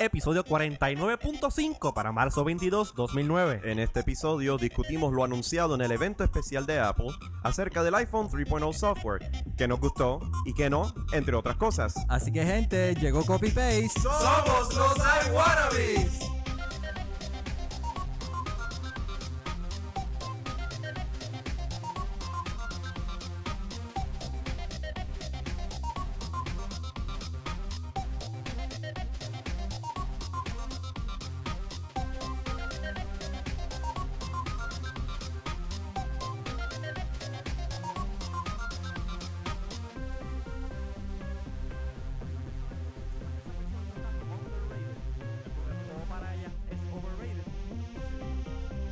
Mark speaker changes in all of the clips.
Speaker 1: episodio 49.5 para marzo 22, 2009.
Speaker 2: En este episodio discutimos lo anunciado en el evento especial de Apple acerca del iPhone 3.0 software, que nos gustó y que no, entre otras cosas.
Speaker 3: Así que gente, llegó copy paste.
Speaker 2: ¡Somos los iWannabes!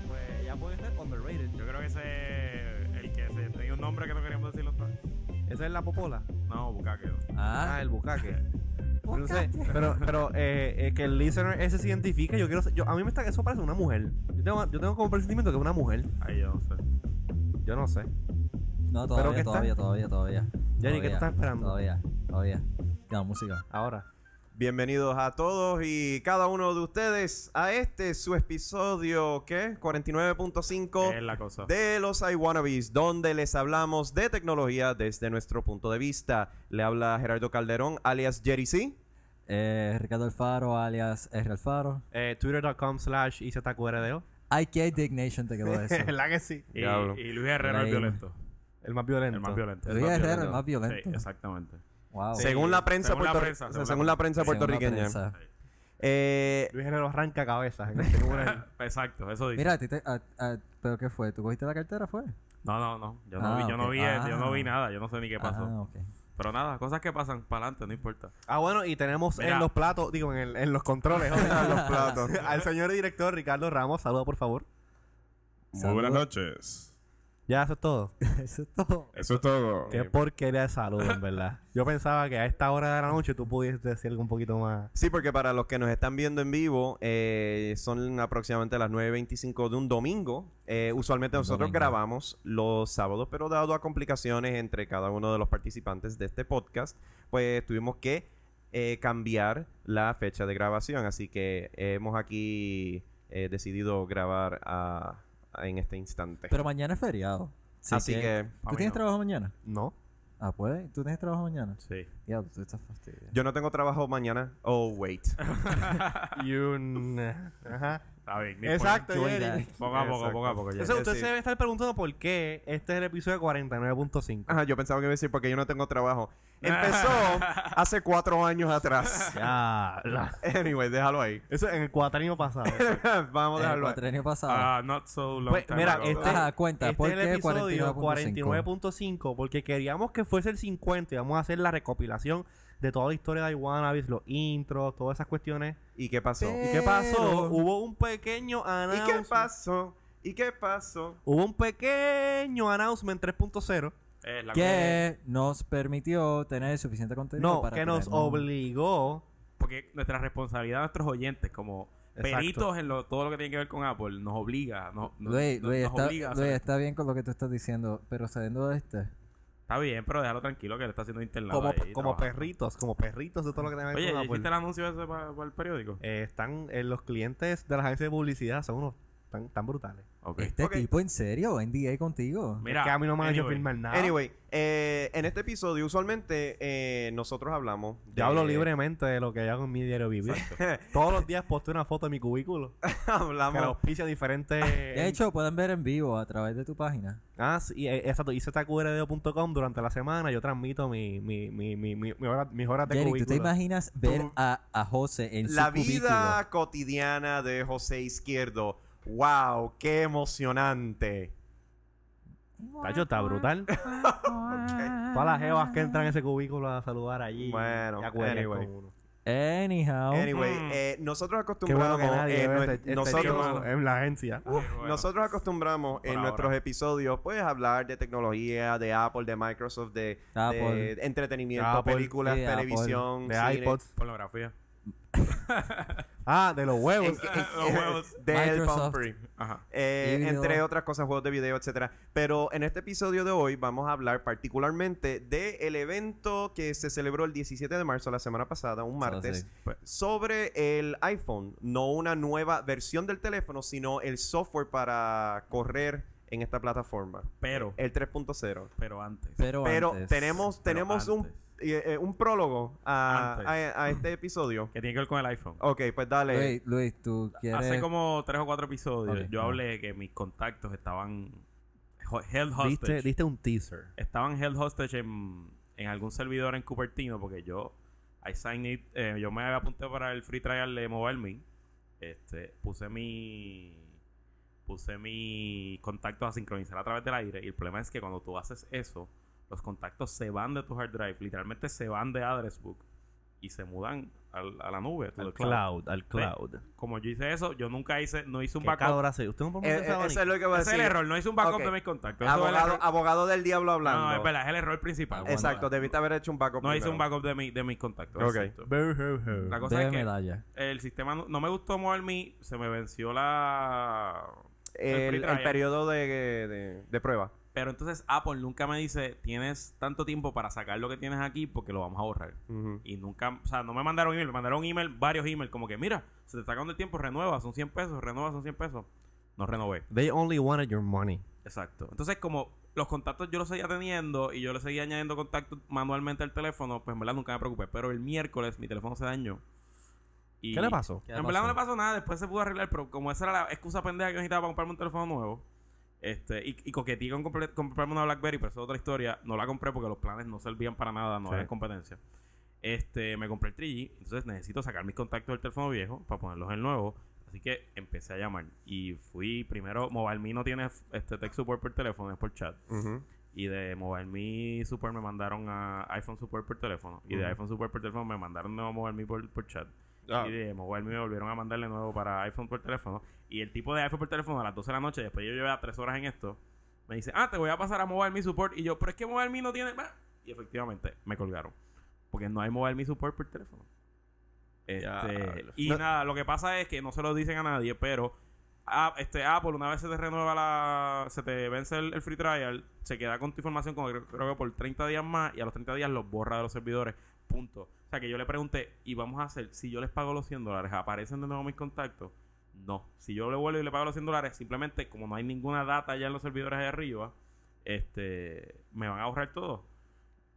Speaker 1: Pues ella puede ser underrated.
Speaker 4: Yo creo que ese el que se tenía un nombre que no queríamos decirlo otra vez.
Speaker 1: Esa es la popola.
Speaker 4: No, bucaqueo.
Speaker 1: Ah,
Speaker 3: Ah,
Speaker 1: el bucaque. Yo No sé, pero, pero eh, eh, que el listener ese se identifique, yo quiero ser- yo, a mí me está, eso parece una mujer. Yo tengo, yo tengo como presentimiento que es una mujer,
Speaker 4: Ahí yo no sé.
Speaker 1: yo no sé.
Speaker 3: no,
Speaker 1: pero que
Speaker 3: todavía,
Speaker 1: está-
Speaker 3: todavía, todavía, todavía.
Speaker 1: Jenny, ¿qué
Speaker 3: Todavía,
Speaker 1: tú estás esperando?
Speaker 3: Todavía, todavía. La música.
Speaker 1: Ahora,
Speaker 2: Bienvenidos a todos y cada uno de ustedes a este su episodio, ¿qué?
Speaker 4: ¿Qué es
Speaker 2: 49.5
Speaker 4: la cosa?
Speaker 2: de los iWannabes, donde les hablamos de tecnología desde nuestro punto de vista. Le habla Gerardo Calderón, alias Jerry C.
Speaker 3: Eh, Ricardo Alfaro, alias R. Alfaro.
Speaker 1: eh, twitter.com slash IZQRDO,
Speaker 3: IK Dignation te quedó eso.
Speaker 1: la que sí?
Speaker 4: Y,
Speaker 2: Diablo.
Speaker 4: y Luis Herrera el
Speaker 3: Ahí.
Speaker 4: violento.
Speaker 1: El más violento.
Speaker 4: El más violento.
Speaker 3: Luis
Speaker 4: El más
Speaker 3: Herrera,
Speaker 4: violento.
Speaker 3: el más violento.
Speaker 4: Sí, exactamente.
Speaker 3: Wow.
Speaker 4: Sí,
Speaker 2: Según la prensa
Speaker 4: según la
Speaker 2: puertorri-
Speaker 4: prensa,
Speaker 2: o sea,
Speaker 4: según la
Speaker 2: según la prensa
Speaker 3: Según la
Speaker 2: puertorriqueña.
Speaker 3: prensa.
Speaker 2: Eh,
Speaker 1: Luis Herrero arranca cabezas. en este momento.
Speaker 4: Exacto, eso dice.
Speaker 3: Mira, a ti te- a- a- ¿pero qué fue? ¿Tú cogiste la cartera, fue?
Speaker 4: No, no, no. Yo
Speaker 3: Ah,
Speaker 4: no vi, yo no
Speaker 3: ok.
Speaker 4: vi, yo no vi
Speaker 3: Ah.
Speaker 4: nada. Yo no sé ni qué pasó.
Speaker 3: Ah, ok.
Speaker 4: Pero nada, cosas que pasan para adelante, no importa.
Speaker 1: ah, bueno, y tenemos
Speaker 4: Mira.
Speaker 1: en los platos, digo, en, el- en los controles, joder, en los platos. Al señor director Ricardo Ramos, saluda por favor.
Speaker 5: Muy
Speaker 3: Saludos.
Speaker 5: buenas noches.
Speaker 1: Ya, eso es todo.
Speaker 3: Eso es todo.
Speaker 5: Eso es todo.
Speaker 1: Qué porquería de saludo, en verdad. Yo pensaba que a esta hora de la noche tú pudieses decir algo un poquito más.
Speaker 2: Sí, porque para los que nos están viendo en vivo, eh, son aproximadamente las 9.25 de un domingo. Eh, usualmente
Speaker 3: Un
Speaker 2: nosotros
Speaker 3: domingo.
Speaker 2: grabamos los sábados, pero dado a complicaciones entre cada uno de los participantes de este podcast, pues tuvimos que eh, cambiar la fecha de grabación. Así que hemos aquí eh, decidido grabar a- a- en este instante.
Speaker 3: Pero mañana es feriado.
Speaker 2: así que
Speaker 4: Pa'
Speaker 3: ¿Tú
Speaker 4: mí
Speaker 3: tienes
Speaker 4: no.
Speaker 3: trabajo mañana?
Speaker 1: ¿No?
Speaker 3: Ah, pues. ¿Tú tienes trabajo mañana?
Speaker 4: Sí.
Speaker 3: Ya, tú estás fastidiado.
Speaker 2: yo no tengo trabajo mañana. Oh, wait.
Speaker 1: Y un... eh, Ajá.
Speaker 4: Está bien. ni
Speaker 1: Exacto,
Speaker 3: point.
Speaker 1: Jerry.
Speaker 3: Joy
Speaker 4: por- Poco a poco,
Speaker 2: Exacto.
Speaker 4: poco a poco. ya.
Speaker 1: Entonces, ustedes
Speaker 2: sí.
Speaker 1: se deben estar preguntando por qué este es el episodio 49.5.
Speaker 2: Ajá, yo pensaba que iba a decir porque yo no tengo trabajo. Empezó hace cuatro años atrás.
Speaker 1: Ya, la-
Speaker 2: Anyway, déjalo ahí.
Speaker 1: Eso en el cuatrino pasado.
Speaker 2: Vamos a
Speaker 3: El
Speaker 2: dejarlo ahí.
Speaker 3: cuatrenio pasado.
Speaker 4: Ah, not so long
Speaker 1: Pues,
Speaker 4: time
Speaker 1: mira,
Speaker 4: ago.
Speaker 1: este,
Speaker 3: Ajá, cuenta,
Speaker 1: este
Speaker 3: ¿por
Speaker 1: es
Speaker 3: qué
Speaker 1: el episodio
Speaker 3: 49.5?
Speaker 1: 49.5 porque queríamos que fuese el 50 y vamos a hacer la recopilación de toda la historia de Iwanavis, los intros, todas esas cuestiones.
Speaker 2: ¿Y qué pasó?
Speaker 1: ¿Y qué pasó? Hubo un pequeño
Speaker 2: ¿Y
Speaker 1: announcement.
Speaker 2: qué pasó? ¿Y qué pasó?
Speaker 1: Hubo un pequeño announcement 3.0.
Speaker 4: Eh, la cosa-
Speaker 3: que nos permitió tener suficiente contenido
Speaker 1: No,
Speaker 3: para
Speaker 1: que nos
Speaker 3: tener un-
Speaker 1: obligó.
Speaker 4: Porque nuestra responsabilidad a nuestros oyentes, como
Speaker 1: Exacto.
Speaker 4: peritos en lo- todo lo que tiene que ver con Apple, nos obliga. no- no-
Speaker 3: Luis,
Speaker 4: no-
Speaker 3: Luis,
Speaker 4: nos
Speaker 3: está,
Speaker 4: obliga a hacer
Speaker 3: Luis,
Speaker 4: esto.
Speaker 3: está bien con lo que tú estás diciendo, pero saliendo de este,
Speaker 4: Está bien, pero déjalo tranquilo que le está haciendo internado.
Speaker 1: Como,
Speaker 4: ahí,
Speaker 1: como ¿eh?
Speaker 4: trabaja.
Speaker 1: perritos, como perritos de todo lo que tenemos
Speaker 4: Oye, ¿ya ¿hiciste el anuncio ese para, el periódico?
Speaker 1: Están eh, los clientes de las agencias de publicidad, son unos tan, tan brutales.
Speaker 4: Ok.
Speaker 3: este
Speaker 2: Ok.
Speaker 3: tipo en serio, NDA contigo.
Speaker 4: Mira,
Speaker 1: es que a mí no me han hecho
Speaker 4: anyway,
Speaker 1: firmar nada.
Speaker 2: Anyway, eh, en este episodio usualmente eh, nosotros hablamos... de-
Speaker 1: Yo hablo libremente de lo que yo hago en mi diario vivir. Todos los días posteo una foto de mi cubículo. Que la
Speaker 2: hablamos...
Speaker 1: auspicia diferentes.
Speaker 3: De hecho, pueden ver en vivo a través de tu página.
Speaker 1: Ah, sí, eh, exacto. IZQRDO.com durante la semana yo transmito mi, mi, mi, mi, mi- mi hora- mis horas de
Speaker 3: Jerry, ¿tú te
Speaker 1: cubículo.
Speaker 3: imaginas ver a, a José en
Speaker 2: La
Speaker 3: su cubículo?
Speaker 2: vida cotidiana de José Izquierdo. ¡Wow! ¡Qué emocionante!
Speaker 1: Tacho, está brutal. Todas las jevas que entran en ese cubículo a saludar allí.
Speaker 2: Bueno,
Speaker 1: y a cuerrear
Speaker 2: anyway.
Speaker 1: con uno.
Speaker 3: Anyhow.
Speaker 2: Anyway,
Speaker 4: Mm.
Speaker 2: eh, nosotros
Speaker 1: Qué bueno
Speaker 2: acostumbramos...
Speaker 1: que nadie
Speaker 2: eh,
Speaker 1: ve
Speaker 2: nue-
Speaker 1: este- este
Speaker 2: nosotros...
Speaker 1: chico en la agencia.
Speaker 4: Qué bueno.
Speaker 2: Nosotros acostumbramos en
Speaker 4: ahora.
Speaker 2: nuestros episodios pues hablar de tecnología, de Apple, de Microsoft, eh, de,
Speaker 3: Apple.
Speaker 2: de entretenimiento,
Speaker 1: Apple.
Speaker 2: películas,
Speaker 3: Sí, Apple.
Speaker 2: televisión,
Speaker 1: de
Speaker 2: cine.
Speaker 1: iPods.
Speaker 4: Pornografía.
Speaker 1: Ah, de los huevos.
Speaker 2: eh,
Speaker 4: Los huevos.
Speaker 2: Del
Speaker 3: Microsoft.
Speaker 2: Pumphrey.
Speaker 4: Ajá.
Speaker 2: Eh,
Speaker 3: Video.
Speaker 2: entre otras cosas, juegos de video, etcétera. Pero en este episodio de hoy vamos a hablar particularmente del evento que se celebró el 17 de marzo, la semana pasada, un
Speaker 3: Pasada,
Speaker 2: martes,
Speaker 3: Ah, sí.
Speaker 2: pues, sobre el iPhone. No una nueva versión del teléfono, sino el software para correr en esta plataforma.
Speaker 4: Pero,
Speaker 2: El 3.0.
Speaker 4: pero antes.
Speaker 3: Pero,
Speaker 2: eh, Pero
Speaker 3: antes-
Speaker 2: tenemos,
Speaker 4: Pero
Speaker 2: tenemos un,
Speaker 4: antes.
Speaker 2: eh, eh, un prólogo a,
Speaker 4: Antes.
Speaker 2: a- a este episodio.
Speaker 4: Que tiene que ver con el iPhone.
Speaker 2: Ok, pues dale.
Speaker 3: Luis, Luis, tú quieres.
Speaker 4: Hace como tres o cuatro episodios
Speaker 3: Ok,
Speaker 4: yo
Speaker 3: ajá.
Speaker 4: hablé de que mis contactos estaban ho- held
Speaker 1: Diste,
Speaker 4: hostage.
Speaker 1: diste un teaser.
Speaker 4: Estaban held hostage en, en algún servidor en Cupertino porque yo I signed it, eh, yo me había apuntado para el free trial de MobileMe. Este, puse mi puse mis contactos a sincronizar a través del aire y el problema es que cuando tú haces eso, los contactos se van de tu hard drive, literalmente se van de address book y se mudan al- a la nube, to the cloud.
Speaker 1: al
Speaker 4: Como yo hice eso, yo nunca hice, no hice un
Speaker 1: ¿Qué
Speaker 4: backup
Speaker 1: calor hace? ¿Usted no puede
Speaker 2: Eh,
Speaker 1: meter
Speaker 2: eh,
Speaker 1: ese
Speaker 2: eso es
Speaker 1: abanico?
Speaker 2: lo que voy a
Speaker 4: Ese es
Speaker 2: decir.
Speaker 4: el error, no hice un backup
Speaker 2: Ok.
Speaker 4: de mis contactos. Eso es el
Speaker 2: Abogado,
Speaker 4: error.
Speaker 2: abogado del diablo
Speaker 4: No,
Speaker 2: hablando.
Speaker 4: no, es verdad, es el error principal.
Speaker 3: Aguanta.
Speaker 2: Exacto, debiste haber hecho un backup.
Speaker 4: No hice
Speaker 2: primero.
Speaker 4: un backup de, mi, de mis contactos.
Speaker 2: Ok.
Speaker 4: exacto. La cosa
Speaker 3: de
Speaker 4: es que
Speaker 3: medalla.
Speaker 4: el sistema no, no me gustó MobileMe, se me venció la... el
Speaker 2: El,
Speaker 4: free
Speaker 2: el
Speaker 4: trial.
Speaker 2: periodo de, de- de prueba.
Speaker 4: Pero entonces Apple nunca me dice, tienes tanto tiempo para sacar lo que tienes aquí porque lo vamos a borrar.
Speaker 2: Ujú.
Speaker 4: Y nunca, o sea, no me mandaron email, me mandaron email, varios emails, como que mira, se te está acabando el tiempo, renueva, son 100 pesos, renueva, son 100 pesos. No renové.
Speaker 1: They only wanted your money.
Speaker 4: Exacto. Entonces, como los contactos yo los seguía teniendo y yo le seguía añadiendo contactos manualmente al teléfono, pues en verdad nunca me preocupé. Pero el miércoles mi teléfono se dañó. Y
Speaker 1: ¿Qué le pasó?
Speaker 3: ¿Qué
Speaker 4: En
Speaker 3: le
Speaker 4: verdad no
Speaker 3: pasó?
Speaker 4: le pasó nada, después se pudo arreglar, pero como esa era la excusa pendeja que yo necesitaba para comprarme un teléfono nuevo, este, y, y coqueteé con compre- comprarme una BlackBerry, pero eso es otra historia, no la compré porque los planes no servían para nada, no
Speaker 2: Sí.
Speaker 4: eran competencia. Este, me compré el 3G, entonces necesito sacar mis contactos del teléfono viejo para ponerlos en el nuevo. Así que empecé a llamar. Y fui primero, MobileMe no tiene este tech support por teléfono, es por chat.
Speaker 2: Ujú.
Speaker 4: Y de MobileMe Support me mandaron a iPhone Support por teléfono. Y de
Speaker 2: Ujú.
Speaker 4: iPhone Support por teléfono me mandaron de nuevo a MobileMe por, por chat.
Speaker 2: Ah.
Speaker 4: Y de MobileMe me volvieron a mandarle nuevo para iPhone por teléfono. Y el tipo de iPhone por teléfono a las 12 de la noche, después yo llevaba 3 horas en esto, me dice, ah, te voy a pasar a MobileMe Support. Y yo, pero es que MobileMe no tiene... bah". Y efectivamente, me colgaron. Porque no hay MobileMe Support por teléfono. Este,
Speaker 2: Diablo.
Speaker 4: y
Speaker 2: No-
Speaker 4: nada, lo que pasa es que no se lo dicen a nadie, pero ah, este Apple, una vez se te renueva la. Se te vence el, el free trial, se queda con tu información, como creo, creo que por 30 días más, y a los 30 días los borra de los servidores. Punto. O sea que yo le pregunté, ¿y vamos a hacer? Si yo les pago los 100 dólares, ¿aparecen de nuevo mis contactos? No. Si yo le vuelvo y le pago los 100 dólares, simplemente como no hay ninguna data ya en los servidores de arriba, este, me van a ahorrar todo.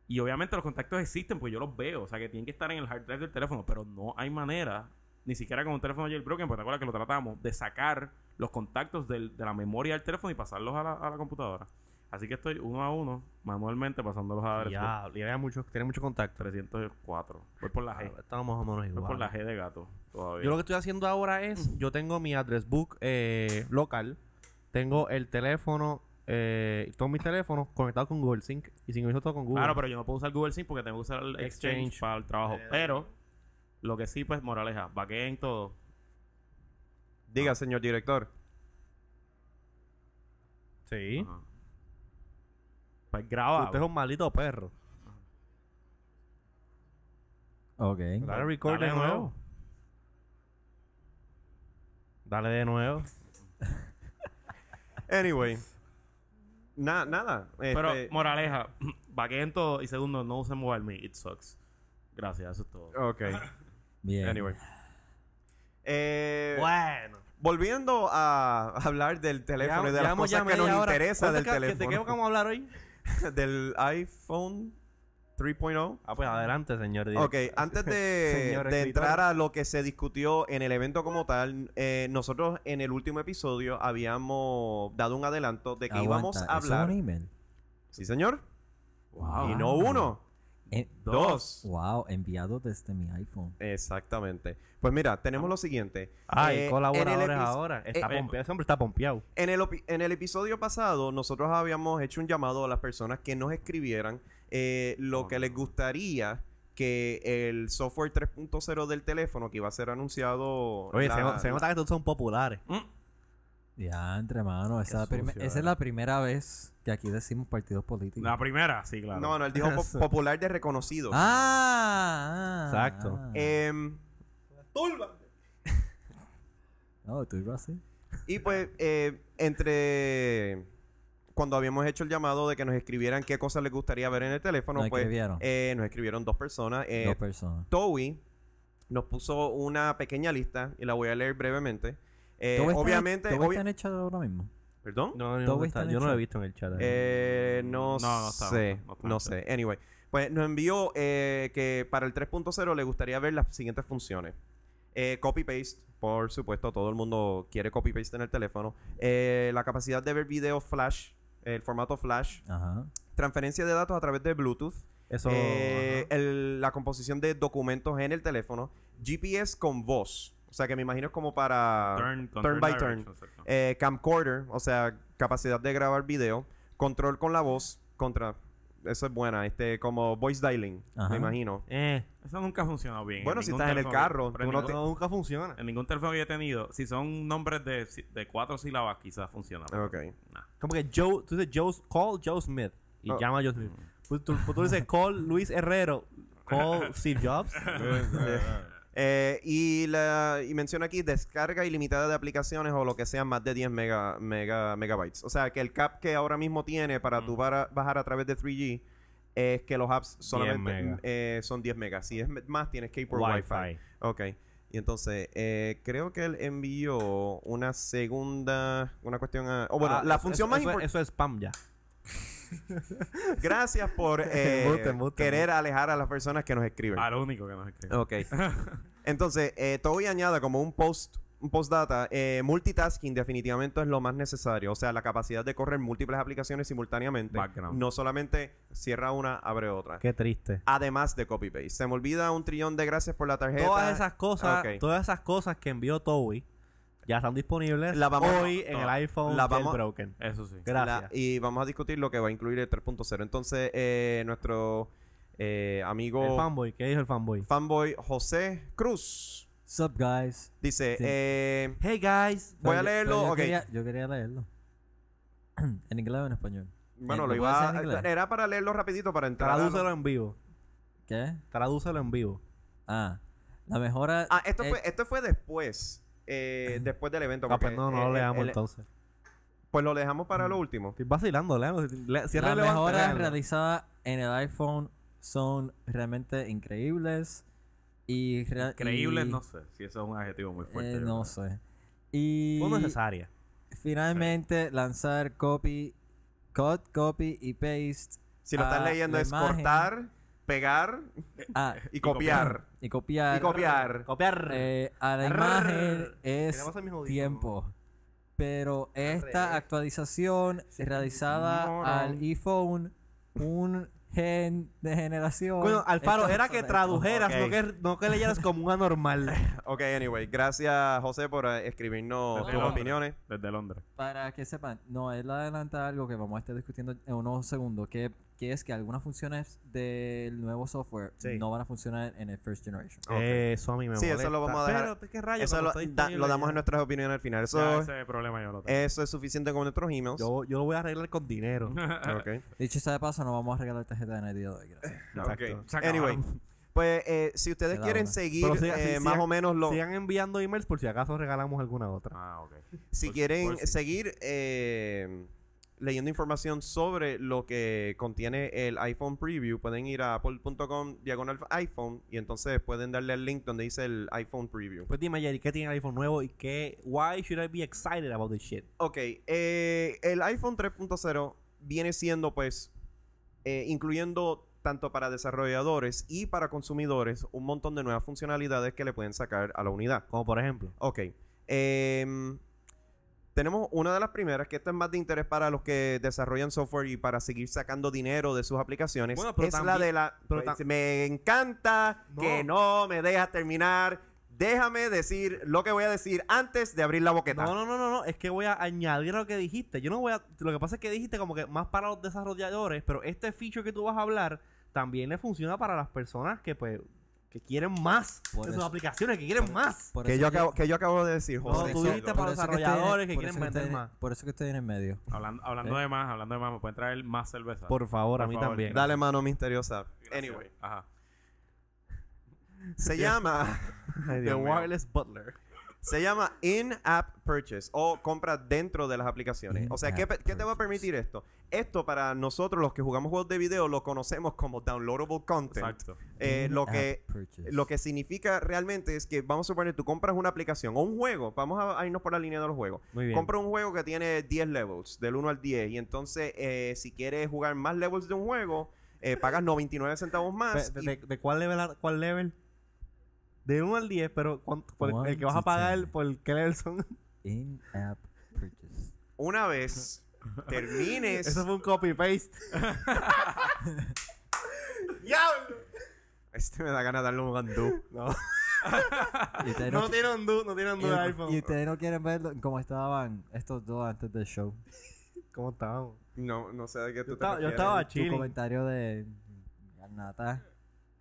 Speaker 4: Y obviamente los contactos existen porque yo los veo. O sea, que tienen que estar en el hard drive del teléfono. Pero no hay manera, ni siquiera con un teléfono jailbroken, porque te acuerdas que lo tratamos, de sacar los contactos del- de la memoria del teléfono y pasarlos a la, a la computadora. Así que estoy uno a uno, manualmente, pasándolos a AdressBook.
Speaker 1: Diablo, y había muchos, tenía mucho contacto.
Speaker 4: 304. Voy por la G.
Speaker 1: Ah, Estábamos más o menos
Speaker 4: Voy por la
Speaker 1: igual.
Speaker 4: G de gato todavía.
Speaker 1: Yo lo que estoy haciendo ahora es, yo tengo mi address book eh, local, tengo el teléfono, eh, todos mis teléfonos conectados con Google Sync y sincronizado todo con Google.
Speaker 4: Claro, pero yo no puedo usar Google Sync porque tengo que usar el Exchange,
Speaker 1: Exchange.
Speaker 4: para el trabajo.
Speaker 1: Eh,
Speaker 4: pero, lo que sí, pues, Moraleja, en todo.
Speaker 2: Diga, señor director.
Speaker 1: Sí. Ah,
Speaker 4: Ajá. Pues graba.
Speaker 1: Usted es un maldito perro.
Speaker 3: Ok.
Speaker 1: Dale record
Speaker 4: Dale
Speaker 1: de
Speaker 4: de
Speaker 1: nuevo.
Speaker 4: nuevo.
Speaker 1: Dale de nuevo.
Speaker 2: Anyway. Na- nada.
Speaker 4: Pero,
Speaker 2: este,
Speaker 4: moraleja, vaqueen todo. Y segundo, no usen MobileMe. It sucks. Gracias, eso es todo.
Speaker 2: ok.
Speaker 3: Bien.
Speaker 2: Anyway. Eh,
Speaker 1: Bueno.
Speaker 2: volviendo a hablar del teléfono y de las cosas que nos interesa del
Speaker 1: ¿De qué
Speaker 2: teléfono.
Speaker 1: vamos a hablar hoy?
Speaker 2: del iPhone oh. 3.0.
Speaker 1: Ah, pues adelante, señor.
Speaker 2: Ok, antes de,
Speaker 1: Señor
Speaker 2: de
Speaker 1: escritor.
Speaker 2: entrar a lo que se discutió en el evento como tal, eh, nosotros en el último episodio habíamos dado un adelanto de que
Speaker 3: Aguanta,
Speaker 2: íbamos
Speaker 3: ¿eso
Speaker 2: a hablar.
Speaker 3: es un email?
Speaker 2: Sí, señor.
Speaker 4: Wow.
Speaker 2: y no uno,
Speaker 3: Eh,
Speaker 2: dos.
Speaker 3: wow, enviado desde mi iPhone.
Speaker 2: Exactamente. Pues mira, tenemos lo siguiente.
Speaker 1: Ay,
Speaker 2: Eh, en
Speaker 1: Ah, colaboradores
Speaker 2: el epi-
Speaker 1: ahora. Está
Speaker 4: eh,
Speaker 1: pompeado. Ese hombre está pompeado.
Speaker 2: En el, opi- en el episodio pasado, nosotros habíamos hecho un llamado a las personas que nos escribieran eh, lo
Speaker 4: Oh,
Speaker 2: que
Speaker 4: no.
Speaker 2: les gustaría que el software 3.0 del teléfono que iba a ser anunciado.
Speaker 1: Oye,
Speaker 2: la-
Speaker 1: se, no- se nota que todos son populares.
Speaker 3: Ya, entre mano. Esa,
Speaker 4: Qué
Speaker 3: prime-
Speaker 4: sucio,
Speaker 3: esa
Speaker 4: eh.
Speaker 3: es la primera vez que aquí decimos partidos políticos.
Speaker 4: La primera, sí, claro.
Speaker 2: No, no, él dijo po- popular de reconocido.
Speaker 3: Ah, ah,
Speaker 1: Exacto.
Speaker 3: ah.
Speaker 2: Em,
Speaker 5: Túrbate.
Speaker 3: No, tú ibas así.
Speaker 2: Y pues, eh, entre. Cuando habíamos hecho el llamado de que nos escribieran qué cosas les gustaría ver en el teléfono,
Speaker 3: Nos
Speaker 2: pues.
Speaker 3: escribieron.
Speaker 2: eh, nos escribieron dos personas. eh,
Speaker 3: Dos personas.
Speaker 2: Towie nos puso una pequeña lista y la voy a leer brevemente. Eh,
Speaker 3: ¿Todo está en-
Speaker 2: obviamente.
Speaker 3: ¿Todo
Speaker 2: obvia-
Speaker 3: está en el chat ahora mismo?
Speaker 2: ¿Perdón?
Speaker 1: No, no,
Speaker 3: Todo
Speaker 1: no
Speaker 3: está
Speaker 1: está-
Speaker 3: en
Speaker 1: yo
Speaker 3: el
Speaker 1: no lo he
Speaker 3: chat.
Speaker 1: visto en el chat.
Speaker 2: Eh, no,
Speaker 4: No, no está,
Speaker 2: sé.
Speaker 4: no
Speaker 2: No,
Speaker 4: está, no está.
Speaker 2: sé. Anyway. Pues nos envió eh, que para el 3.0 le gustaría ver las siguientes funciones. Eh, copy-paste, por supuesto, todo el mundo quiere copy-paste en el teléfono. Eh, la capacidad de ver video flash, el formato flash.
Speaker 3: Ajá.
Speaker 2: Transferencia de datos a través de Bluetooth.
Speaker 1: Eso.
Speaker 2: Eh, el- la composición de documentos en el teléfono. GPS con voz. O sea que me imagino es como para
Speaker 4: Turn, con
Speaker 2: turn by turn.
Speaker 4: directions, exacto.
Speaker 2: Eh, camcorder, o sea, capacidad de grabar video. Control con la voz. Contra. Eso es buena. Este, como voice dialing,
Speaker 3: Ajá.
Speaker 2: me imagino.
Speaker 1: eh,
Speaker 4: Eso nunca ha funcionado bien.
Speaker 2: Bueno, si
Speaker 4: ningún
Speaker 2: estás en el
Speaker 4: teléfono-
Speaker 2: carro,
Speaker 4: pero
Speaker 2: tú
Speaker 4: en
Speaker 2: no
Speaker 1: no,
Speaker 4: ningún-
Speaker 1: nunca funciona.
Speaker 4: En ningún teléfono que yo he tenido, si son nombres de, si- de cuatro sílabas, quizás funciona. pero
Speaker 2: Ok.
Speaker 4: nah.
Speaker 1: Como que Joe, tú dices Joe, call Joe Smith y
Speaker 2: Oh.
Speaker 1: llama a Joe Smith. Pues tú, pues tú dices call Luis Herrero, call Steve Jobs.
Speaker 5: pues,
Speaker 2: Eh, y, la, y menciona aquí descarga ilimitada de aplicaciones o lo que sea más de 10 mega, mega, megabytes. O sea, que el cap que ahora mismo tiene para
Speaker 1: Mm.
Speaker 2: tú bara- bajar a través de 3G es que los apps solamente
Speaker 1: mega.
Speaker 2: eh, son 10 megas. Si es me- más, tienes que ir por Wi-Fi.
Speaker 1: Wi-Fi.
Speaker 2: Ok. Y entonces, eh, creo que él envió una segunda, una cuestión... a- o bueno,
Speaker 1: Ah,
Speaker 2: la
Speaker 1: eso-
Speaker 2: función
Speaker 1: eso-
Speaker 2: más
Speaker 1: eso es-
Speaker 2: importante...
Speaker 1: Eso es spam ya.
Speaker 2: Gracias por eh,
Speaker 1: Embuste, embuste,
Speaker 2: querer alejar a las personas que nos escriben.
Speaker 4: Ah, lo único que nos escribe.
Speaker 2: Ok. Entonces, eh, Toby añada como un post, un postdata, eh, multitasking definitivamente es lo más necesario. O sea, la capacidad de correr múltiples aplicaciones simultáneamente.
Speaker 4: Background.
Speaker 2: No solamente cierra una, abre otra.
Speaker 1: Qué triste.
Speaker 2: Además de copy-paste. Se me olvida un trillón de gracias por la tarjeta.
Speaker 1: Todas esas cosas,
Speaker 2: Ok.
Speaker 1: todas esas cosas que envió Toby ya están disponibles
Speaker 2: La vamos-
Speaker 1: hoy en
Speaker 4: todas.
Speaker 1: el iPhone
Speaker 2: La vamos-
Speaker 1: broken.
Speaker 4: Eso sí.
Speaker 1: Gracias.
Speaker 2: La- y vamos a discutir lo que va a incluir el 3.0. Entonces, eh, nuestro eh,
Speaker 1: El
Speaker 2: amigo
Speaker 1: fanboy, ¿qué dijo el fanboy?
Speaker 2: fanboy José Cruz
Speaker 3: Sup, guys.
Speaker 2: dice...
Speaker 3: Sí.
Speaker 2: eh,
Speaker 1: Hey guys.
Speaker 2: Voy a
Speaker 3: Pero yo-
Speaker 2: leerlo,
Speaker 3: pero yo
Speaker 2: ok.
Speaker 3: Quería, yo quería leerlo. ¿En inglés o en español?
Speaker 2: bueno,
Speaker 3: Eh,
Speaker 2: lo
Speaker 3: ¿lo puedo
Speaker 2: iba
Speaker 3: hacer en
Speaker 2: a-
Speaker 3: inglés?
Speaker 2: Era para leerlo rapidito para entrar. a-
Speaker 1: Tradúcelo en vivo.
Speaker 3: ¿Qué?
Speaker 1: Tradúcelo en vivo.
Speaker 3: Ah, la mejora.
Speaker 2: Ah, esto,
Speaker 3: eh,
Speaker 2: fue, esto fue después. eh, después del evento.
Speaker 1: Ah,
Speaker 2: porque
Speaker 1: pues no, no
Speaker 2: el-
Speaker 1: lo
Speaker 2: el-
Speaker 1: leamos
Speaker 2: eh, el-
Speaker 1: entonces. Mm.
Speaker 2: Pues lo dejamos para lo último.
Speaker 1: Estoy vacilando, leamos. Le, si es
Speaker 3: Las
Speaker 1: relevante,
Speaker 3: mejoras
Speaker 1: léanlo.
Speaker 3: realizadas en el iPhone son realmente increíbles. Y rea-
Speaker 4: Creíbles,
Speaker 3: y-
Speaker 4: no sé si eso es un adjetivo muy fuerte.
Speaker 3: eh,
Speaker 4: yo
Speaker 3: no
Speaker 4: creo.
Speaker 3: sé. Y
Speaker 1: Fue necesaria.
Speaker 3: finalmente lanzar copy, cut, copy y paste.
Speaker 2: Si lo estás
Speaker 3: Ah,
Speaker 2: leyendo
Speaker 3: la
Speaker 2: es
Speaker 3: imagen.
Speaker 2: cortar, pegar
Speaker 1: Eh,
Speaker 3: Ah,
Speaker 2: y copiar.
Speaker 3: y copiar.
Speaker 2: Y copiar.
Speaker 1: Copiar.
Speaker 3: eh, a la
Speaker 1: Arr.
Speaker 3: imagen es
Speaker 1: Tenemos el mismo disco.
Speaker 3: tiempo. Pero esta actualización realizada
Speaker 2: Moro.
Speaker 3: al iPhone, un gen de generación.
Speaker 1: Coño, Alfaro,
Speaker 3: Esto-
Speaker 1: era que
Speaker 3: esto-
Speaker 1: tradujeras,
Speaker 2: Ok.
Speaker 1: no, que, no que leyeras como un anormal.
Speaker 2: Ok, anyway. Gracias, José, por eh, escribirnos
Speaker 4: Desde
Speaker 2: tus
Speaker 4: Londres.
Speaker 2: opiniones.
Speaker 4: Desde Londres.
Speaker 3: Para que sepan, no, él adelanta algo que vamos a estar discutiendo en unos segundos, que, que es que algunas funciones del nuevo software
Speaker 1: Sí.
Speaker 3: no van a funcionar en el first generation.
Speaker 2: Ok.
Speaker 1: Eso a mí me
Speaker 2: Sí,
Speaker 1: molesta.
Speaker 2: eso lo vamos a dejar.
Speaker 1: Pero, ¿qué rayos?
Speaker 2: Eso
Speaker 1: Ah, Cuando
Speaker 2: lo,
Speaker 1: está
Speaker 2: da-
Speaker 1: disponible
Speaker 2: lo damos
Speaker 1: ya.
Speaker 2: en nuestras opiniones al final.
Speaker 4: Ya
Speaker 2: Eso,
Speaker 4: ese problema yo lo tengo.
Speaker 2: eso es suficiente con nuestros emails.
Speaker 1: Yo, yo lo voy a arreglar con dinero.
Speaker 4: ah,
Speaker 2: Ok.
Speaker 3: Dicho sea de paso, no vamos a regalar tarjeta en el día de hoy. gracias.
Speaker 2: Ok.
Speaker 4: Se acabaron.
Speaker 2: Anyway. Pues eh, si ustedes
Speaker 3: Se la
Speaker 2: quieren
Speaker 3: doy.
Speaker 2: seguir
Speaker 1: Pero siga-
Speaker 2: eh,
Speaker 1: sí,
Speaker 2: más
Speaker 1: siga-
Speaker 2: o menos lo,
Speaker 1: Sigan enviando emails por si acaso regalamos alguna otra.
Speaker 4: Ah, ok.
Speaker 2: Si
Speaker 4: Por-
Speaker 2: quieren
Speaker 4: por si-
Speaker 2: seguir eh, leyendo información sobre lo que contiene el iPhone Preview, pueden ir a apple.com diagonal iPhone y entonces pueden darle el link donde dice el iPhone Preview.
Speaker 1: Pues dime, Jerry, ¿qué tiene el iPhone nuevo y qué? Why should I be excited about this shit?
Speaker 2: Ok, eh, el iPhone 3.0 viene siendo pues, eh, incluyendo tanto para desarrolladores y para consumidores, un montón de nuevas funcionalidades que le pueden sacar a la unidad.
Speaker 1: Como por ejemplo,
Speaker 2: Ok. Em, tenemos una de las primeras, que esta es más de interés para los que desarrollan software y para seguir sacando dinero de sus aplicaciones.
Speaker 1: Bueno, pero
Speaker 2: es la
Speaker 1: también-
Speaker 2: de la...
Speaker 1: pero
Speaker 2: pues,
Speaker 1: tam-
Speaker 2: me encanta
Speaker 1: No.
Speaker 2: que no me dejas terminar. Déjame decir lo que voy a decir antes de abrir la boqueta.
Speaker 1: No, no, no, no, no, es que voy a añadir a lo que dijiste. Yo no voy a. Lo que pasa es que dijiste como que más para los desarrolladores, pero este feature que tú vas a hablar también le funciona para las personas que, pues, que quieren más
Speaker 3: Por
Speaker 1: de sus
Speaker 3: eso.
Speaker 1: aplicaciones, que quieren más.
Speaker 3: Por
Speaker 2: Que
Speaker 3: eso
Speaker 2: yo,
Speaker 3: que-
Speaker 2: acabo, que yo acabo de decir,
Speaker 1: No,
Speaker 2: José.
Speaker 1: tú dijiste
Speaker 2: Solo.
Speaker 1: para los
Speaker 3: eso estoy en-
Speaker 1: desarrolladores que
Speaker 3: por
Speaker 1: quieren
Speaker 3: eso estoy
Speaker 1: vender
Speaker 3: en-
Speaker 1: más.
Speaker 3: Por eso que estoy en el medio.
Speaker 4: Hablando, hablando
Speaker 3: Eh.
Speaker 4: de más, hablando de más, me pueden traer más cerveza.
Speaker 1: Por favor, a
Speaker 4: Por
Speaker 1: mí
Speaker 4: favor,
Speaker 1: también.
Speaker 4: gracias.
Speaker 2: Dale mano misteriosa.
Speaker 4: Gracias.
Speaker 2: Anyway.
Speaker 4: Ajá.
Speaker 2: Se llama. Ay,
Speaker 1: The
Speaker 2: Dios mío.
Speaker 1: Wireless Butler.
Speaker 2: Se llama in-app purchase o compra dentro de las aplicaciones. O sea, ¿qué, pe-
Speaker 3: In-app
Speaker 2: qué te va a permitir esto? Esto para nosotros los que jugamos juegos de video lo conocemos como downloadable content.
Speaker 4: Exacto.
Speaker 2: Eh, lo que
Speaker 3: In-app purchase.
Speaker 2: lo que significa realmente es que vamos a suponer tú compras una aplicación o un juego, vamos a, a irnos por la línea de los juegos.
Speaker 1: Muy bien.
Speaker 2: Compra un juego que tiene 10 levels, del 1 al 10 y entonces eh, si quieres jugar más levels de un juego, eh, pagas 99 centavos
Speaker 1: Pe-
Speaker 2: más.
Speaker 1: ¿De,
Speaker 2: y-
Speaker 1: de- de cuál level? a- ¿Cuál level? De 1 al 10, pero ¿cuánto- por el- el que vas a
Speaker 3: One to
Speaker 1: pagar
Speaker 3: ten.
Speaker 1: por el qué level son.
Speaker 3: In-app purchase.
Speaker 2: una vez termines
Speaker 1: Eso fue un copy-paste. ¡Diablo!
Speaker 2: Este me da ganas de darle un gandú.
Speaker 1: No,
Speaker 3: Y ustedes
Speaker 1: no
Speaker 3: qui-
Speaker 1: tiene un do, no tiene un do de
Speaker 3: y- y este
Speaker 1: iPhone.
Speaker 3: ustedes no quieren ver lo- cómo estaban estos dos antes del show.
Speaker 1: ¿Cómo estábamos?
Speaker 2: No, no sé de qué tú
Speaker 1: Yo
Speaker 2: te
Speaker 1: estaba, yo
Speaker 2: refieres.
Speaker 1: estaba
Speaker 3: Tu
Speaker 1: chilling.
Speaker 3: comentario de Garnata.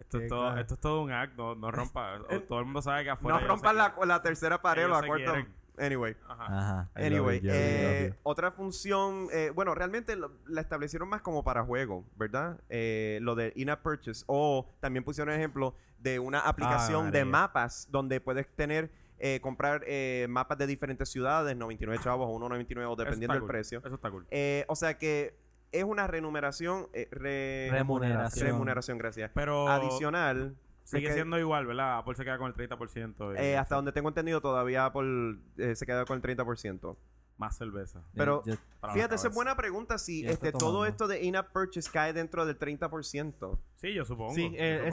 Speaker 4: Esto
Speaker 1: Sí,
Speaker 4: es, todo,
Speaker 1: claro.
Speaker 4: esto es todo un act, no, no rompa. O- todo el mundo sabe que afuera.
Speaker 2: No
Speaker 4: ellos
Speaker 2: rompan
Speaker 4: se-
Speaker 2: la, la tercera pared o
Speaker 4: ellos
Speaker 2: la
Speaker 4: se
Speaker 2: cuarta.
Speaker 4: quieren.
Speaker 2: Anyway.
Speaker 4: Ajá.
Speaker 2: Ah.
Speaker 3: Ajá.
Speaker 1: I love
Speaker 2: Anyway,
Speaker 1: you, Jerry,
Speaker 2: eh,
Speaker 1: I love
Speaker 2: otra función, eh, bueno, realmente lo- la establecieron más como para juego, ¿verdad? Eh, lo de in-app purchase o también pusieron ejemplo de una aplicación de
Speaker 1: María.
Speaker 2: mapas donde puedes tener, eh, comprar eh, mapas de diferentes ciudades, 99 chavos o 1.99 o dependiendo
Speaker 4: Eso está
Speaker 2: del
Speaker 4: cool.
Speaker 2: precio.
Speaker 4: Eso está cool.
Speaker 2: Eh, o sea que es una remuneración, eh, re-
Speaker 3: Remuneración.
Speaker 2: remuneración, gracias.
Speaker 4: Pero
Speaker 2: Adicional,
Speaker 4: sigue
Speaker 2: es que-
Speaker 4: siendo igual, ¿verdad? Apple se queda con el 30%. y-
Speaker 2: Eh, hasta donde tengo entendido, todavía Apple eh, se queda con el 30%.
Speaker 4: Más cerveza.
Speaker 2: Pero-
Speaker 3: Yo-
Speaker 4: para la
Speaker 2: Fíjate, esa es
Speaker 4: cabeza.
Speaker 2: buena pregunta si
Speaker 3: Ya está
Speaker 2: este, todo
Speaker 3: tomando.
Speaker 2: esto de in-app purchase cae dentro del 30%.
Speaker 4: Sí, yo supongo.
Speaker 1: Sí,
Speaker 4: yo
Speaker 1: eh, es
Speaker 4: supongo.
Speaker 1: el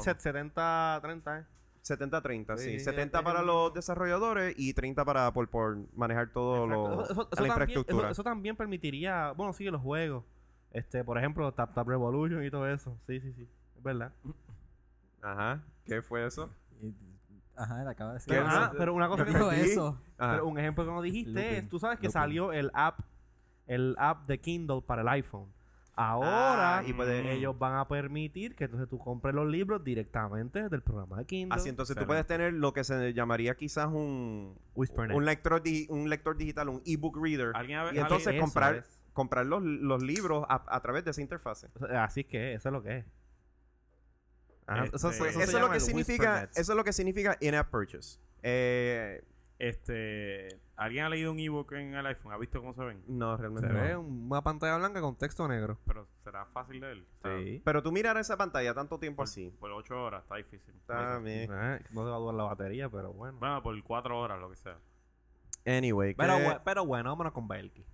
Speaker 1: 70-30, ¿eh?
Speaker 2: 70-30, sí.
Speaker 1: Sí, sí,
Speaker 2: 70
Speaker 1: es-
Speaker 2: para
Speaker 1: es-
Speaker 2: los desarrolladores y 30 para Apple por manejar todo lo,
Speaker 1: Exacto. Eso- eso-
Speaker 2: la
Speaker 1: eso también-
Speaker 2: infraestructura.
Speaker 1: eso, eso también permitiría, bueno, sí, los juegos. Este, por ejemplo, Tap Tap Revolution y todo eso. Sí, sí, sí. Es verdad.
Speaker 2: Ajá. ¿Qué fue eso?
Speaker 3: y- Eh, Ajá, él acaba de decir.
Speaker 2: ¿Qué?
Speaker 3: eso.
Speaker 1: Ajá, pero una cosa
Speaker 3: ¿Qué
Speaker 1: que
Speaker 3: dijo
Speaker 2: perdí.
Speaker 3: eso?
Speaker 2: Ajá.
Speaker 1: pero un ejemplo que no dijiste es,
Speaker 3: Looping,
Speaker 1: tú sabes que
Speaker 3: looping.
Speaker 1: salió el app, el app de Kindle para el iPhone. Ahora mm,
Speaker 2: Ah, y puede-
Speaker 1: ellos van a permitir que entonces tú compres los libros directamente del programa de Kindle.
Speaker 2: Así Ah, entonces tú
Speaker 4: Excelente.
Speaker 2: puedes tener lo que se llamaría quizás un,
Speaker 1: Whisper
Speaker 2: un lector di- un lector digital, un ebook reader.
Speaker 4: ¿Alguien ha-
Speaker 2: Y entonces
Speaker 1: Eso
Speaker 2: comprar,
Speaker 1: es.
Speaker 2: comprar los, los libros a, a través de esa interfaz.
Speaker 1: O sea, Así es que eso es lo que es.
Speaker 2: Ajá,
Speaker 4: Este,
Speaker 2: eso,
Speaker 4: pues,
Speaker 2: eso
Speaker 4: se
Speaker 2: es lo
Speaker 1: llama
Speaker 2: que
Speaker 1: el
Speaker 2: significa,
Speaker 1: Whispernet.
Speaker 2: eso es lo que significa in-app purchase. Eh,
Speaker 4: Este, ¿Alguien ha leído un ebook en el iPhone? ¿Ha visto cómo se ven?
Speaker 2: no, realmente
Speaker 1: Se
Speaker 2: no.
Speaker 1: ve una pantalla blanca con texto negro.
Speaker 4: Pero será fácil leer. O sea,
Speaker 1: Ah, pues,
Speaker 2: Pero tú mirar esa pantalla tanto tiempo
Speaker 4: Por,
Speaker 2: así.
Speaker 4: por 8 horas está difícil.
Speaker 2: Está bien.
Speaker 1: Ah, No te va a durar la batería, pero bueno.
Speaker 4: Bueno, por 4 horas, lo que sea.
Speaker 2: Anyway,
Speaker 1: Pero,
Speaker 2: que-
Speaker 1: bu- pero bueno, vámonos con Belki.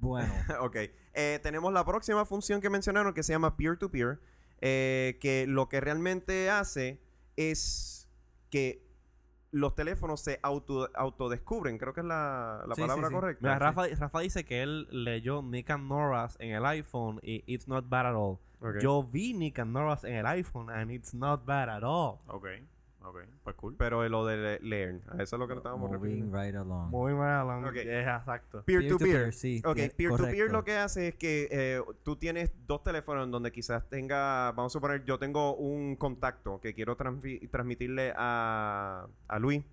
Speaker 3: Bueno,
Speaker 2: ok. Eh, tenemos la próxima función que mencionaron que se llama peer-to-peer, eh, que lo que realmente hace es que los teléfonos se auto, autodescubren, creo que es la, la
Speaker 3: Sí,
Speaker 2: palabra
Speaker 3: sí, sí.
Speaker 2: correcta.
Speaker 1: Mira, Rafa, Rafa dice que él leyó Nick and Norris en el iPhone y It's Not Bad at All.
Speaker 2: Ok.
Speaker 1: Yo vi Nick and Norris en el iPhone and It's Not Bad at All.
Speaker 4: Ok, ok. Pues cool.
Speaker 2: Pero lo de le- leer, a eso es lo que nos estábamos
Speaker 3: moving
Speaker 2: refiriendo.
Speaker 3: right along.
Speaker 1: Muy mal,
Speaker 2: Ok.
Speaker 1: exacto.
Speaker 2: Peer-to-peer.
Speaker 3: sí.
Speaker 2: Ok,
Speaker 3: tie-
Speaker 2: peer-to-peer
Speaker 3: correcto.
Speaker 2: lo que hace es que eh, tú tienes dos teléfonos en donde quizás tenga, vamos a suponer, yo tengo un contacto que quiero transfi- transmitirle a, a Luis.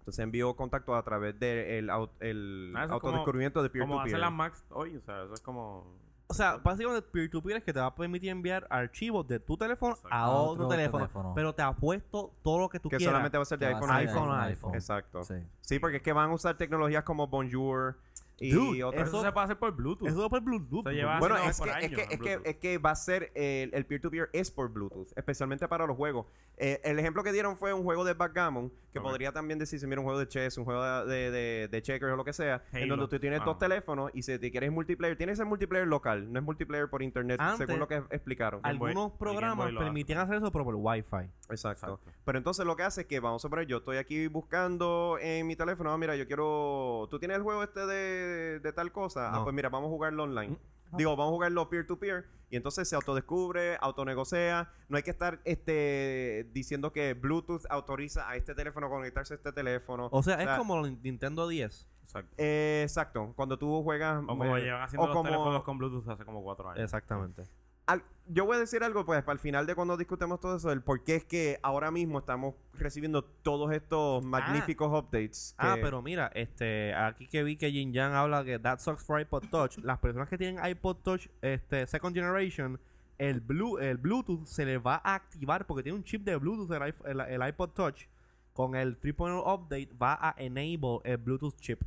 Speaker 2: Entonces envío contacto a través del el
Speaker 4: Ah, eso es como-
Speaker 2: autodescubrimiento de
Speaker 4: Como hacen
Speaker 2: peer-to-peer.
Speaker 4: las Macs hoy, o sea, eso es como...
Speaker 1: O sea, básicamente peer-to-peer es que te va a permitir enviar archivos de tu teléfono
Speaker 4: Exacto.
Speaker 1: a
Speaker 3: A
Speaker 1: otro,
Speaker 3: otro
Speaker 1: teléfono,
Speaker 3: teléfono.
Speaker 1: Pero te apuesto todo lo que tú
Speaker 2: que
Speaker 1: quieras.
Speaker 2: solamente va a ser de
Speaker 3: Que va
Speaker 2: iPhone a
Speaker 3: a ser de
Speaker 2: iPhone.
Speaker 1: iPhone a
Speaker 3: iPhone.
Speaker 2: Exacto. Sí.
Speaker 3: Sí.
Speaker 2: porque es que van a usar tecnologías como Bonjour y
Speaker 1: Dude,
Speaker 2: otras.
Speaker 4: Eso,
Speaker 1: Eso-
Speaker 4: se puede hacer por Bluetooth.
Speaker 1: Eso es por Bluetooth.
Speaker 4: Se lleva-
Speaker 2: Bueno,
Speaker 4: haciendo
Speaker 2: es que,
Speaker 4: por
Speaker 2: es,
Speaker 4: años
Speaker 2: que,
Speaker 4: en
Speaker 2: es, que,
Speaker 4: Bluetooth.
Speaker 2: es que va a ser eh, el peer-to-peer es por Bluetooth, especialmente para los juegos. Eh, el ejemplo que dieron fue un juego de backgammon, que
Speaker 4: Ok.
Speaker 2: podría también decirse, mira, un juego de chess, un juego de, de, de checkers o lo que sea, en
Speaker 4: Halo.
Speaker 2: donde tú tienes
Speaker 4: Ah.
Speaker 2: dos teléfonos y si te quieres multiplayer, tienes el multiplayer local, no es multiplayer por internet,
Speaker 1: Antes-
Speaker 2: según lo que explicaron.
Speaker 4: Al- Boy- el
Speaker 1: Algunos
Speaker 4: Game
Speaker 1: programas
Speaker 4: Boy lo hace.
Speaker 1: permitían hacer eso, pero por Wi-Fi.
Speaker 2: Exacto.
Speaker 4: Exacto.
Speaker 2: Pero entonces lo que hace es que, vamos a poner, yo estoy aquí buscando en mi teléfono, ah, mira, yo quiero, tú tienes el juego este de, de tal cosa, ah,
Speaker 1: No.
Speaker 2: pues mira, vamos a jugarlo online.
Speaker 4: Mm.
Speaker 2: Digo, vamos a jugarlo peer-to-peer. Y entonces se autodescubre, autonegocia. No hay que estar este, diciendo que Bluetooth autoriza a este teléfono a conectarse a este teléfono.
Speaker 1: O sea,
Speaker 2: Ah.
Speaker 1: es como el Nintendo 10.
Speaker 4: Exacto.
Speaker 2: Eh, exacto. Cuando tú juegas...
Speaker 4: O como
Speaker 2: eh,
Speaker 4: llevan haciendo
Speaker 2: o
Speaker 4: los
Speaker 2: como-
Speaker 4: teléfonos con Bluetooth hace como 4 años.
Speaker 1: Exactamente.
Speaker 2: al- yo voy a decir algo, pues, para el final de cuando discutamos todo eso, el por qué es que ahora mismo estamos recibiendo todos estos magníficos updates.
Speaker 1: Ah,
Speaker 2: que-
Speaker 1: pero mira, este, aquí que vi que Jin Yang habla que that sucks for iPod Touch. Las personas que tienen iPod Touch este, second generation, el, blu- el Bluetooth se le va a activar porque tiene un chip de Bluetooth el, iP- el- el iPod Touch. Con el 3.0 update va a enable el Bluetooth chip.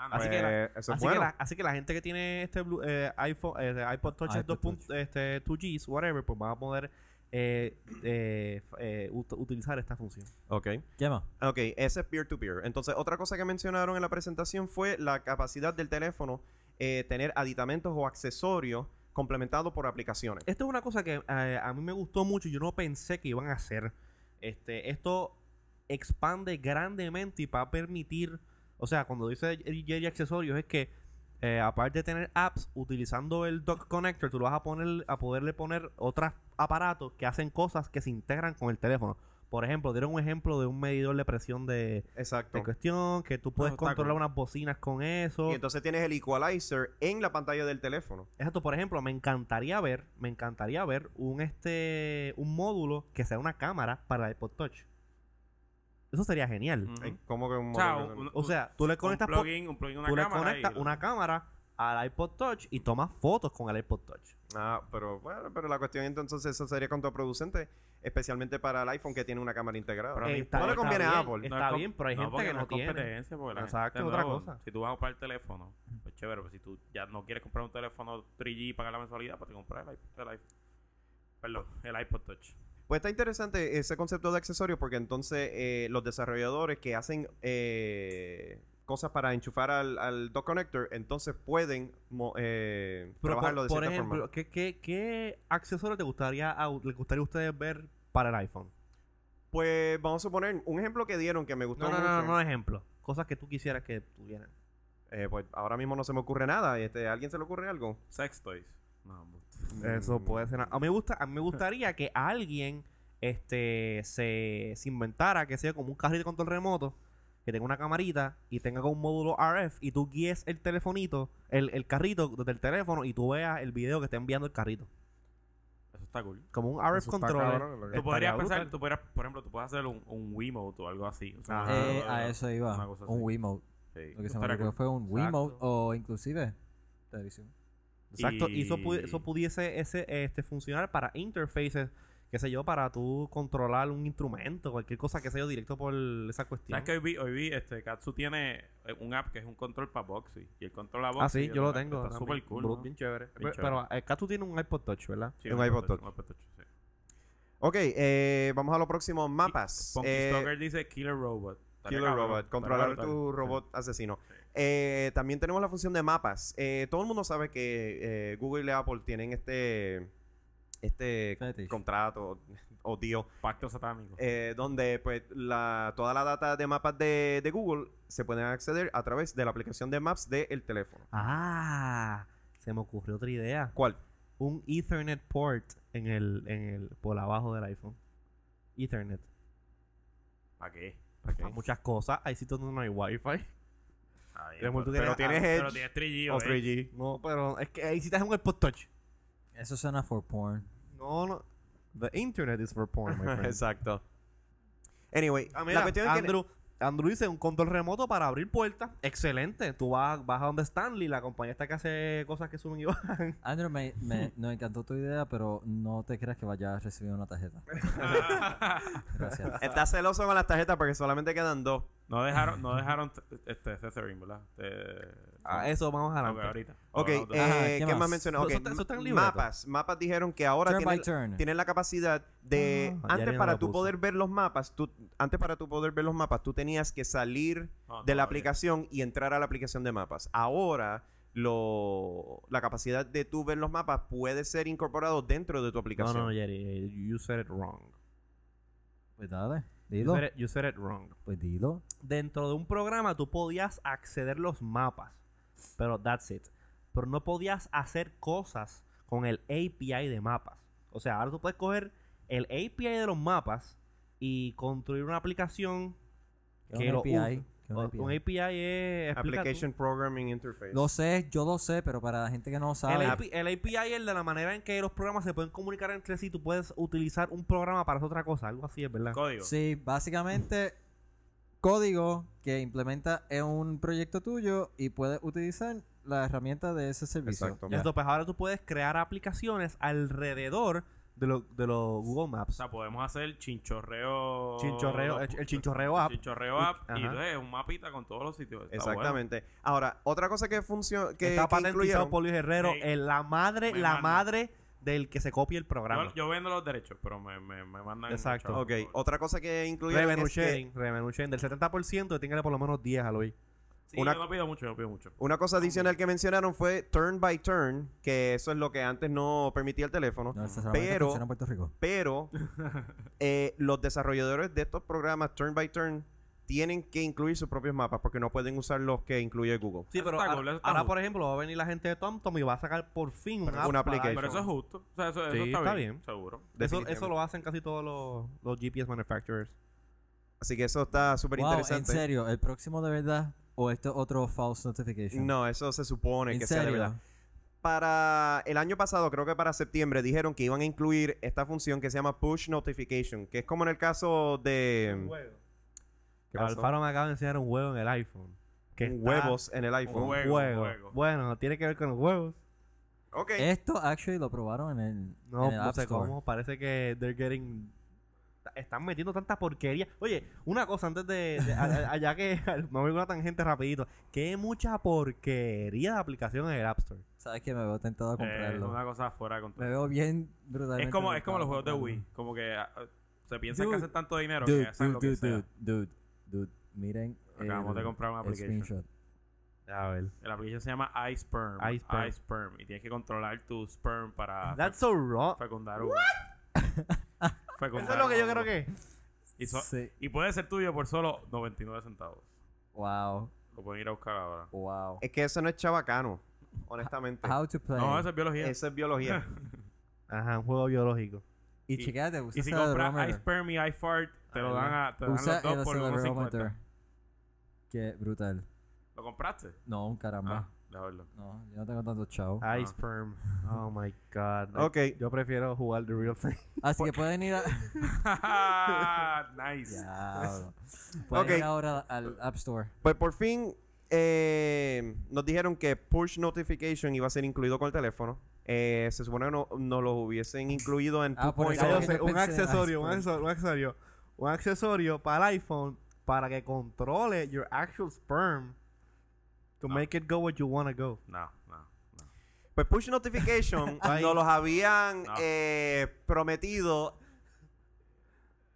Speaker 4: Ah, no,
Speaker 1: Así
Speaker 4: eh,
Speaker 1: que la-
Speaker 2: pues, eso es
Speaker 1: así,
Speaker 2: bueno.
Speaker 1: que la, así que la gente que tiene este Blu- eh, iPhone, eh, iPod Touch
Speaker 3: iPod
Speaker 1: 2.
Speaker 3: Touch.
Speaker 1: Este, 2Gs, whatever, pues van a poder eh, eh, f- eh, ut- utilizar esta función.
Speaker 2: Ok.
Speaker 3: ¿Qué más?
Speaker 2: Ok, ese es peer-to-peer. Entonces, otra cosa que mencionaron en la presentación fue la capacidad del teléfono eh, tener aditamentos o accesorios complementados por aplicaciones.
Speaker 1: Esto es una cosa que eh, a mí me gustó mucho. Yo no pensé que iban a hacer. Este, esto expande grandemente y va a permitir. O sea, cuando dice Jerry accesorios, es que eh, aparte de tener apps utilizando el dock connector, tú lo vas a poner a poderle poner otros aparatos que hacen cosas que se integran con el teléfono. Por ejemplo, dieron un ejemplo de un medidor de presión de,
Speaker 2: Exacto.
Speaker 1: de cuestión, que tú puedes
Speaker 4: está
Speaker 1: controlar
Speaker 4: cool.
Speaker 1: unas bocinas con eso.
Speaker 2: Y entonces tienes el equalizer en la pantalla del teléfono.
Speaker 1: Exacto, por ejemplo, me encantaría ver, me encantaría ver un este un módulo que sea una cámara para el iPod Touch. Eso sería genial.
Speaker 4: ujú.
Speaker 2: Ay, ¿Cómo que un
Speaker 4: O sea,
Speaker 2: modelo que-
Speaker 4: un-
Speaker 1: O sea, tú le conectas
Speaker 4: un
Speaker 1: po-
Speaker 4: plugin, un plugin, una
Speaker 1: tú le
Speaker 4: cámara
Speaker 1: conectas
Speaker 4: y-
Speaker 1: una cámara al iPod Touch y tomas fotos con el iPod Touch.
Speaker 2: Ah, pero bueno, pero la cuestión entonces eso sería contraproducente, especialmente para el iPhone que tiene una cámara integrada.
Speaker 4: Pero a mí
Speaker 1: Eh,
Speaker 4: está-
Speaker 2: no le
Speaker 4: está
Speaker 2: conviene a
Speaker 1: bien,
Speaker 2: Apple.
Speaker 1: está
Speaker 4: No es com-
Speaker 1: bien, pero hay gente
Speaker 4: porque
Speaker 1: que no
Speaker 4: es
Speaker 1: tiene.
Speaker 4: competencia, porque la
Speaker 1: Exacto,
Speaker 4: gente, de
Speaker 1: otra
Speaker 4: nuevo,
Speaker 1: cosa.
Speaker 4: Si tú vas a comprar el teléfono, pues chévere, pero si tú ya no quieres comprar un teléfono 3G y pagar la mensualidad, pues te compras el iPod, el iPhone. Perdón, el iPod Touch.
Speaker 2: Pues está interesante ese concepto de accesorios porque entonces eh, los desarrolladores que hacen eh, cosas para enchufar al, al dock connector, entonces pueden mo- eh,
Speaker 1: Pero
Speaker 2: trabajarlo
Speaker 1: por,
Speaker 2: de
Speaker 1: por
Speaker 2: cierta
Speaker 1: ejemplo,
Speaker 2: forma.
Speaker 1: ¿qué, qué, qué accesorio te gustaría a, le gustaría a ustedes ver para el iPhone?
Speaker 2: Pues vamos a suponer un ejemplo que dieron que me
Speaker 1: No,
Speaker 2: gustó
Speaker 1: no,
Speaker 2: mucho.
Speaker 1: no, no, no, ejemplo. Cosas que tú quisieras que tuvieran.
Speaker 2: Eh, pues ahora mismo no se me ocurre nada. Este, ¿a ¿Alguien se le ocurre algo?
Speaker 4: Sex Toys. No, embuste.
Speaker 1: Eso
Speaker 2: Mm.
Speaker 1: puede ser. una- A mí me gusta, a mí me gustaría que alguien este se, se inventara que sea como un carrito de control remoto que tenga una camarita y tenga como un módulo RF y tú guíes el telefonito, el, el carrito desde el teléfono y tú veas el video que está enviando el carrito.
Speaker 4: Eso está cool.
Speaker 1: Como un RF
Speaker 2: Eso está
Speaker 1: controller.
Speaker 2: cabrón, lo que-
Speaker 4: Tú podrías
Speaker 1: brutal.
Speaker 4: pensar, tú podrías, por ejemplo, tú puedes hacer un, un Wiimote o algo así. O
Speaker 2: Ajá.
Speaker 4: una-
Speaker 3: Eh,
Speaker 4: una-
Speaker 3: a eso iba.
Speaker 4: Ah, una cosa así.
Speaker 3: Un Wiimote.
Speaker 4: Sí.
Speaker 3: Lo que se me
Speaker 4: Estaría
Speaker 3: ocurrió
Speaker 4: cool.
Speaker 3: fue un
Speaker 1: Exacto.
Speaker 3: Wiimote o inclusive televisión.
Speaker 1: Exacto. Y, eso, pu-
Speaker 4: Y-
Speaker 1: eso pudiese ese, este, funcionar para interfaces, qué sé yo, para tú controlar un instrumento, cualquier cosa que sea yo directo por esa cuestión.
Speaker 4: ¿Sabes que hoy vi, hoy vi este, Katsu tiene eh, un app que es un control para Boxy. Y el control a Boxy.
Speaker 1: ah, sí,
Speaker 4: es
Speaker 1: yo lo
Speaker 4: una-
Speaker 1: tengo.
Speaker 4: Está
Speaker 1: también.
Speaker 4: súper cool.
Speaker 1: Brut-
Speaker 4: ¿no?
Speaker 1: Bien chévere.
Speaker 4: Bien
Speaker 1: Pero, pero acá tú tienes un iPod Touch, ¿verdad?
Speaker 4: Sí,
Speaker 2: Un
Speaker 4: un
Speaker 2: iPod
Speaker 4: iPod Touch,
Speaker 2: Touch.
Speaker 4: un iPod Touch, sí.
Speaker 2: Ok, eh, vamos a lo próximo. Mapas.
Speaker 4: Punky
Speaker 2: Eh,
Speaker 4: Stalker dice Killer Robot. Estaría
Speaker 2: Killer
Speaker 4: cabrón,
Speaker 2: Robot,
Speaker 4: estaría
Speaker 2: controlar
Speaker 4: brutal.
Speaker 2: tu robot asesino. Eh, también tenemos la función de mapas. Eh, todo el mundo sabe que eh, Google y Apple tienen este este
Speaker 3: Fetish.
Speaker 2: contrato o Dios
Speaker 4: Sí. Pacto satánico.
Speaker 2: eh, donde pues la toda la data de mapas de, de Google se pueden acceder a través de la aplicación de Maps del teléfono.
Speaker 1: Ah, se me ocurrió otra idea.
Speaker 2: ¿Cuál?
Speaker 1: Un Ethernet port en el, en el por abajo del iPhone. Ethernet.
Speaker 4: ¿Para qué?
Speaker 1: Para muchas cosas. Hay sitios donde no hay Wi-Fi.
Speaker 4: Está bien,
Speaker 1: Pero tú tienes-
Speaker 2: pero tienes
Speaker 4: Pero
Speaker 2: Edge
Speaker 4: tienes 3G o
Speaker 2: o
Speaker 4: Edge.
Speaker 2: 3G.
Speaker 1: No, pero es que ahí sí estás en un iPod Touch.
Speaker 3: Eso suena for porn.
Speaker 1: No, no. The internet is for porn, my friend.
Speaker 2: Exacto. Anyway,
Speaker 1: Ah,
Speaker 2: la
Speaker 1: mira,
Speaker 2: cuestión es que
Speaker 1: Andrew, Andrew dice un control remoto para abrir puertas. Excelente. Tú vas, vas a donde Stanley, la compañía esta que hace cosas que suben y bajan.
Speaker 3: Andrew, me, me, nos encantó tu idea, pero no te creas que vayas a recibir una tarjeta. Gracias.
Speaker 2: está celoso con las tarjetas porque solamente quedan dos.
Speaker 4: No dejaron, no dejaron este Cesarine, ¿verdad? Este-
Speaker 1: Ah, eso vamos
Speaker 4: ok,
Speaker 1: adelante.
Speaker 4: ahorita.
Speaker 2: Ok,
Speaker 4: Ahora,
Speaker 2: eh,
Speaker 4: ahora,
Speaker 3: Ajá,
Speaker 2: ¿qué,
Speaker 3: ¿qué
Speaker 2: más
Speaker 3: más?
Speaker 2: mencionó?
Speaker 1: Eso
Speaker 2: Ok,
Speaker 1: está- eso está en libreto.
Speaker 2: mapas. Mapas dijeron que ahora
Speaker 3: turn by
Speaker 2: tienen,
Speaker 3: turn.
Speaker 2: tienen la capacidad de...
Speaker 1: Ah,
Speaker 2: antes
Speaker 1: Yari no
Speaker 2: para
Speaker 1: lo
Speaker 2: tú
Speaker 1: puso.
Speaker 2: poder ver los mapas, tú, antes para tú poder ver los mapas, tú tenías que salir de
Speaker 4: no,
Speaker 2: la
Speaker 1: Ah,
Speaker 4: todavía.
Speaker 2: aplicación y entrar a la aplicación de mapas. Ahora, lo, la capacidad de tú ver los mapas puede ser incorporado dentro de tu
Speaker 1: No,
Speaker 2: aplicación.
Speaker 1: no, Jerry. eh, You said it wrong.
Speaker 3: Pues dale,
Speaker 1: You
Speaker 3: dilo.
Speaker 1: said it- you said it wrong.
Speaker 3: Pues dilo.
Speaker 1: dentro de un programa tú podías acceder los mapas, pero that's it. Pero no podías hacer cosas con el API de mapas. O sea, ahora tú puedes coger el API de los mapas y construir una aplicación
Speaker 3: Que
Speaker 1: que
Speaker 3: un
Speaker 1: lo
Speaker 3: API.
Speaker 1: use.
Speaker 3: que un
Speaker 1: O-
Speaker 3: API.
Speaker 1: Un API es... explica tú.
Speaker 2: Application Programming Interface.
Speaker 3: Lo sé, yo lo sé, pero para la gente que no
Speaker 1: El,
Speaker 3: sabe,
Speaker 1: API el API es de la manera en que los programas se pueden comunicar entre sí. Tú puedes utilizar un programa para hacer otra cosa. Algo así, es verdad.
Speaker 4: Código.
Speaker 3: sí, básicamente código que implementa en un proyecto tuyo y puedes utilizar la herramienta de ese servicio.
Speaker 2: Exacto.
Speaker 3: Ya.
Speaker 1: Entonces, pues ahora tú puedes crear aplicaciones alrededor de los de los Google
Speaker 4: O
Speaker 1: Maps.
Speaker 4: sea, podemos hacer chinchorreo.
Speaker 1: Chinchorreo, el, el chinchorreo app.
Speaker 4: Chinchorreo
Speaker 1: Y-
Speaker 4: app y
Speaker 1: ajá.
Speaker 4: entonces un mapita con todos los sitios. Está
Speaker 2: Exactamente. Ahora, otra cosa que funciona. Que,
Speaker 1: está
Speaker 2: que
Speaker 1: patentizado
Speaker 2: incluyeron-
Speaker 1: por Luis Herrero,
Speaker 4: Sí.
Speaker 1: el- la madre,
Speaker 4: Me
Speaker 1: la
Speaker 4: manda.
Speaker 1: madre del que se copia el
Speaker 4: bueno.
Speaker 1: programa.
Speaker 4: Yo, yo vendo los derechos, pero me, me, me mandan.
Speaker 1: Exacto.
Speaker 4: mucho.
Speaker 2: Ok, otra cosa que incluyeron
Speaker 1: revenue
Speaker 2: es que-
Speaker 1: sharing, revenue sharing. Del 70% tiene por lo menos 10 a Luis.
Speaker 4: Sí,
Speaker 2: una-
Speaker 4: yo no pido mucho, yo no pido mucho.
Speaker 2: Una
Speaker 1: Ah,
Speaker 2: cosa adicional que mencionaron fue turn by turn, que eso es lo que antes no permitía el teléfono.
Speaker 1: Ah,
Speaker 3: No, esa solamente
Speaker 2: pero,
Speaker 3: funciona en Puerto Rico.
Speaker 2: pero eh, los desarrolladores de estos programas turn by turn tienen que incluir sus propios mapas porque no pueden usar los que incluye Google.
Speaker 1: Sí,
Speaker 4: Eso
Speaker 1: pero
Speaker 4: está
Speaker 1: ahora,
Speaker 4: cool, eso está
Speaker 1: ahora,
Speaker 4: cool.
Speaker 1: por ejemplo, va a venir la gente de TomTom y va a sacar por fin un
Speaker 2: Pero
Speaker 1: app
Speaker 2: una
Speaker 1: para-
Speaker 2: application.
Speaker 4: Pero eso es justo. O sea, eso, eso
Speaker 1: Sí,
Speaker 4: está,
Speaker 1: está
Speaker 4: bien,
Speaker 1: bien.
Speaker 4: Seguro.
Speaker 1: Eso,
Speaker 2: Definitivamente.
Speaker 1: eso lo hacen casi todos los, los GPS manufacturers.
Speaker 2: Así que eso está súper
Speaker 3: Wow, en
Speaker 2: interesante.
Speaker 3: serio, ¿el próximo de verdad o esto es otro false notification?
Speaker 2: no, eso se supone
Speaker 3: en
Speaker 2: que sea de verdad.
Speaker 3: serio.
Speaker 2: para el año pasado, creo que para septiembre, dijeron que iban a incluir esta función que se llama push notification, que es como en el caso de ¿Qué pasó?
Speaker 1: Alfaro me acaba de enseñar un huevo en el iPhone. Que está-
Speaker 2: huevos en el iPhone.
Speaker 4: huevo.
Speaker 1: Huevo.
Speaker 4: huevo.
Speaker 1: Bueno, tiene que ver con los huevos.
Speaker 2: Ok.
Speaker 3: Esto actually lo probaron en el,
Speaker 1: No,
Speaker 3: en el
Speaker 1: no
Speaker 3: App
Speaker 1: sé
Speaker 3: Store.
Speaker 1: cómo. Parece que they're getting. Están metiendo tanta porquería. Oye, una cosa antes de. de- a- a- allá que. Me voy con una tangente rapidito. Que hay mucha porquería de aplicación en el App Store.
Speaker 3: Sabes que me veo tentado a
Speaker 4: Eh, es
Speaker 3: comprarlo.
Speaker 4: una cosa fuera de control.
Speaker 3: Me veo bien brutalmente.
Speaker 4: Es como, es
Speaker 3: tentado
Speaker 4: como
Speaker 3: a
Speaker 4: los juegos de
Speaker 3: comprarlo.
Speaker 4: Wii. Como que ah, ah, se piensan
Speaker 3: Dude,
Speaker 4: que hacen tanto dinero
Speaker 3: Dude,
Speaker 4: que hacen lo que
Speaker 3: dude,
Speaker 4: sea.
Speaker 3: dude, dude, dude, miren.
Speaker 4: Acabamos de comprar una
Speaker 3: el
Speaker 4: application.
Speaker 3: screenshot.
Speaker 1: A ver.
Speaker 4: La aplicación se llama iSperm.
Speaker 1: iSperm.
Speaker 4: iSperm. Y tienes que controlar tu sperm
Speaker 3: Ah,
Speaker 4: para
Speaker 1: That's so wrong.
Speaker 4: fecundar uno.
Speaker 1: Eso es lo que yo creo que. es.
Speaker 4: Y, so-
Speaker 3: Sí.
Speaker 4: y puede ser tuyo por solo 99 centavos.
Speaker 3: Wow,
Speaker 4: Lo pueden ir a buscar ahora.
Speaker 3: wow.
Speaker 2: Es que eso no es chabacano, honestamente.
Speaker 3: How to play.
Speaker 4: Este, No, eso es biología.
Speaker 2: Eso es biología.
Speaker 1: Ajá, un juego biológico.
Speaker 3: y,
Speaker 4: y-
Speaker 3: chequéate, usa
Speaker 4: y si
Speaker 3: esa de
Speaker 4: compras
Speaker 3: Romer.
Speaker 4: iSperm y iFart, te lo
Speaker 1: Ah,
Speaker 4: dan, a, te dan
Speaker 3: Usa
Speaker 4: los
Speaker 3: el
Speaker 4: dos por
Speaker 3: acelerador
Speaker 4: 1.50.
Speaker 3: Romer. Qué brutal.
Speaker 4: ¿Lo compraste?
Speaker 3: No, un caramba.
Speaker 4: Ah, déjame verlo.
Speaker 3: No, yo no tengo tanto chao.
Speaker 1: Ice Sperm. Oh my god.
Speaker 2: Ok.
Speaker 1: Yo prefiero jugar The Real Thing.
Speaker 3: Así que pueden ir a.
Speaker 4: nice.
Speaker 3: Diablo. Pueden
Speaker 2: Ok.
Speaker 3: ir ahora al App Store.
Speaker 2: Pues por fin eh, nos dijeron que push notification iba a ser incluido con el teléfono. Eh, se supone que no- nos lo hubiesen incluido en
Speaker 3: Ah, por
Speaker 2: 2.0.
Speaker 3: eso
Speaker 1: Ya yo
Speaker 3: que
Speaker 1: sé,
Speaker 3: yo
Speaker 1: un
Speaker 3: pensé en
Speaker 1: accesorio,
Speaker 3: Ice
Speaker 1: un accesorio,
Speaker 3: Sperm.
Speaker 1: un accesorio. Un accesorio para el iPhone para que controle your actual sperm to
Speaker 4: Ah.
Speaker 1: make it go where you want to go.
Speaker 4: No, no.
Speaker 2: Pues push notification nos los habían
Speaker 4: No.
Speaker 2: eh, prometido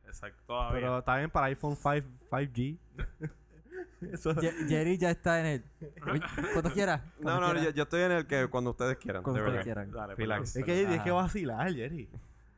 Speaker 4: Exacto, todavía.
Speaker 1: Pero está bien para iPhone 5, 5G. Eso-
Speaker 3: Ye- Jerry ya está en el. Uy, Cuando quiera.
Speaker 2: No,
Speaker 3: cuando
Speaker 2: no,
Speaker 3: quiera,
Speaker 2: yo, yo estoy en el que cuando ustedes quieran,
Speaker 3: Cuando
Speaker 2: de
Speaker 3: ustedes
Speaker 2: verdad.
Speaker 3: quieran.
Speaker 4: Dale, pues,
Speaker 2: Relax.
Speaker 4: dale.
Speaker 1: es que Jerry, es
Speaker 3: Ajá.
Speaker 1: que vacilar, Jerry.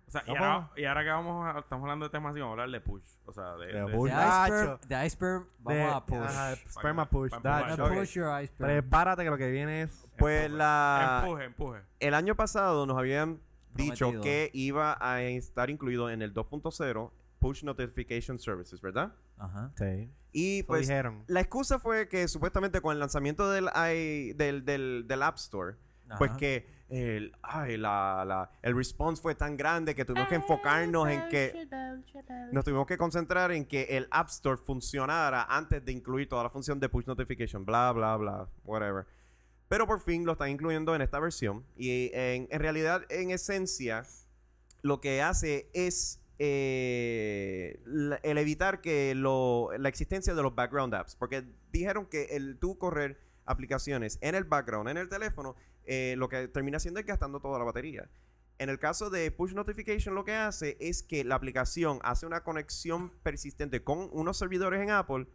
Speaker 4: O sea, y
Speaker 1: No,
Speaker 4: ahora,
Speaker 1: vamos.
Speaker 4: y ahora que vamos a- estamos hablando de temas así, vamos a hablar de push. O sea, de,
Speaker 1: De
Speaker 4: de-
Speaker 1: push.
Speaker 3: De
Speaker 1: Nacho.
Speaker 3: iceberg, de iceberg, vamos
Speaker 1: De-
Speaker 3: a push.
Speaker 1: ajá, Sperma
Speaker 4: Vamos
Speaker 1: push.
Speaker 4: a
Speaker 1: Dale,
Speaker 3: Vamos
Speaker 4: push.
Speaker 3: a
Speaker 1: ok.
Speaker 3: push your iceberg.
Speaker 1: Prepárate que lo que viene es...
Speaker 2: Pues la,
Speaker 4: Empuje, empuje.
Speaker 2: el año pasado nos habían dicho
Speaker 3: Prometido.
Speaker 2: que iba a estar incluido en el 2.0 Push Notification Services, ¿verdad?
Speaker 3: Ajá.
Speaker 1: Sí.
Speaker 2: Y
Speaker 1: Eso
Speaker 2: pues
Speaker 1: dijeron.
Speaker 2: la excusa fue que supuestamente con el lanzamiento del, i- del, del, del App Store, pues
Speaker 3: ajá.
Speaker 2: que el, ay, la- la- el response fue tan grande que tuvimos que enfocarnos en que nos tuvimos que concentrar en que el App Store funcionara antes de incluir toda la función de push notification, bla, bla, bla, whatever. Pero por fin lo están incluyendo en esta versión y en, en realidad, en esencia, lo que hace es eh, la- el evitar que lo, la existencia de los background apps, porque dijeron que el tú correr aplicaciones en el background, en el teléfono, eh, lo que termina haciendo es gastando toda la batería. En el caso de Push Notification, lo que hace es que la aplicación hace una conexión persistente con unos servidores en Apple,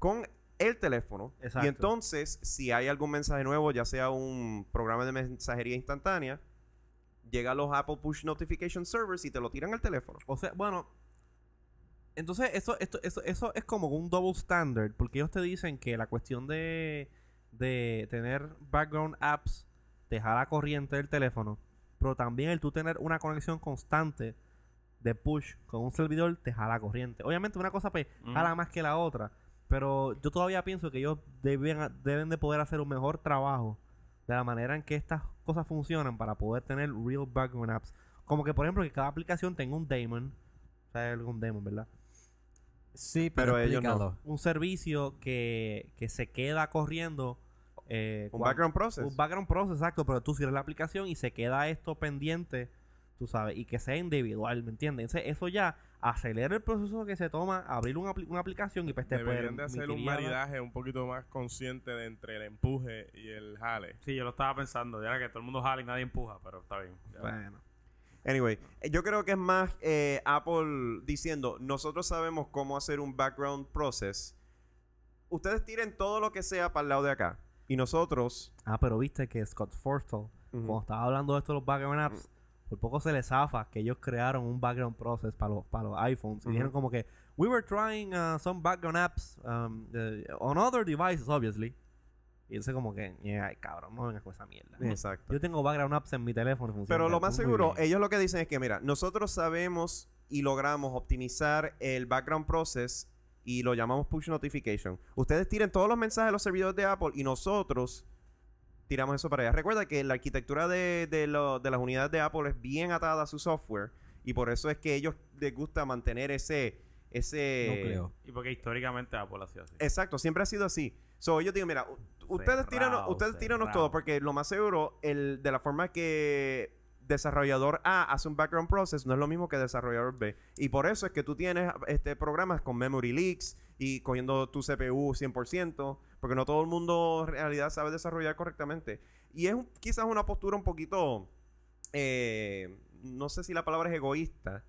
Speaker 2: con el teléfono.
Speaker 1: Exacto.
Speaker 2: Y entonces, si hay algún mensaje nuevo, ya sea un programa de mensajería instantánea, llega a los Apple Push Notification Servers y te lo tiran al teléfono.
Speaker 1: O sea, bueno. Entonces, eso, esto, eso, eso es como un double standard. Porque ellos te dicen que la cuestión de, de tener background apps te jala corriente del teléfono. Pero también el tú tener una conexión constante de push con un servidor te jala corriente. Obviamente, una cosa pues,
Speaker 4: Ujú.
Speaker 1: jala más que la otra. Pero yo todavía pienso que ellos deben, deben de poder hacer un mejor trabajo de la manera en que estas cosas funcionan para poder tener real background apps. Como que, por ejemplo, que cada aplicación tenga un daemon. O sea, algún daemon, ¿verdad?
Speaker 3: Sí,
Speaker 2: pero
Speaker 3: pero,
Speaker 2: ellos no.
Speaker 3: explícalo.
Speaker 1: Un servicio que, que se queda corriendo eh,
Speaker 2: Un
Speaker 1: cuan-
Speaker 2: background process.
Speaker 1: Un background process, exacto, pero tú cierras la aplicación y se queda esto pendiente, tú sabes, y que sea individual, ¿me entiendes? Entonces, eso ya acelera el proceso que se toma abrir una, apli- una aplicación y pues te
Speaker 5: Deberían de hacer un
Speaker 1: permitiría-
Speaker 5: maridaje un poquito más consciente de entre el empuje y el jale.
Speaker 4: Sí, yo lo estaba pensando. Ya que todo el mundo jala y nadie empuja, pero está bien. Ya.
Speaker 1: Bueno,
Speaker 2: Anyway, eh, yo creo que es más eh, Apple diciendo, nosotros sabemos cómo hacer un background process. Ustedes tiren todo lo que sea para el lado de acá. Y nosotros...
Speaker 1: ah, pero viste que Scott Forstall,
Speaker 2: Ujú.
Speaker 1: cuando estaba hablando de esto de los background apps,
Speaker 2: Mm.
Speaker 1: por poco se les zafa que ellos crearon un background process para los, para los iPhones. Y
Speaker 2: Ujú.
Speaker 1: dijeron como que, we were trying uh, some background apps um, eh, on other devices, obviously. Y dice como que, "Yeah, ay, cabrón, no vengas con esa mierda.
Speaker 2: Exacto.
Speaker 1: Yo tengo background apps en mi teléfono. y funciona
Speaker 2: Pero lo más
Speaker 1: muy
Speaker 2: seguro,
Speaker 1: bien.
Speaker 2: ellos lo que dicen es que, mira, nosotros sabemos y logramos optimizar el background process y lo llamamos push notification. Ustedes tiren todos los mensajes de los servidores de Apple y nosotros tiramos eso para allá. Recuerda que la arquitectura de, de lo- de las unidades de Apple es bien atada a su software y por eso es que ellos les gusta mantener ese...
Speaker 3: Eh,
Speaker 2: ese
Speaker 3: Núcleo.
Speaker 4: Y porque históricamente Apple hacía así.
Speaker 2: Exacto, siempre ha sido así. So, yo digo, mira, u- ustedes
Speaker 4: Cerrado,
Speaker 2: tíranos, ustedes tíranos
Speaker 4: cerrado.
Speaker 2: todo, porque lo más seguro, el, de la forma que desarrollador A hace un background process, no es lo mismo que desarrollador B. Y por eso es que tú tienes este programas con memory leaks y cogiendo tu CPU 100%, porque no todo el mundo en realidad sabe desarrollar correctamente. Y es un- quizás una postura un poquito, eh, no sé si la palabra es egoísta,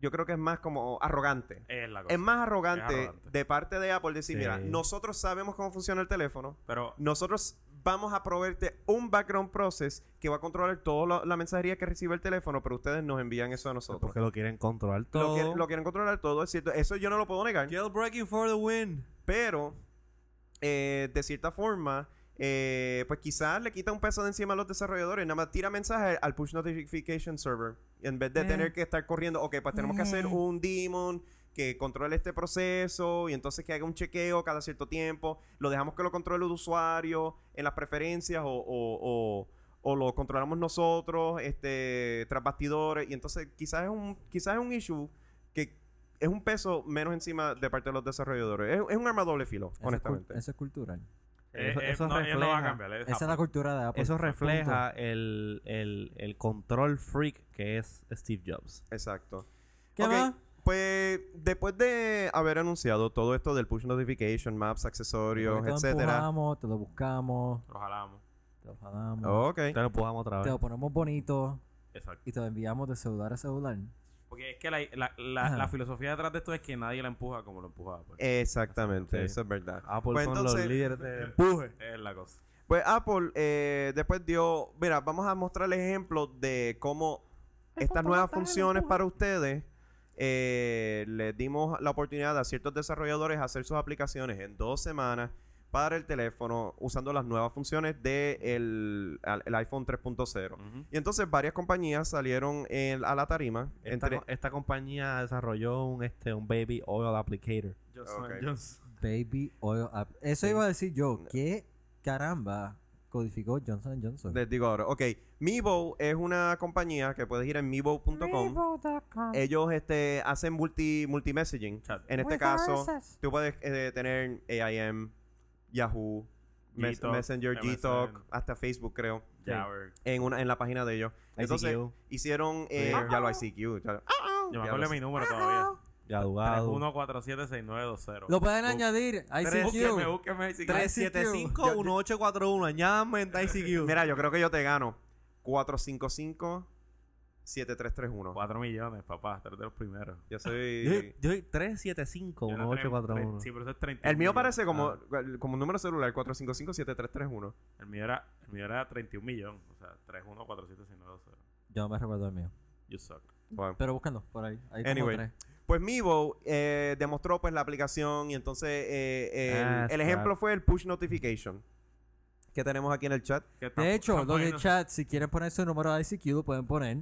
Speaker 2: yo creo que es más como arrogante.
Speaker 4: Es la cosa.
Speaker 2: Es más arrogante,
Speaker 4: Es arrogante.
Speaker 2: de parte de Apple decir,
Speaker 1: Sí.
Speaker 2: mira, nosotros sabemos cómo funciona el teléfono,
Speaker 4: Pero
Speaker 2: nosotros vamos a proveerte un background process que va a controlar toda la mensajería que recibe el teléfono, pero ustedes nos envían eso a nosotros.
Speaker 1: Porque lo quieren controlar
Speaker 2: Lo,
Speaker 1: todo.
Speaker 2: que- lo quieren controlar todo, es cierto. Eso yo no lo puedo negar.
Speaker 1: Jailbreaking for the win.
Speaker 2: Pero, eh, de cierta forma, eh, pues quizás le quita un peso de encima a los desarrolladores. Nada más tira mensaje al push notification server. En vez de
Speaker 3: Eh.
Speaker 2: tener que estar corriendo, ok, pues tenemos que hacer
Speaker 3: Eh.
Speaker 2: un daemon que controle este proceso y entonces que haga un chequeo cada cierto tiempo. Lo dejamos que lo controle el usuario en las preferencias o, o- o- o lo controlamos nosotros este, tras bastidores. Y entonces quizás es un, quizás es un issue que es un peso menos encima de parte de los desarrolladores. Es, es un arma doble filo,
Speaker 3: Eso es cul-
Speaker 2: honestamente.
Speaker 3: Eso es cultural.
Speaker 4: eh,
Speaker 1: Eso-
Speaker 4: eh,
Speaker 1: eso
Speaker 4: no, ellos no van a
Speaker 1: refleja-
Speaker 4: cambiar. eh, es
Speaker 3: Esa es la
Speaker 4: Apple.
Speaker 3: cultura de Apple.
Speaker 1: Eso
Speaker 3: Punto.
Speaker 1: refleja el, el, el control freak que es Steve Jobs.
Speaker 2: Exacto.
Speaker 3: ¿Qué
Speaker 2: Ok,
Speaker 3: más?
Speaker 2: Pues después de haber anunciado todo esto del push notification, maps, accesorios,
Speaker 3: Te lo
Speaker 2: etcétera.
Speaker 3: empujamos, te lo buscamos,
Speaker 4: Lo jalamos.
Speaker 3: te lo jalamos,
Speaker 2: Ok.
Speaker 1: Te lo empujamos otra
Speaker 3: te
Speaker 1: vez.
Speaker 3: lo ponemos bonito
Speaker 4: Exacto.
Speaker 3: y te lo enviamos de celular a celular.
Speaker 4: Porque es que la, la, la,
Speaker 3: Ajá.
Speaker 4: la filosofía detrás de esto es que nadie la empuja como lo empujaba pues. Apple.
Speaker 2: Eh, Exactamente,
Speaker 1: Sí.
Speaker 2: eso es verdad.
Speaker 1: Apple
Speaker 2: Pues
Speaker 1: son
Speaker 2: entonces-
Speaker 1: los líderes de...
Speaker 4: Es la cosa.
Speaker 2: Pues Apple eh, después dio, mira, vamos a mostrarles ejemplos de cómo estas nuevas funciones para ustedes eh, les dimos la oportunidad a ciertos desarrolladores a hacer sus aplicaciones en dos semanas para el teléfono usando las nuevas funciones del el, al- el iPhone 3.0.
Speaker 4: Ujú.
Speaker 2: Y entonces varias compañías salieron en- a la tarima.
Speaker 1: Esta,
Speaker 2: entre-
Speaker 1: co- esta compañía desarrolló un, este, un baby oil applicator.
Speaker 4: Johnson
Speaker 2: Ok.
Speaker 4: Johnson.
Speaker 3: Baby Oil App. Eso iba a decir yo. ¿Qué caramba codificó Johnson Johnson?
Speaker 2: les digo ahora, ok, Meebo es una compañía que puedes ir en meebo.com. Ellos este, hacen multi, multi-messaging.
Speaker 4: Chat.
Speaker 2: En este caso, tú puedes eh, tener AIM, Yahoo, Mes-
Speaker 4: Gtalk,
Speaker 2: Messenger,
Speaker 4: MSN.
Speaker 2: Gtalk, hasta Facebook, creo,
Speaker 4: Jabber.
Speaker 2: en, una, en la página de ellos. Entonces,
Speaker 1: ICQ,
Speaker 2: hicieron. eh,
Speaker 1: Sí.
Speaker 2: Ya lo ICQ. ya-
Speaker 4: Yo me
Speaker 2: Ya
Speaker 4: acuerdo
Speaker 2: lo
Speaker 4: de mi
Speaker 2: sé.
Speaker 4: número todavía.
Speaker 1: graduado.
Speaker 4: 31476920.
Speaker 3: Lo pueden
Speaker 4: Bu-
Speaker 3: añadir.
Speaker 4: Búsqueme,
Speaker 3: ICQ.
Speaker 4: búsqueme ICQ.
Speaker 1: 375-1841. Añádame en ICQ.
Speaker 2: Mira, yo creo que yo te gano. 455-7331.
Speaker 4: 4 millones, papá. Tres de los primeros.
Speaker 2: Yo
Speaker 1: Yo
Speaker 2: soy.
Speaker 1: yo soy 375-1841.
Speaker 4: eh, Sí, pero eso es 30.
Speaker 2: El mío
Speaker 4: millones.
Speaker 2: parece como,
Speaker 4: Ah,
Speaker 2: como un número celular, 455-7331.
Speaker 4: el, mío era, el mío era 31 millones. O sea, 31476920.
Speaker 3: Yo no me recuerdo el mío.
Speaker 4: You suck.
Speaker 2: Bueno.
Speaker 3: Pero búscalo por ahí. Hay
Speaker 2: Anyway.
Speaker 3: como tres.
Speaker 2: Pues Meebo eh, demostró pues la aplicación y entonces eh, eh, el-
Speaker 1: Ah,
Speaker 2: el,
Speaker 1: está.
Speaker 2: ejemplo fue el push notification que tenemos aquí en el chat.
Speaker 4: Que tam-
Speaker 3: De hecho,
Speaker 4: tampoco
Speaker 3: los
Speaker 4: hay
Speaker 3: de
Speaker 4: no-
Speaker 3: chat, si quieren poner su número de ICQ, lo pueden poner.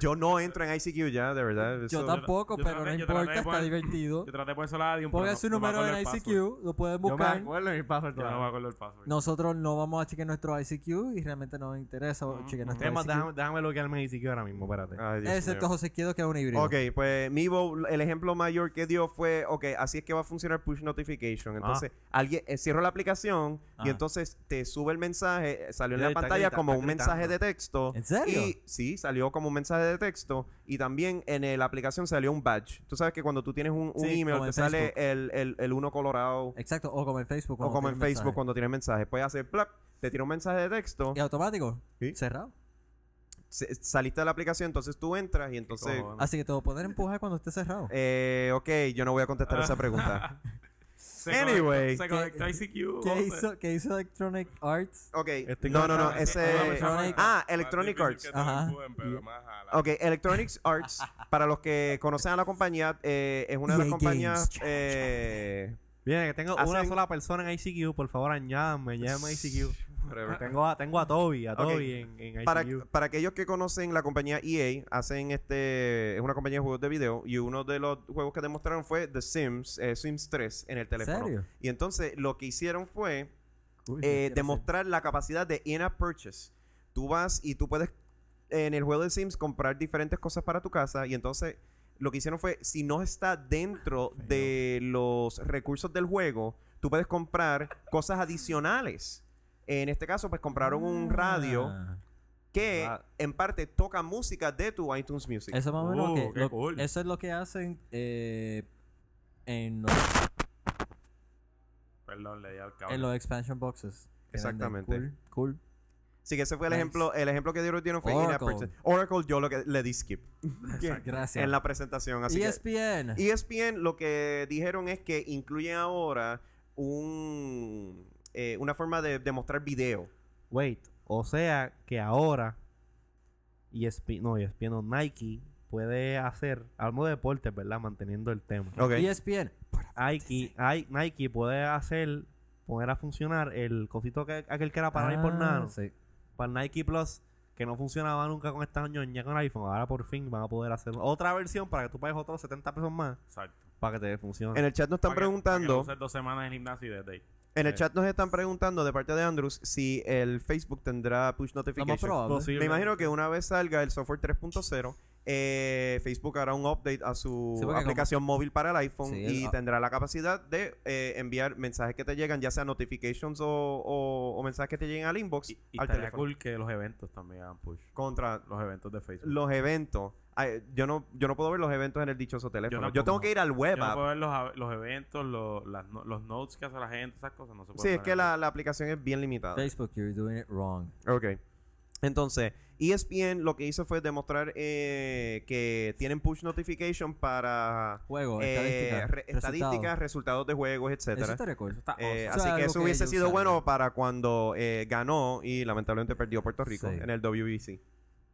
Speaker 2: Yo no entro en ICQ ya, de verdad.
Speaker 3: Yo
Speaker 2: eso-
Speaker 3: tampoco,
Speaker 4: yo
Speaker 3: pero
Speaker 4: traté-
Speaker 3: no
Speaker 4: yo traté
Speaker 3: importa,
Speaker 4: de
Speaker 3: está
Speaker 4: poner-
Speaker 3: divertido.
Speaker 4: Yo traté de poner Soladium. pero
Speaker 3: Pongan
Speaker 4: no-
Speaker 3: su
Speaker 4: no me
Speaker 3: número
Speaker 4: acuerdo
Speaker 3: en
Speaker 4: el
Speaker 3: ICQ,
Speaker 4: password.
Speaker 3: lo pueden
Speaker 1: Yo me
Speaker 3: buscar.
Speaker 1: acuerdo de mi password
Speaker 4: Yo no
Speaker 1: todavía.
Speaker 4: me acuerdo el password.
Speaker 3: Nosotros no vamos a chequear nuestro ICQ y realmente no nos interesa
Speaker 4: Ujú,
Speaker 3: chequear
Speaker 4: ujú.
Speaker 3: nuestro
Speaker 1: Es más,
Speaker 3: ICQ.
Speaker 1: déjame, déjame bloquearme en ICQ ahora mismo, espérate.
Speaker 2: Ay, Dios
Speaker 3: Excepto
Speaker 2: mío.
Speaker 3: José Quiedo, que es un híbrido.
Speaker 2: Ok, pues Mivo, el ejemplo mayor que dio fue, ok, así es que va a funcionar push notification. Entonces,
Speaker 1: Ah.
Speaker 2: alguien eh, cierro la aplicación y
Speaker 3: Ajá.
Speaker 2: entonces te sube el mensaje, eh, salió en
Speaker 1: Ya
Speaker 2: la
Speaker 1: está
Speaker 2: pantalla
Speaker 1: grita-
Speaker 2: como
Speaker 1: está
Speaker 2: un mensaje
Speaker 1: gritando.
Speaker 2: de texto.
Speaker 3: ¿En serio?
Speaker 2: Y sí, salió como un mensaje de texto y también en eh, la aplicación salió un badge. Tú sabes que cuando tú tienes un, un
Speaker 3: Sí,
Speaker 2: email
Speaker 3: como
Speaker 2: te
Speaker 3: en
Speaker 2: sale
Speaker 3: Facebook.
Speaker 2: el, el, el uno colorado
Speaker 3: Exacto, o como en Facebook.
Speaker 2: o
Speaker 3: cuando
Speaker 2: como en
Speaker 3: tiene
Speaker 2: Facebook
Speaker 3: mensaje.
Speaker 2: cuando tienes mensaje. Puedes hacer plap, te tira un mensaje de texto,
Speaker 3: Y automático,
Speaker 2: Sí.
Speaker 3: cerrado.
Speaker 2: se- saliste de la aplicación, entonces tú entras y entonces...
Speaker 4: cojones.
Speaker 3: Así que te lo pueden empujar cuando esté cerrado.
Speaker 2: Eh, ok, yo no voy a contestar esa pregunta.
Speaker 4: Se
Speaker 2: Anyway.
Speaker 4: conectó- Se conectó a ICQ.
Speaker 3: ¿Qué,
Speaker 4: José.
Speaker 3: hizo, ¿Qué hizo Electronic Arts?
Speaker 2: Ok.
Speaker 1: Este
Speaker 2: no, no, no.
Speaker 1: cabrón.
Speaker 2: Ese.
Speaker 5: Ah, pues,
Speaker 3: Electronic-
Speaker 2: Ah,
Speaker 5: más
Speaker 2: Electronic
Speaker 5: difícil
Speaker 2: Arts.
Speaker 5: que te lo
Speaker 3: Ajá.
Speaker 5: empujen, pero más a la-
Speaker 2: Ok, Electronics Arts, para los que conocen a la compañía, eh, es una de las
Speaker 3: EA
Speaker 2: compañías.
Speaker 3: Games.
Speaker 2: eh,
Speaker 1: Bien, que tengo una
Speaker 2: Hacen-
Speaker 1: sola persona en ICQ, por favor, añádame, añádame a ICQ.
Speaker 3: Ah,
Speaker 2: whatever.
Speaker 1: Tengo a, tengo a Toby, a
Speaker 2: Ok.
Speaker 1: Toby en, en ICQ.
Speaker 2: para, para aquellos que conocen la compañía EA, hacen este. Es una compañía de juegos de video. Y uno de los juegos que demostraron fue The Sims, eh, Sims 3 en el
Speaker 3: ¿En
Speaker 2: teléfono.
Speaker 3: serio?
Speaker 2: Y entonces lo que hicieron fue.
Speaker 3: Uy,
Speaker 2: eh,
Speaker 3: yo quiero
Speaker 2: demostrar la capacidad de in-app purchase. Tú vas y tú puedes en el juego de Sims comprar diferentes cosas para tu casa y entonces lo que hicieron fue si no está dentro de los recursos del juego, tú puedes comprar cosas adicionales. En este caso, pues
Speaker 3: ser.
Speaker 2: compraron un radio
Speaker 3: Ah.
Speaker 2: que
Speaker 1: Ah.
Speaker 2: en parte toca música de tu iTunes Music.
Speaker 3: Eso más o menos
Speaker 4: Uh,
Speaker 3: que-
Speaker 4: qué
Speaker 3: lo-
Speaker 4: cool.
Speaker 3: Eso es lo que hacen eh, en, los,
Speaker 4: Perdón, le di al
Speaker 3: en
Speaker 4: cable.
Speaker 3: los expansion boxes. que venden.
Speaker 2: Exactamente.
Speaker 3: Cool, cool.
Speaker 2: Así que ese fue el
Speaker 3: Nice.
Speaker 2: ejemplo, el ejemplo que dieron fue in-app
Speaker 3: Oracle.
Speaker 2: purchase. Oracle yo lo que le di skip
Speaker 3: Gracias.
Speaker 2: en la presentación, así
Speaker 3: E
Speaker 2: que E
Speaker 3: ESPN.
Speaker 2: ESPN lo que dijeron es que incluye ahora un, eh, una forma de, de mostrar video.
Speaker 1: Wait, o sea que ahora ESPN, no, ESPN, no, Nike puede hacer algo de deportes, ¿verdad? Manteniendo el tema.
Speaker 3: ESPN.
Speaker 1: Nike, ay- Nike puede hacer, poner a funcionar el cosito que, aquel que era para ir por
Speaker 3: Ah,
Speaker 1: nada,
Speaker 3: sí.
Speaker 1: para el Nike Plus, que no funcionaba nunca con esta ñoña con iPhone. Ahora por fin van a poder hacer otra versión para que tú pagues otros 70 pesos más
Speaker 4: Exacto.
Speaker 1: para que te funcione.
Speaker 2: En el chat nos están
Speaker 4: Para que- para que lo
Speaker 2: preguntando,
Speaker 4: uses dos semanas en gimnasio y desde ahí.
Speaker 2: en el chat nos están preguntando de parte de Andrews si el Facebook tendrá push
Speaker 3: Lo más
Speaker 2: notification.
Speaker 3: probable.
Speaker 1: Posible.
Speaker 2: Me imagino que una vez salga el software 3.0 eh, Facebook hará un update a su
Speaker 3: Sí, porque
Speaker 2: aplicación móvil para el iPhone
Speaker 3: Sí,
Speaker 2: y
Speaker 3: el-
Speaker 2: tendrá la capacidad de eh, enviar mensajes que te llegan, ya sea notifications o, o- o mensajes que te lleguen al inbox,
Speaker 4: Y, y
Speaker 2: al
Speaker 4: estaría
Speaker 2: teléfono.
Speaker 4: cool que los eventos también hagan push.
Speaker 2: Contra
Speaker 4: Los eventos de Facebook.
Speaker 2: los eventos. Ay, yo no yo no puedo ver los eventos en el dichoso teléfono. Yo,
Speaker 4: tampoco.
Speaker 2: tengo que ir al web
Speaker 4: Yo no
Speaker 2: app.
Speaker 4: puedo ver los, a- los eventos, los, las no- los notes que hace la gente, esas cosas. No se pueden
Speaker 2: sí, es
Speaker 4: ver
Speaker 2: que
Speaker 4: en
Speaker 2: la, la aplicación es bien limitada.
Speaker 3: Facebook, you're doing it wrong.
Speaker 2: Ok. Entonces, E ESPN lo que hizo fue demostrar eh, que tienen push notification para
Speaker 3: Juego,
Speaker 2: eh,
Speaker 3: estadísticas,
Speaker 2: re-
Speaker 3: resultados.
Speaker 2: estadísticas, resultados de juegos,
Speaker 3: Eso
Speaker 2: etcétera.
Speaker 3: estaría cool.
Speaker 4: Eso está
Speaker 2: Eh,
Speaker 4: awesome.
Speaker 3: Eso es
Speaker 2: así que
Speaker 3: algo
Speaker 2: eso
Speaker 3: que
Speaker 2: hubiese
Speaker 3: yo
Speaker 2: sido
Speaker 3: usaría.
Speaker 2: bueno para cuando eh, ganó y lamentablemente perdió Puerto Rico
Speaker 3: Sí.
Speaker 2: en el WBC.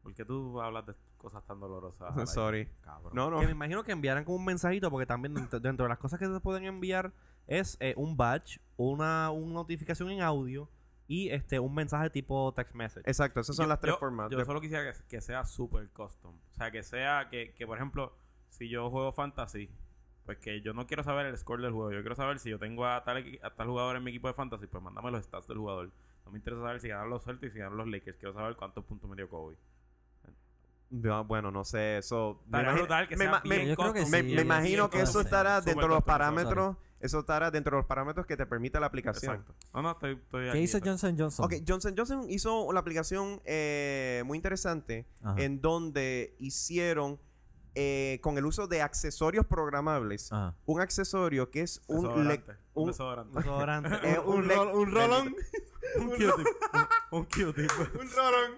Speaker 4: ¿Por qué tú hablas de cosas tan dolorosas? al aire,
Speaker 2: Sorry.
Speaker 4: Cabrón.
Speaker 2: No, no.
Speaker 1: Que me imagino que enviaran como un mensajito, porque también dentro, dentro de las cosas que te pueden enviar es eh, un badge, una, una notificación en audio y este un mensaje tipo text message.
Speaker 2: Exacto, esas son las tres
Speaker 4: yo,
Speaker 2: formas.
Speaker 4: Yo
Speaker 2: de-
Speaker 4: solo quisiera que, que sea super custom. O sea, que sea que, que, por ejemplo, si yo juego fantasy, pues que yo no quiero saber el score del juego. Yo quiero saber si yo tengo a tal, equi- a tal jugador en mi equipo de fantasy, pues mándame los stats del jugador. No me interesa saber si ganaron los Celtics, si ganaron los Lakers. Quiero saber cuántos puntos me dio Kobe.
Speaker 2: No, ah, bueno, no sé, eso... me
Speaker 4: Estaría
Speaker 2: imagi-
Speaker 4: brutal que
Speaker 2: me
Speaker 4: sea
Speaker 2: ima- me-
Speaker 4: bien
Speaker 3: Yo creo que
Speaker 4: custom.
Speaker 2: Me,
Speaker 3: Sí,
Speaker 2: me
Speaker 3: yo
Speaker 2: imagino
Speaker 3: siento
Speaker 2: que eso
Speaker 3: que sí.
Speaker 2: estará
Speaker 4: Súper
Speaker 2: dentro de los
Speaker 4: custom, sorry.
Speaker 2: parámetros. Eso estará dentro de los parámetros que te permite la aplicación.
Speaker 4: Exacto. No, no, estoy, estoy
Speaker 3: ¿Qué
Speaker 4: aquí,
Speaker 3: hizo
Speaker 4: estoy-
Speaker 3: Johnson Johnson?
Speaker 2: Ok, Johnson Johnson hizo la aplicación eh, muy interesante
Speaker 3: Ajá.
Speaker 2: en donde hicieron eh, con el uso de accesorios programables.
Speaker 3: Ajá.
Speaker 2: Un accesorio que es un, le-
Speaker 4: Desodorante.
Speaker 2: un-
Speaker 4: un desodorante.
Speaker 1: Desodorante.
Speaker 2: eh, un le-
Speaker 5: rolón.
Speaker 4: un Q-tip. un Q-tip.
Speaker 5: Un rolón.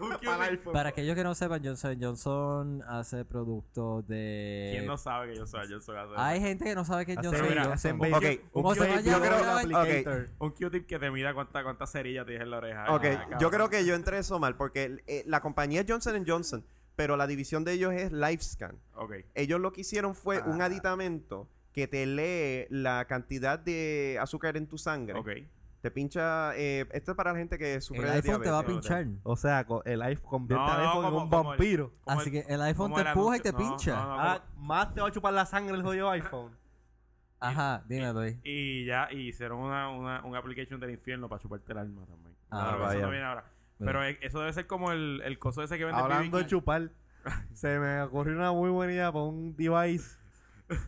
Speaker 4: un
Speaker 5: Para
Speaker 4: Q-tip.
Speaker 3: Para aquellos que no sepan, Johnson Johnson hace productos de...
Speaker 4: ¿Quién no sabe que yo soy Johnson Johnson?
Speaker 3: Hay gente que no sabe que es
Speaker 1: Hacen-
Speaker 3: Johnson
Speaker 1: mira,
Speaker 3: Johnson.
Speaker 1: hacen
Speaker 2: Ok,
Speaker 1: un
Speaker 3: o se
Speaker 1: vape
Speaker 3: vaya
Speaker 2: yo creo-
Speaker 3: ahora,
Speaker 2: ok.
Speaker 1: applicator.
Speaker 4: Un Q-tip que te mira cuánta, cuánta cerilla te dije en la oreja.
Speaker 2: Ok,
Speaker 4: Ah,
Speaker 2: yo
Speaker 4: cabrón.
Speaker 2: creo que yo entré eso mal porque eh, la compañía es Johnson Johnson, pero la división de ellos es LifeScan.
Speaker 4: Ok.
Speaker 2: Ellos lo que hicieron fue un aditamento que te lee la cantidad de azúcar en tu sangre.
Speaker 4: Ok.
Speaker 2: Te Te pincha. eh, esto es para la gente que sufre
Speaker 3: El
Speaker 2: de
Speaker 3: iPhone te va a
Speaker 2: diabetes.
Speaker 3: pinchar.
Speaker 1: O sea, co- el iPhone convierte
Speaker 4: No,
Speaker 1: al iPhone
Speaker 4: como-
Speaker 1: en un
Speaker 4: como el-
Speaker 1: vampiro.
Speaker 4: Como
Speaker 3: Así
Speaker 4: el-
Speaker 3: que el iPhone
Speaker 4: como
Speaker 3: te
Speaker 4: el
Speaker 3: empuja y
Speaker 4: anuncio-
Speaker 3: te
Speaker 4: no,
Speaker 3: pincha.
Speaker 4: no, no,
Speaker 1: Ah, más te va a chupar la sangre el jodido iPhone.
Speaker 3: Ajá, dime, Luis.
Speaker 4: Y ya, y hicieron una, una, un application del infierno para chuparte el alma también.
Speaker 3: Ah,
Speaker 4: Claro, eso
Speaker 2: vaya.
Speaker 4: no viene ahora. Pero eh, eso debe ser como el, el coso ese que vende
Speaker 1: Hablando de
Speaker 4: BB King.
Speaker 1: chupar, se me ocurrió una muy buena idea para un device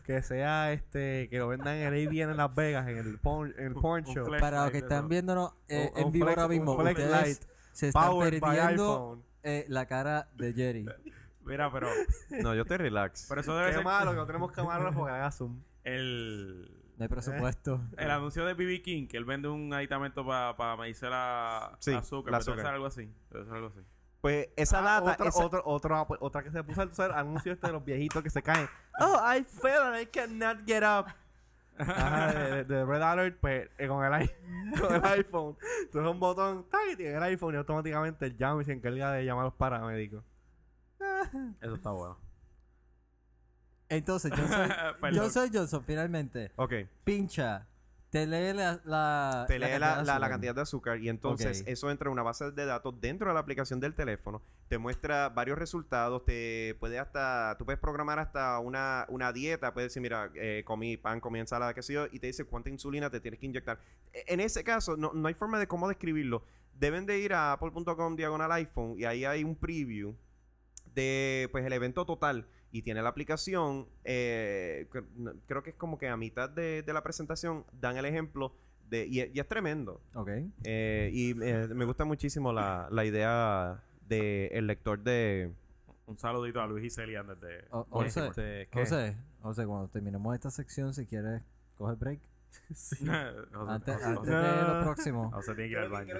Speaker 1: que sea este, que lo vendan en el ADN en Las Vegas, en el porn, en el porn
Speaker 4: un
Speaker 1: show.
Speaker 4: flex
Speaker 3: Para los que
Speaker 4: light de
Speaker 3: están
Speaker 4: eso.
Speaker 3: viéndonos eh,
Speaker 1: Un-
Speaker 3: en
Speaker 1: un
Speaker 3: vivo
Speaker 1: flex-
Speaker 3: ahora
Speaker 1: un
Speaker 3: mismo,
Speaker 1: flex
Speaker 3: ustedes
Speaker 1: light
Speaker 3: se están
Speaker 1: Powered by
Speaker 3: perdiendo
Speaker 1: iPhone.
Speaker 3: eh, la cara de Jerry.
Speaker 4: Mira, pero,
Speaker 2: No, yo estoy relax.
Speaker 4: pero eso debe
Speaker 1: Qué
Speaker 4: ser
Speaker 1: malo que no tenemos camarógrafo que haga zoom.
Speaker 4: el,
Speaker 3: No hay presupuesto.
Speaker 4: el anuncio de BB King, que él vende un aditamento para pa medirse la
Speaker 2: Sí,
Speaker 4: azúcar.
Speaker 2: la
Speaker 4: pero Debe
Speaker 2: azúcar.
Speaker 4: ser algo así. Debe ser algo así.
Speaker 2: Pues esa
Speaker 1: Ah,
Speaker 2: lata.
Speaker 1: otra,
Speaker 2: esa-
Speaker 1: otra- otra- otra que se puso al ser anuncio este de los viejitos que se caen.
Speaker 3: Ah.
Speaker 1: Oh, I fell and I cannot get up. Ajá, de, de- de Red Alert, pues eh, con, el, i- con el iPhone. Tú das un botón, ¡tac! y tiene el iPhone y automáticamente el llama y se encarga de llamar a los paramédicos.
Speaker 4: Eso está bueno.
Speaker 3: Entonces, yo soy,
Speaker 4: Perdón.
Speaker 3: yo soy Johnson, finalmente.
Speaker 2: Ok.
Speaker 3: Pincha. Te lee la, la,
Speaker 2: Te lee la,
Speaker 3: de
Speaker 2: la- la
Speaker 3: azúcar.
Speaker 2: cantidad de azúcar y entonces
Speaker 3: Ok.
Speaker 2: eso entra en una base de datos dentro de la aplicación del teléfono, te muestra varios resultados, te puede hasta, tú puedes programar hasta una, una dieta, puedes decir, mira, eh, comí pan, comí ensalada, qué sé yo, y te dice cuánta insulina te tienes que inyectar. E- En ese caso, no, no hay forma de cómo describirlo. Deben de ir a apple.com diagonal iPhone y ahí hay un preview de pues el evento total y tiene la aplicación eh, cre- no- creo que es como que a mitad de, de la presentación dan el ejemplo de y, e- y es tremendo
Speaker 3: Ok.
Speaker 2: Eh, y eh, me gusta muchísimo la, la idea de el lector de
Speaker 4: Un saludito a Luis y Celia desde...
Speaker 3: Eh, O-
Speaker 4: Baltimore.
Speaker 3: José,
Speaker 4: Este, ¿qué?
Speaker 3: José, José, cuando terminemos esta sección, si quieres, coge break.
Speaker 4: José-
Speaker 3: Antes,
Speaker 4: José-
Speaker 3: antes de lo próximo.
Speaker 4: José tiene que ir al baño.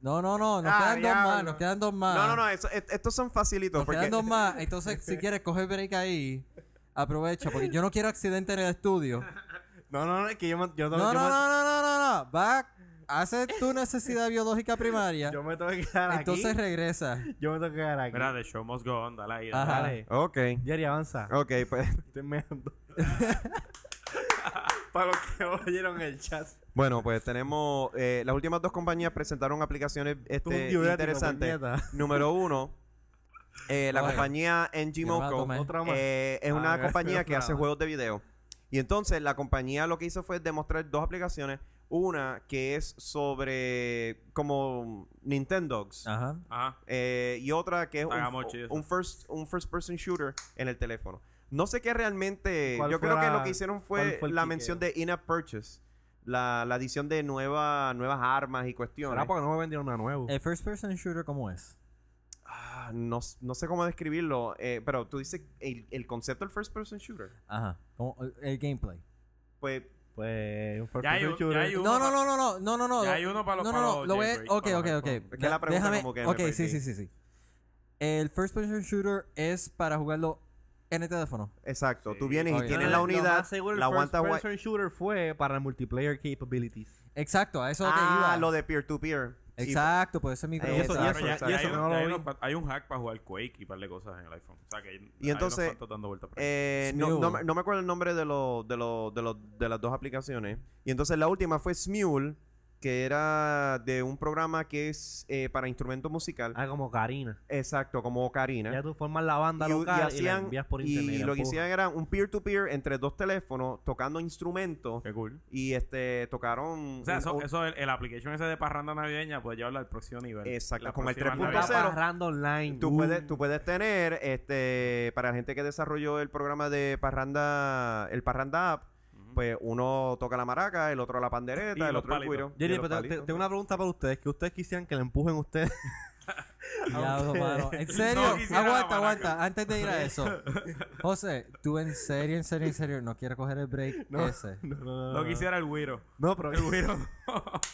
Speaker 3: No, no, no, nos
Speaker 1: Ah,
Speaker 3: quedan dos
Speaker 1: diablo.
Speaker 3: más, nos quedan dos más.
Speaker 2: no no no eso- est- estos son facilitos
Speaker 3: Ah. Nos
Speaker 2: porque
Speaker 3: quedan dos más. Entonces, si quieres, coge break ahí. Aprovecha, porque yo no quiero accidente en el estudio.
Speaker 1: No, no, no, es que yo me, yo,
Speaker 3: No,
Speaker 1: yo
Speaker 3: no,
Speaker 1: me-
Speaker 3: no, no, no, no, no. Va, hace tu necesidad biológica primaria.
Speaker 1: yo me tengo que quedar
Speaker 3: Entonces
Speaker 1: aquí.
Speaker 3: regresa.
Speaker 1: Yo me tengo que quedar aquí.
Speaker 4: Mira, The Show Must Go On, dale ahí.
Speaker 3: Ajá.
Speaker 4: dale.
Speaker 1: Dale.
Speaker 2: ok
Speaker 1: Jerry, avanza.
Speaker 2: ok pues
Speaker 1: Estoy meando. Para los que oyeron el chat.
Speaker 2: bueno pues tenemos eh, las últimas dos compañías presentaron aplicaciones
Speaker 1: Tú un
Speaker 2: este,
Speaker 1: diurético,
Speaker 2: interesantes
Speaker 1: puñeta.
Speaker 2: número uno eh, la
Speaker 3: Oye.
Speaker 2: compañía NG
Speaker 3: Yo me la
Speaker 2: Moco
Speaker 3: tomé.
Speaker 1: Otra más.
Speaker 2: Eh, es una
Speaker 1: Ah,
Speaker 2: compañía que
Speaker 1: otra
Speaker 2: hace
Speaker 1: más.
Speaker 2: juegos de video. Y entonces la compañía lo que hizo fue demostrar dos aplicaciones. Una que es sobre como Nintendogs.
Speaker 3: Ajá.
Speaker 4: Ajá.
Speaker 2: eh, y otra que es un,
Speaker 4: Tagamochi, eso.
Speaker 2: un first, un first person shooter en el teléfono. No sé qué realmente.
Speaker 1: ¿Cuál
Speaker 2: Yo
Speaker 1: fue
Speaker 2: creo que
Speaker 1: la-
Speaker 2: lo que hicieron
Speaker 1: cuál
Speaker 2: fue,
Speaker 1: fue el
Speaker 2: la
Speaker 1: piqueo?
Speaker 2: mención de in-app purchase. La, la adición de nueva, nuevas armas y cuestiones.
Speaker 1: Será porque no me vendieron una nueva.
Speaker 2: Eh,
Speaker 3: ¿El first person shooter cómo es?
Speaker 2: Ah, no, s- no sé cómo describirlo. eh, pero tú dices el, el concepto del first person shooter.
Speaker 3: Ajá. ¿Cómo- el gameplay.
Speaker 2: Pues
Speaker 1: Pues un
Speaker 4: Ya hay un- ya hay un-
Speaker 3: No, no, no, no, no, no, no, no.
Speaker 4: Ya hay uno para los
Speaker 3: no, no, no, lo voy a...
Speaker 4: jailbreak,
Speaker 3: Ok,
Speaker 4: para
Speaker 3: ok,
Speaker 4: los
Speaker 3: ok.
Speaker 4: iPhone.
Speaker 2: Es que la pregunta
Speaker 3: Déjame-
Speaker 2: como que me
Speaker 3: Ok, sí,
Speaker 2: perdí.
Speaker 3: sí, sí, sí. El first person shooter es para jugarlo en el teléfono.
Speaker 2: Exacto, tú
Speaker 4: Sí.
Speaker 2: vienes
Speaker 3: Ok.
Speaker 2: y
Speaker 3: tiene
Speaker 2: tienes
Speaker 3: No,
Speaker 2: la unidad,
Speaker 1: seguro el
Speaker 2: la
Speaker 1: first
Speaker 2: aguantas guay.
Speaker 1: person shooter fue para multiplayer capabilities.
Speaker 3: Exacto, a eso que
Speaker 2: Ah,
Speaker 3: iba.
Speaker 2: lo de peer-to-peer. Y-
Speaker 3: Exacto, pues esa es mi
Speaker 2: Eso,
Speaker 3: pregunta.
Speaker 2: y
Speaker 4: Pero
Speaker 2: eso,
Speaker 4: ya-
Speaker 2: exacto.
Speaker 4: ya
Speaker 1: Y eso
Speaker 4: hay
Speaker 1: que
Speaker 4: un-
Speaker 1: no lo
Speaker 4: ya hay
Speaker 1: vi.
Speaker 4: unos pa- Hay un hack para jugar Quake y un par de cosas en el iPhone. O sea que hay- hay
Speaker 2: entonces,
Speaker 4: unos santos dando vueltas por ahí.
Speaker 2: Eh, no,
Speaker 3: Smule.
Speaker 2: no me- no me acuerdo el nombre de, los de, los de, los de las dos aplicaciones. Y entonces la última fue Smule, que era de un programa que es eh, para instrumento musical.
Speaker 1: Ah, como Karina.
Speaker 2: Exacto, como Ocarina.
Speaker 1: Ya tú formas la banda
Speaker 2: y, y
Speaker 1: local y, la
Speaker 2: hacían,
Speaker 1: envías por
Speaker 2: y
Speaker 1: internet. la
Speaker 2: lo que
Speaker 1: empujas.
Speaker 2: hicieron era un peer-to-peer entre dos teléfonos tocando instrumentos
Speaker 4: Qué cool.
Speaker 2: y este tocaron
Speaker 4: O sea,
Speaker 2: un-
Speaker 4: eso,
Speaker 2: un-
Speaker 4: eso el, el application ese de parranda navideña puede llevarlo al próximo nivel.
Speaker 2: Exacto,
Speaker 4: La
Speaker 2: con el
Speaker 4: próxima
Speaker 2: 3.0.
Speaker 4: Navidad.
Speaker 1: Está parrando online.
Speaker 2: Tú
Speaker 1: Uh.
Speaker 2: puedes, tú puedes tener, este, para la gente que desarrolló el programa de Parranda, el Parranda App,
Speaker 4: Ujú.
Speaker 2: pues uno toca la maraca, el otro la
Speaker 4: Y
Speaker 2: pandereta, el
Speaker 4: los
Speaker 2: otro el
Speaker 4: palitos.
Speaker 2: cuiro.
Speaker 1: Jerry,
Speaker 2: y
Speaker 1: pero
Speaker 2: los
Speaker 1: te- te-
Speaker 2: palitos. pues.
Speaker 1: tengo una pregunta para ustedes. Que ustedes quisieran que le empujen ustedes.
Speaker 3: Diablo, mano. En serio,
Speaker 4: No quisiera la
Speaker 3: aguanta,
Speaker 4: maraca.
Speaker 3: aguanta. Antes de ir a eso, José, tú en serio, en serio, en serio, no quieres coger el break
Speaker 1: No.
Speaker 3: ese.
Speaker 1: no, no, no,
Speaker 4: Lo
Speaker 1: no.
Speaker 4: que hiciera el Wiro.
Speaker 1: No, pero
Speaker 4: El Wiro.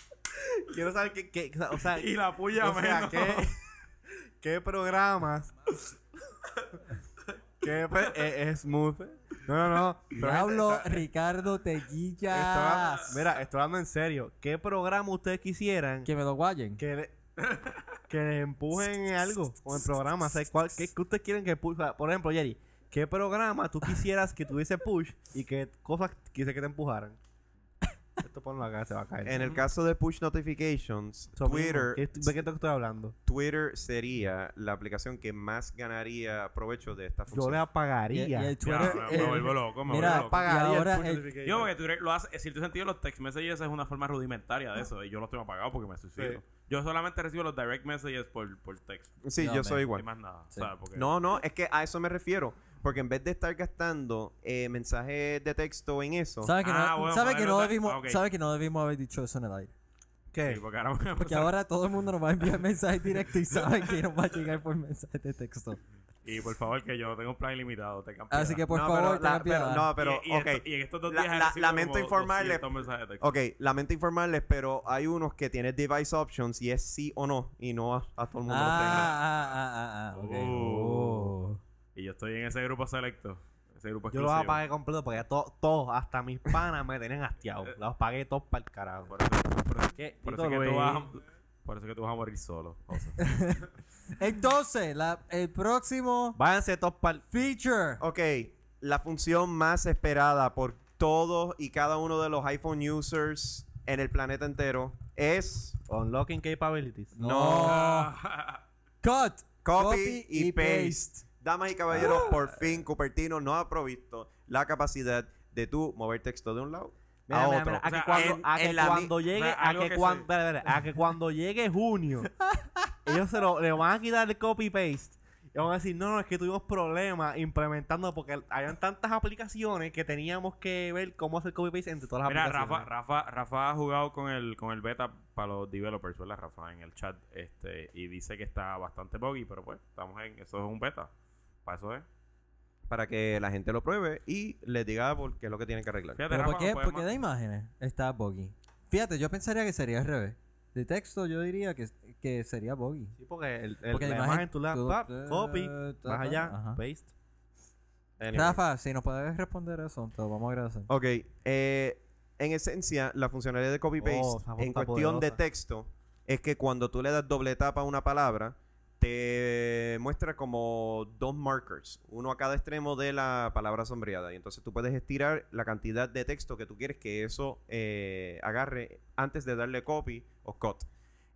Speaker 1: quiero saber qué... qué- o sea,
Speaker 4: y la puya
Speaker 1: o sea,
Speaker 4: menos.
Speaker 1: ¿qué, qué programas? ¿Qué pe- eh, es smooth? No, no, no. Pero, gente,
Speaker 3: Diablo,
Speaker 1: está-
Speaker 3: Ricardo, te
Speaker 1: estaba-
Speaker 3: guillas.
Speaker 1: mira, estoy hablando en serio. ¿Qué programa ustedes quisieran
Speaker 3: Que me lo guayen.
Speaker 1: que le, que le empujen en algo con el programa? O sea, ¿cuál- qué, qué ustedes quieren que push? Por ejemplo, Jerry, ¿qué programa tú quisieras que tuviese push y qué cosas quise que te empujaran? esto ponlo acá, se va a caer.
Speaker 2: En el caso de push notifications,
Speaker 1: Eso mismo.
Speaker 2: Twitter,
Speaker 1: ¿Qué- ¿De qué te estoy hablando?
Speaker 2: Twitter sería la aplicación que más ganaría provecho de esta función.
Speaker 1: Yo le
Speaker 3: Y, y
Speaker 1: apagaría.
Speaker 3: el
Speaker 5: Ya,
Speaker 3: Twitter.
Speaker 5: me, me
Speaker 3: el-
Speaker 5: vuelvo loco, me
Speaker 3: eh, mira,
Speaker 5: vuelvo loco.
Speaker 3: y ahora
Speaker 1: push
Speaker 3: el-
Speaker 1: notification.
Speaker 4: Yo, porque tú lo haces, en cierto sentido, los text messages es una forma rudimentaria de eso. Y yo los tengo apagados porque me suicido.
Speaker 5: Sí.
Speaker 4: Yo solamente recibo los direct messages por, por text.
Speaker 2: Sí,
Speaker 3: No,
Speaker 2: yo
Speaker 3: man.
Speaker 2: soy igual.
Speaker 4: Y más nada.
Speaker 3: Sí.
Speaker 4: ¿sabes? Porque-
Speaker 2: No, no, es que a eso me refiero. Porque en vez de estar gastando eh, mensajes de texto en eso,
Speaker 3: ¿Sabe que,
Speaker 4: Ah,
Speaker 3: no,
Speaker 4: bueno,
Speaker 3: sabe que no
Speaker 4: ponerlo-
Speaker 3: debimos,
Speaker 4: ah, ok.
Speaker 3: sabe que no debimos haber dicho eso en el aire?
Speaker 1: ¿Qué?
Speaker 4: Sí, porque ahora voy a
Speaker 3: Porque
Speaker 4: empezar-
Speaker 3: ahora todo el mundo nos va a enviar mensajes directos y sabe que nos va a llegar por mensaje de texto.
Speaker 4: Y por favor, que yo tengo un plan ilimitado. Tengan piedad.
Speaker 3: Así que por
Speaker 2: no,
Speaker 3: favor,
Speaker 2: pero, la-
Speaker 3: tengan piedad.
Speaker 2: pero- no, pero,
Speaker 4: Y- y esto-
Speaker 2: ok.
Speaker 4: y en estos dos
Speaker 2: La-
Speaker 4: días he
Speaker 2: la-
Speaker 4: recibido
Speaker 2: lamento
Speaker 4: como
Speaker 2: informarle-
Speaker 4: 200 mensajes de texto.
Speaker 2: Ok, lamento informarles, pero hay unos que tienen device options y es sí o no, y no a, a todo el mundo lo
Speaker 3: ah,
Speaker 2: tenga.
Speaker 3: ah, ah, ah, ah, ok.
Speaker 4: Oh.
Speaker 3: Oh.
Speaker 4: Y yo estoy en ese grupo selecto. Ese grupo
Speaker 1: Yo
Speaker 4: exclusivo.
Speaker 1: los apagué completo porque todos, todos, hasta mis panas me tenían hastiado. Los apagué todos para el carajo.
Speaker 4: Eh, Por eso, por eso-
Speaker 1: ¿Qué?
Speaker 4: por
Speaker 1: Tito
Speaker 4: eso que tú
Speaker 1: Luis.
Speaker 4: vas a, por eso que tú vas a morir solo. José.
Speaker 3: Entonces, la- el próximo
Speaker 1: Váyanse todos para el...
Speaker 3: feature.
Speaker 2: Ok, la función más esperada por todos y cada uno de los iPhone users en el planeta entero es
Speaker 1: Unlocking capabilities.
Speaker 3: No. Cut.
Speaker 2: copy, y, paste. Damas y caballeros, por fin Cupertino no ha provisto la capacidad de tú mover texto de un lado
Speaker 1: Mira,
Speaker 2: a
Speaker 1: mira,
Speaker 2: otro.
Speaker 1: mira, a que
Speaker 4: O sea,
Speaker 1: cuando,
Speaker 2: en-
Speaker 1: a que
Speaker 2: en la mi-
Speaker 1: cuando llegue,
Speaker 4: o sea,
Speaker 1: a
Speaker 4: algo
Speaker 1: que,
Speaker 4: que
Speaker 1: cuan-
Speaker 4: se-
Speaker 1: espera, espera, a que cuando llegue junio, ellos se lo, le van a quitar el copy paste. Y van a decir, no, no, es que tuvimos problemas implementando porque habían tantas aplicaciones que teníamos que ver cómo hacer copy paste entre todas las
Speaker 4: Mira, Rafa,
Speaker 1: aplicaciones.
Speaker 4: Rafa, Rafa ha jugado con el, con el beta para los developers, ¿verdad, Rafa? En el chat, este, y dice que está bastante buggy, pero pues, estamos en, eso es un beta. Para eso es.
Speaker 2: para que la gente lo pruebe y les diga por qué es lo que tienen que arreglar.
Speaker 4: Fíjate,
Speaker 3: ¿Pero
Speaker 4: Rafa,
Speaker 3: por qué?
Speaker 4: no puede
Speaker 3: Porque
Speaker 4: más.
Speaker 3: da imágenes. Está buggy. Fíjate, yo pensaría que sería al revés. De texto yo diría que, que sería buggy.
Speaker 1: Sí, porque el, el-
Speaker 3: Porque
Speaker 1: la imagen, tú la
Speaker 3: tú-
Speaker 1: pap,
Speaker 3: eh,
Speaker 1: copy,
Speaker 3: ta,
Speaker 1: más
Speaker 3: ta,
Speaker 1: allá,
Speaker 3: ajá.
Speaker 1: paste. Anyway.
Speaker 3: Rafa, si nos puedes responder eso, te lo vamos a agradecer.
Speaker 2: Ok, eh, en esencia, la funcionalidad de copy-paste
Speaker 1: Oh, esa voz
Speaker 2: en
Speaker 1: está
Speaker 2: cuestión de
Speaker 1: poderosa.
Speaker 2: texto es que cuando tú le das doble tapa a una palabra, te muestra como dos markers, uno a cada extremo de la palabra sombreada. Y entonces tú puedes estirar la cantidad de texto que tú quieres que eso eh, agarre antes de darle copy o cut.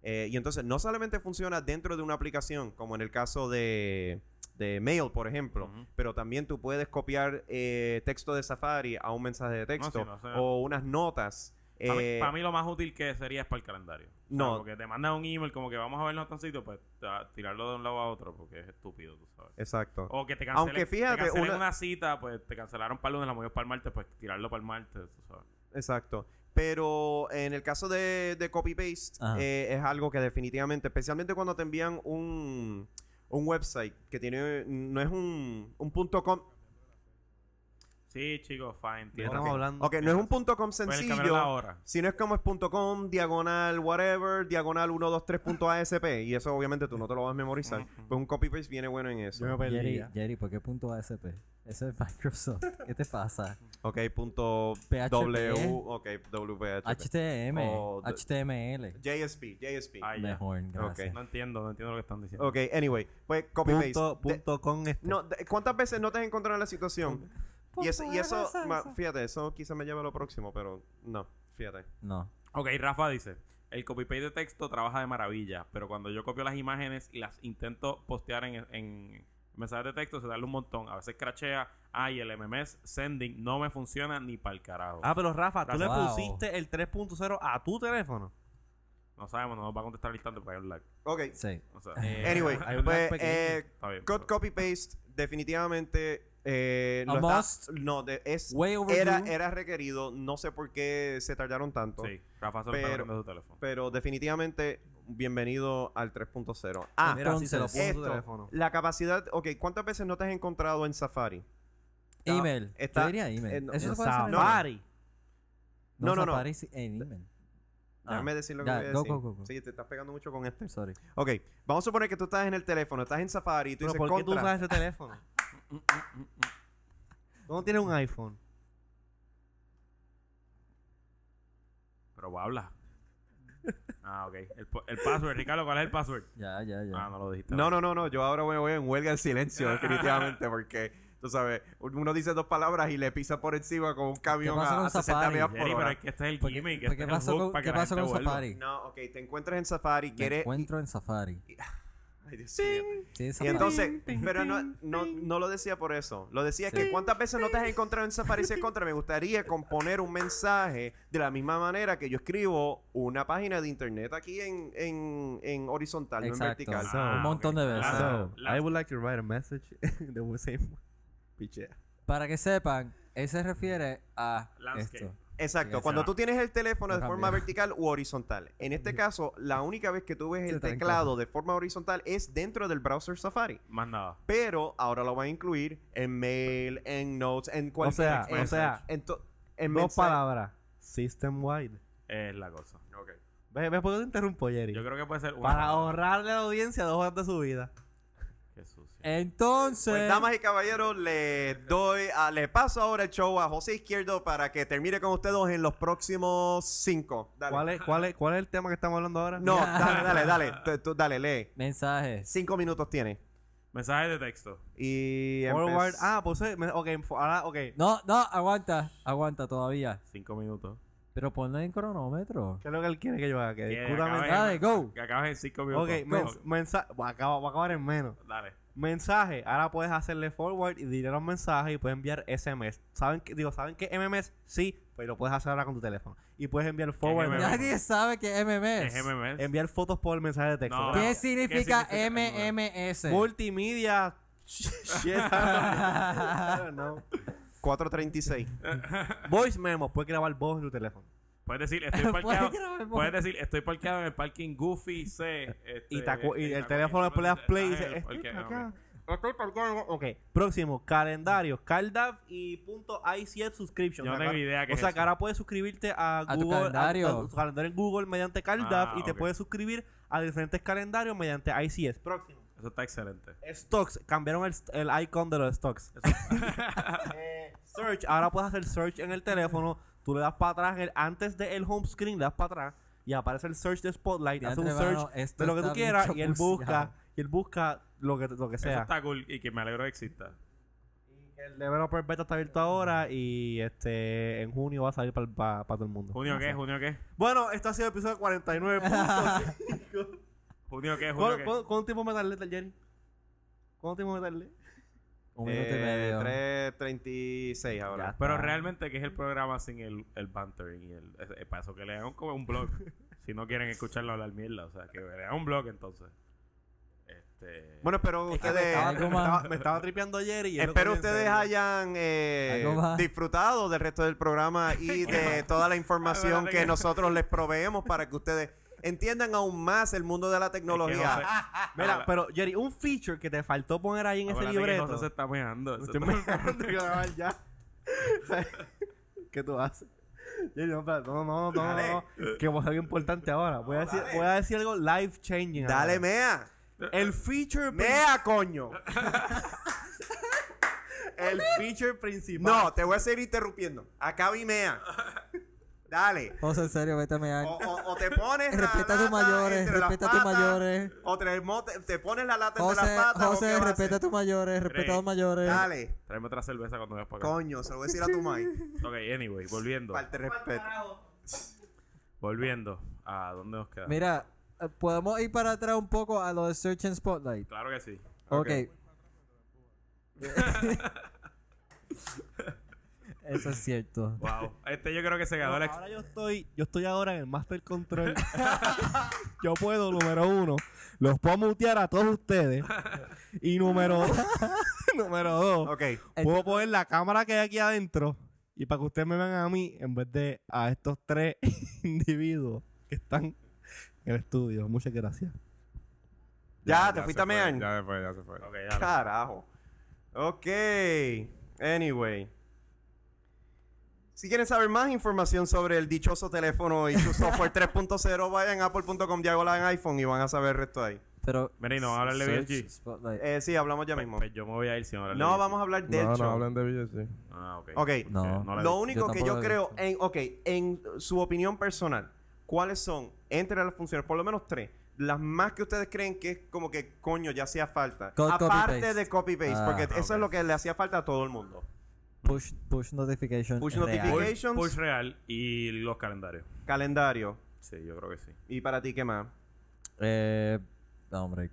Speaker 2: Eh, y entonces no solamente funciona dentro de una aplicación, como en el caso de, de Mail, por ejemplo,
Speaker 4: Ujú.
Speaker 2: pero también tú puedes copiar eh, texto de Safari a un mensaje de texto
Speaker 4: sí, no, o sea,
Speaker 2: o unas notas.
Speaker 4: Para,
Speaker 2: eh,
Speaker 4: mí, para mí lo más útil que sería es para el calendario. O sea,
Speaker 2: No.
Speaker 4: Porque te mandan un email como que vamos a vernos tancito, pues ta- tirarlo de un lado a otro porque es estúpido, tú sabes.
Speaker 2: Exacto.
Speaker 4: O que te cancelen,
Speaker 2: Aunque fíjate,
Speaker 4: te cancelen
Speaker 2: una-
Speaker 4: una... cita, pues te cancelaron para el lunes, la movimos para el martes, pues tirarlo para el martes, tú sabes.
Speaker 2: Exacto. Pero en el caso de, de copy-paste
Speaker 3: Ajá.
Speaker 2: eh, es algo que definitivamente, especialmente cuando te envían un, un website que tiene, no es un, un punto .com.
Speaker 4: Sí, chicos, fine.
Speaker 1: No
Speaker 4: entiendo.
Speaker 1: estamos hablando...
Speaker 2: Ok, no es un punto .com
Speaker 4: Pues el cabrón
Speaker 2: sencillo,
Speaker 4: ahora.
Speaker 2: sino es como es punto .com, diagonal, whatever, diagonal 123.asp. Y eso obviamente tú no te lo vas a memorizar.
Speaker 4: Ujú.
Speaker 2: Pues un copy-paste viene bueno en eso.
Speaker 1: Yo me perdí.
Speaker 3: Jerry, Jerry, ¿por qué punto ASP? Eso es Microsoft. ¿Qué te pasa?
Speaker 2: Ok, punto
Speaker 3: PHP.
Speaker 2: W, ok, WPHP.
Speaker 3: HTML.
Speaker 2: Oh, de-
Speaker 3: HTML.
Speaker 2: JSP, JSP.
Speaker 4: Ay, ya.
Speaker 3: Mejor, gracias.
Speaker 4: No entiendo, no entiendo lo que están diciendo.
Speaker 2: Ok, anyway, pues copy-paste.
Speaker 1: Punto,
Speaker 2: De-
Speaker 1: punto con este.
Speaker 2: No, de- ¿cuántas veces no te has encontrado en la situación? Y, es- y eso, ma- fíjate, eso quizá me lleve a lo próximo, pero no, fíjate.
Speaker 3: No.
Speaker 4: Ok, Rafa dice, el copy-paste de texto trabaja de maravilla, pero cuando yo copio las imágenes y las intento postear en, en mensajes de texto, se tarda un montón. A veces crachea, ay, el MMS sending no me funciona ni para el carajo.
Speaker 1: Ah, pero Rafa, tú le
Speaker 3: Wow.
Speaker 1: pusiste el 3.0 a tu teléfono.
Speaker 4: No sabemos, no nos va a contestar al instante porque hay un lag.
Speaker 2: Ok,
Speaker 3: Sí.
Speaker 4: O sea,
Speaker 1: Eh,
Speaker 2: anyway,
Speaker 1: hay un lag
Speaker 2: pues,
Speaker 1: pequeño.
Speaker 2: eh,
Speaker 4: está bien.
Speaker 2: cut,
Speaker 4: pero-
Speaker 2: copy-paste, definitivamente... Eh,
Speaker 3: A
Speaker 2: lo está-
Speaker 3: must.
Speaker 2: no, de- es,
Speaker 3: Way overdue.
Speaker 2: era, era requerido, no sé por qué se tardaron tanto.
Speaker 4: Sí, Rafa solo
Speaker 2: Pero-
Speaker 4: está abriendo su teléfono.
Speaker 2: Pero definitivamente, bienvenido al 3.0.
Speaker 1: Ah,
Speaker 2: Ah,
Speaker 1: mira, si se lo
Speaker 3: entonces,
Speaker 1: puso en tu
Speaker 2: esto,
Speaker 1: teléfono.
Speaker 2: la capacidad... Ok, ¿cuántas veces no te has encontrado en Safari?
Speaker 3: Email.
Speaker 2: está-
Speaker 3: Yo diría email.
Speaker 2: eh, no,
Speaker 3: eso
Speaker 1: En
Speaker 3: se puede hacer en email.
Speaker 1: Safari.
Speaker 2: No, no, no.
Speaker 3: Safari sí, en email. Ah,
Speaker 2: Déjame decir lo que
Speaker 3: ya,
Speaker 2: voy a
Speaker 3: go,
Speaker 2: decir.
Speaker 3: go, go, go.
Speaker 2: Sí, te estás pegando mucho con este.
Speaker 3: Sorry.
Speaker 2: Ok, vamos a suponer que tú estás en el teléfono, estás en Safari y tú
Speaker 1: Pero
Speaker 2: dices
Speaker 1: ¿por qué tú
Speaker 2: contra.
Speaker 1: usas ese teléfono? Tú no tienes un iPhone.
Speaker 4: Pero habla. Ah, ok. El, po- el password, Ricardo, ¿cuál es el password?
Speaker 3: Ya, ya, ya.
Speaker 4: Ah, no lo dijiste.
Speaker 2: No, no, no, no, yo ahora me voy en huelga de silencio definitivamente porque Tú sabes, uno dice dos palabras y le pisa por encima con un camión
Speaker 3: pasó
Speaker 2: a,
Speaker 3: con
Speaker 2: a 60
Speaker 3: Safari?
Speaker 2: millas por
Speaker 4: Jerry, pero
Speaker 2: hora.
Speaker 4: es que este es el
Speaker 3: ¿Por qué-
Speaker 4: gimmick.
Speaker 3: por
Speaker 4: este
Speaker 3: qué
Speaker 4: es el
Speaker 3: pasó
Speaker 4: hook
Speaker 3: con-
Speaker 4: para
Speaker 3: qué
Speaker 4: que la
Speaker 3: pasó
Speaker 4: gente
Speaker 3: con
Speaker 4: vuelva.
Speaker 3: Safari?
Speaker 2: No, ok, te encuentras en Safari,
Speaker 3: Me
Speaker 2: quieres...
Speaker 3: encuentro en Safari.
Speaker 2: Ay, Dios mío.
Speaker 3: Sí,
Speaker 2: Y
Speaker 3: Safari.
Speaker 2: entonces, pero no, no, no lo decía por eso. Lo decía que cuántas veces no te has encontrado en Safari y se encuentra. Me gustaría componer un mensaje de la misma manera que yo escribo una página de internet aquí en, en, en horizontal, no en
Speaker 3: Exacto.
Speaker 2: vertical.
Speaker 3: So,
Speaker 4: Ah,
Speaker 3: un montón de veces.
Speaker 4: Claro.
Speaker 1: So,
Speaker 4: la-
Speaker 1: I would like to write a message the same way. Pichea.
Speaker 3: Para que sepan, él se refiere a
Speaker 4: Landscape.
Speaker 3: esto.
Speaker 2: Exacto.
Speaker 3: Sí,
Speaker 2: Cuando
Speaker 4: sí.
Speaker 2: tú tienes el teléfono de
Speaker 3: Ajá,
Speaker 2: forma
Speaker 3: mira.
Speaker 2: vertical u horizontal. En este caso, la única vez que tú ves
Speaker 3: Sí,
Speaker 2: el
Speaker 3: está bien
Speaker 2: teclado de forma horizontal es dentro del browser Safari.
Speaker 4: Más nada.
Speaker 2: Pero ahora lo va a incluir en mail, en notes, en
Speaker 1: O
Speaker 2: cualquier...
Speaker 1: sea,
Speaker 2: en-
Speaker 1: o sea,
Speaker 2: en to- en
Speaker 1: dos
Speaker 2: mensaje.
Speaker 1: palabras. System wide.
Speaker 4: Es la cosa.
Speaker 2: Ok.
Speaker 1: ¿Ves, ves por qué te interrumpo, Jerry?
Speaker 4: Yo creo que puede ser una.
Speaker 1: Para ahorrarle a la audiencia dos horas de su vida.
Speaker 4: Qué sucio.
Speaker 3: Entonces,
Speaker 2: Pues, damas y caballeros, le doy, a- le paso ahora el show a José Izquierdo para que termine con ustedes en los próximos cinco. Dale.
Speaker 1: ¿Cuál es, cuál, es, ¿Cuál es el tema que estamos hablando ahora?
Speaker 2: No, dale, dale, dale, Tú- tú dale, lee.
Speaker 3: mensajes.
Speaker 2: Cinco minutos tiene.
Speaker 4: Mensaje de texto.
Speaker 2: Y
Speaker 1: Forward.
Speaker 2: empe-
Speaker 1: Ah, pues eh, me- ok, fo- ahora, ok.
Speaker 3: No, no, aguanta, aguanta todavía.
Speaker 4: Cinco minutos.
Speaker 3: Pero ponlo en cronómetro.
Speaker 1: ¿Qué es lo que él quiere que yo haga? Que
Speaker 4: Que
Speaker 1: discuta
Speaker 4: acabe-
Speaker 1: mensaje.
Speaker 3: Dale, go.
Speaker 4: Que acabes en cinco minutos.
Speaker 1: Ok,
Speaker 4: Go.
Speaker 1: mensaje. Va a acabar voy a acabar en menos.
Speaker 4: Dale.
Speaker 1: Mensaje. Ahora puedes hacerle forward y diré los mensajes y puedes enviar SMS. ¿Saben que, digo, ¿saben qué MMS? Sí, pero lo puedes hacer ahora con tu teléfono. Y puedes enviar forward.
Speaker 4: MMS?
Speaker 1: Nadie-
Speaker 3: Nadie sabe qué es MMS.
Speaker 4: Es MMS.
Speaker 1: Enviar fotos por el mensaje de texto.
Speaker 4: No,
Speaker 1: Gracias.
Speaker 3: ¿Qué
Speaker 4: ¿Qué
Speaker 3: significa
Speaker 4: significa
Speaker 3: MMS?
Speaker 1: Multimedia. Shit, I don't know.
Speaker 2: 436.
Speaker 1: Voice memos. Puedes grabar voz en tu teléfono.
Speaker 4: Puedes decir, estoy parqueado.
Speaker 3: grabar voz.
Speaker 4: puedes decir, estoy parqueado en el parking Goofy C. este,
Speaker 1: y, te acu- y
Speaker 4: este,
Speaker 1: el
Speaker 4: acu-
Speaker 1: teléfono
Speaker 4: entonces,
Speaker 1: le das play y
Speaker 4: ah,
Speaker 1: dice,
Speaker 4: el
Speaker 1: estoy
Speaker 4: parqueo,
Speaker 1: acá.
Speaker 4: ok.
Speaker 1: Estoy parqueado". Ok, próximo, calendario, CalDAV y punto E ICF subscription.
Speaker 4: Yo
Speaker 1: O sea,
Speaker 4: no tengo
Speaker 1: que-
Speaker 4: idea qué
Speaker 1: O
Speaker 4: es
Speaker 1: sea,
Speaker 4: eso.
Speaker 1: que ahora puedes suscribirte a,
Speaker 3: A tu
Speaker 1: Google,
Speaker 3: calendario.
Speaker 1: a tu calendario en Google mediante CalDAV
Speaker 4: Ah,
Speaker 1: y te
Speaker 4: ok.
Speaker 1: puedes suscribir a diferentes calendarios mediante ICS. Próximo.
Speaker 4: Eso está excelente.
Speaker 1: Stocks, cambiaron el, el icon de los stocks. Eh, search, ahora puedes hacer search en el teléfono. Tú le das para atrás, el- antes del home screen, le das para atrás y aparece el search de Spotlight. Hace un
Speaker 3: Diantre,
Speaker 1: search
Speaker 3: mano, esto
Speaker 1: de lo que tú
Speaker 3: está bien
Speaker 1: quieras y él
Speaker 3: chapuceado.
Speaker 1: busca, y él busca lo que, lo que
Speaker 4: Eso
Speaker 1: sea.
Speaker 4: está cool y que me alegro que exista.
Speaker 1: El developer beta está abierto ahora y este en junio va a salir para todo el mundo.
Speaker 4: ¿Junio qué? ¿Junio qué?
Speaker 1: Bueno, esto ha sido el episodio 49. punto.
Speaker 4: ¿Junio qué? ¿Junio
Speaker 1: ¿Cuánto,
Speaker 4: qué?
Speaker 1: cuánto- cuánto tiempo me tardé, Jerry? ¿Cuánto tiempo me tardé?
Speaker 3: Un minuto y
Speaker 2: Eh,
Speaker 3: medio.
Speaker 2: 336 ahora.
Speaker 4: Pero realmente, ¿qué es el programa sin el, el bantering? Y el, es- es para eso que le hagan como un blog. si no quieren escucharlo hablar mierda. O sea, que le hagan un blog entonces. Este...
Speaker 2: Bueno, espero ustedes...
Speaker 3: estaba
Speaker 1: Me estaba, me estaba tripeando Jerry. y él lo cogió
Speaker 2: Espero
Speaker 1: en
Speaker 2: ustedes
Speaker 1: serio.
Speaker 2: hayan eh,
Speaker 3: Algo más.
Speaker 2: disfrutado del resto del programa y de toda la información que nosotros les proveemos para que ustedes entiendan aún más el mundo de la tecnología.
Speaker 1: Mira, pero Jerry, un feature que te faltó poner ahí en ese libreto.
Speaker 4: se está meando. se
Speaker 1: Estoy
Speaker 4: está-
Speaker 1: empezando a grabar ya. O sea, ¿Qué tú haces? Jerry, no, espérate, no, no, no, no,
Speaker 2: Dale.
Speaker 1: no, que es algo importante ahora. Voy a decir,
Speaker 2: dale.
Speaker 1: voy a decir algo life changing.
Speaker 2: Dale, mea.
Speaker 1: El feature, prin-
Speaker 2: Mea, coño.
Speaker 1: el feature principal.
Speaker 2: No, te voy a seguir interrumpiendo. Acá y mea. Dale.
Speaker 3: José, en serio, Oh, vete a mear.
Speaker 2: O, o- o te pones la
Speaker 3: Respeta a
Speaker 2: lata
Speaker 3: tus mayores,
Speaker 2: entre las
Speaker 3: respeta a tus
Speaker 2: patas,
Speaker 3: mayores.
Speaker 2: O te, mo- te- te pones la lata entre
Speaker 3: José,
Speaker 2: las patas. ¿o qué
Speaker 3: José,
Speaker 2: vas a
Speaker 3: respeta a
Speaker 2: hacer?
Speaker 3: tus mayores, respeta a
Speaker 4: Tres.
Speaker 3: los mayores.
Speaker 2: Dale.
Speaker 4: Tráeme otra cerveza cuando veas para acá.
Speaker 2: Coño, se lo voy a decir a tu mãe.
Speaker 4: Ok, anyway, volviendo.
Speaker 2: Falta de respeto.
Speaker 4: Volviendo. ¿A dónde nos quedamos?
Speaker 3: Mira, eh, podemos ir para atrás un poco a lo de Search and Spotlight.
Speaker 4: Claro que sí.
Speaker 3: Ok.
Speaker 2: Ok.
Speaker 3: Eso es cierto.
Speaker 4: Wow. Este yo creo que se ganó la ex-
Speaker 1: Ahora yo estoy, yo estoy ahora en el Master Control. yo puedo, número uno, los puedo mutear a todos ustedes. Y número dos, número dos,
Speaker 2: Ok.
Speaker 1: puedo poner la cámara que hay aquí adentro y para que ustedes me vean a mí en vez de a estos tres individuos que están en el estudio. Muchas gracias.
Speaker 2: Ya, te fuiste
Speaker 5: se
Speaker 2: a
Speaker 5: fue,
Speaker 2: mear.
Speaker 5: Ya se fue, ya se fue.
Speaker 4: Ok, dale.
Speaker 2: Carajo. Ok. Anyway. Si quieren saber más información sobre el dichoso teléfono y su software 3.0, vayan a apple.com diagonal iPhone y van a saber el resto ahí.
Speaker 3: Pero.
Speaker 4: Mira, y no, háblale bien,
Speaker 3: Search
Speaker 4: G.
Speaker 3: Spotlight.
Speaker 2: Eh, sí, hablamos ya mismo.
Speaker 4: Pues yo me voy a ir sin hablar.
Speaker 2: No, vamos a hablar del
Speaker 5: no,
Speaker 2: show.
Speaker 5: no hablan de billetes.
Speaker 4: Ah, ok.
Speaker 2: Ok.
Speaker 4: Porque
Speaker 3: No.
Speaker 4: la
Speaker 2: Lo
Speaker 4: vi.
Speaker 2: único
Speaker 3: Yo
Speaker 2: que yo
Speaker 3: tampoco la he
Speaker 2: creo,
Speaker 3: visto.
Speaker 2: en, ok, en su opinión personal, ¿cuáles son, entre las funciones, por lo menos tres, las más que ustedes creen que es como que coño ya hacía falta.
Speaker 3: Co-
Speaker 2: Aparte
Speaker 3: copy-paste.
Speaker 2: de copy paste,
Speaker 3: Ah,
Speaker 2: porque
Speaker 4: ok.
Speaker 2: eso es lo que le hacía falta a todo el mundo.
Speaker 3: Push, push notification.
Speaker 2: Push
Speaker 3: es real.
Speaker 2: notification. Notifications.
Speaker 4: Push, push real y los calendarios.
Speaker 2: Calendario.
Speaker 4: Sí, yo creo que sí.
Speaker 2: ¿Y para ti qué más?
Speaker 3: Eh, no, hombre.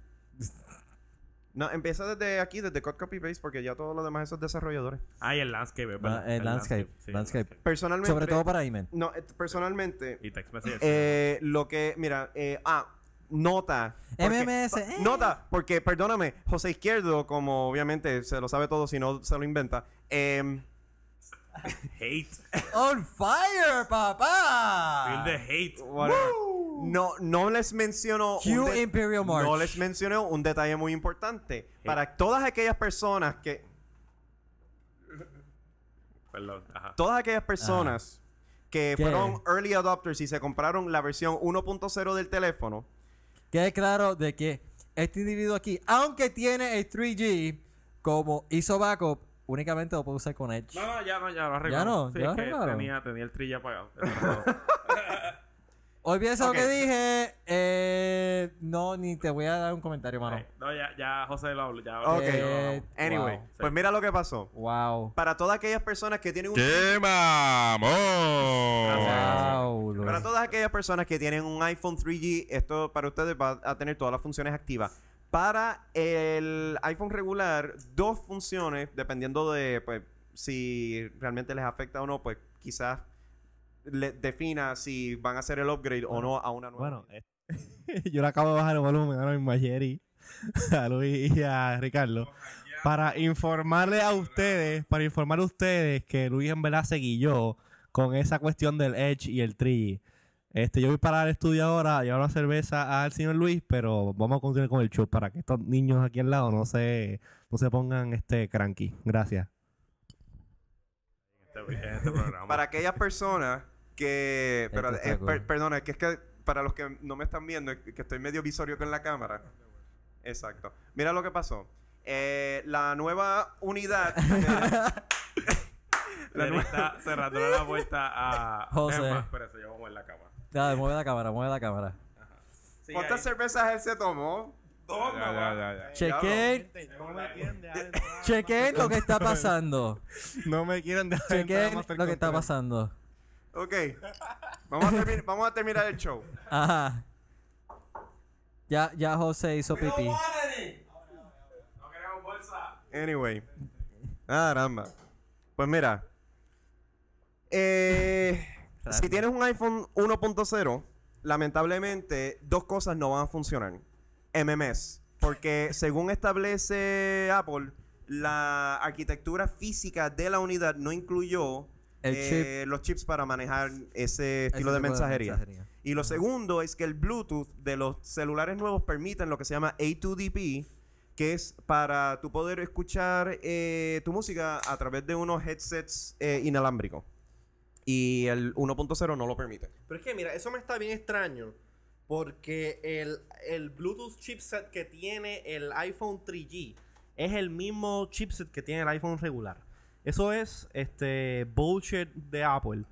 Speaker 2: No, empieza desde aquí, desde cut copy paste, porque ya todo lo demás esos desarrolladores.
Speaker 4: Ah, y el landscape, es
Speaker 3: Ah,
Speaker 4: verdad.
Speaker 3: eh, landscape,
Speaker 4: sí,
Speaker 3: landscape.
Speaker 2: Personalmente.
Speaker 3: Sobre todo para email.
Speaker 2: No, eh, personalmente.
Speaker 4: Y text message.
Speaker 2: Eh, lo que, mira, eh, ah, nota. Porque-
Speaker 3: MMS,
Speaker 2: pa-
Speaker 3: eh.
Speaker 2: Nota, porque, perdóname, José Izquierdo, como obviamente se lo sabe todo si no se lo inventa, em,
Speaker 4: hate.
Speaker 3: ¡On fire,
Speaker 2: ah,
Speaker 4: Feel the
Speaker 3: papá!
Speaker 4: hate.
Speaker 2: whatever, no, no les mencionó...
Speaker 3: Q
Speaker 2: de-
Speaker 3: Imperial March.
Speaker 2: No les mencionó un detalle muy importante. Para todas aquellas personas que...
Speaker 4: Perdón. Ajá.
Speaker 2: Todas aquellas personas que
Speaker 3: ¿Qué?
Speaker 2: fueron early adopters y se compraron la versión 1.0 del teléfono,
Speaker 3: Quede claro de que este individuo aquí, aunque tiene el 3G, como hizo backup, únicamente lo puede usar con Edge.
Speaker 4: No, no, ya no, ya lo arreglaron.
Speaker 3: no,
Speaker 4: sí,
Speaker 3: ya
Speaker 4: es que
Speaker 3: arreglaron.
Speaker 4: tenía, tenía el trilla apagado. Eso no.
Speaker 3: Olvídese
Speaker 2: Ok.
Speaker 3: lo que dije. Eh, no, ni te voy a dar un comentario, mano.
Speaker 4: Ok, No, ya, ya José lo habló. Ya,
Speaker 2: Ok.
Speaker 3: Eh,
Speaker 2: anyway,
Speaker 3: wow.
Speaker 2: pues mira lo que pasó.
Speaker 3: Wow.
Speaker 2: Para todas aquellas personas que tienen un...
Speaker 6: ¡Qué mamón!
Speaker 3: Wow. Luis.
Speaker 2: Para todas aquellas personas que tienen un iPhone 3G, esto para ustedes va a tener todas las funciones activas. Para el iPhone regular, dos funciones, dependiendo de pues, si realmente les afecta o no, pues quizás le- defina si van a hacer el upgrade o no a una nueva.
Speaker 7: Bueno, eh, yo le acabo de bajar el volumen ahora mismo a Jerry, a Luis y a Ricardo. Para informarle a ustedes, para informarle a ustedes que Luis en verdad se guilló con esa cuestión del Edge y el 3G. Este, yo voy para el estudio ahora a llevar una cerveza al señor Luis, pero vamos a continuar con el show para que estos niños aquí al lado no se, no se pongan este cranky. Gracias.
Speaker 4: Este- en este programa.
Speaker 2: Para aquellas personas que...
Speaker 3: Esto
Speaker 2: Pero,
Speaker 3: Este está
Speaker 2: eh,
Speaker 3: cool.
Speaker 2: per- perdona, es que es que para los que no me están viendo, es que estoy medio visorio con la cámara. Exacto. Mira lo que pasó. Eh, la nueva unidad...
Speaker 4: La está cerrando la puerta a
Speaker 3: José.
Speaker 4: Es más, espérate, yo voy a mover la cámara.
Speaker 3: Dale, mueve la cámara, mueve la cámara.
Speaker 4: Sí,
Speaker 2: ¿Cuántas
Speaker 4: ahí.
Speaker 2: cervezas él se tomó?
Speaker 4: Toma,
Speaker 5: Ya,
Speaker 4: guau.
Speaker 5: ya, ya.
Speaker 3: Chequen, chequen lo que está pasando.
Speaker 7: No me quieren dejar entrar a
Speaker 3: Chequen
Speaker 7: Master
Speaker 3: lo que está
Speaker 7: Control.
Speaker 3: pasando.
Speaker 2: Ok. Vamos a, termi- vamos a terminar el show.
Speaker 3: Ajá. Ya, ya José hizo pipí.
Speaker 4: No queremos bolsa.
Speaker 2: Anyway. Caramba. Pues mira. Eh, si tienes un iPhone 1.0, lamentablemente dos cosas no van a funcionar. MMS. Porque según establece Apple, la arquitectura física de la unidad no incluyó
Speaker 3: El
Speaker 2: eh, los chips para manejar ese estilo de
Speaker 3: tipo de
Speaker 2: mensajería.
Speaker 3: mensajería.
Speaker 2: Y lo segundo es que el Bluetooth de los celulares nuevos permiten lo que se llama A2DP, que es para tu poder escuchar eh, tu música a través de unos headsets eh, inalámbricos. Y el 1.0 no lo permite.
Speaker 1: Pero es que, mira, eso me está bien extraño. Porque el, el Bluetooth chipset que tiene el iPhone 3G es el mismo chipset que tiene el iPhone regular. Eso es este bullshit de Apple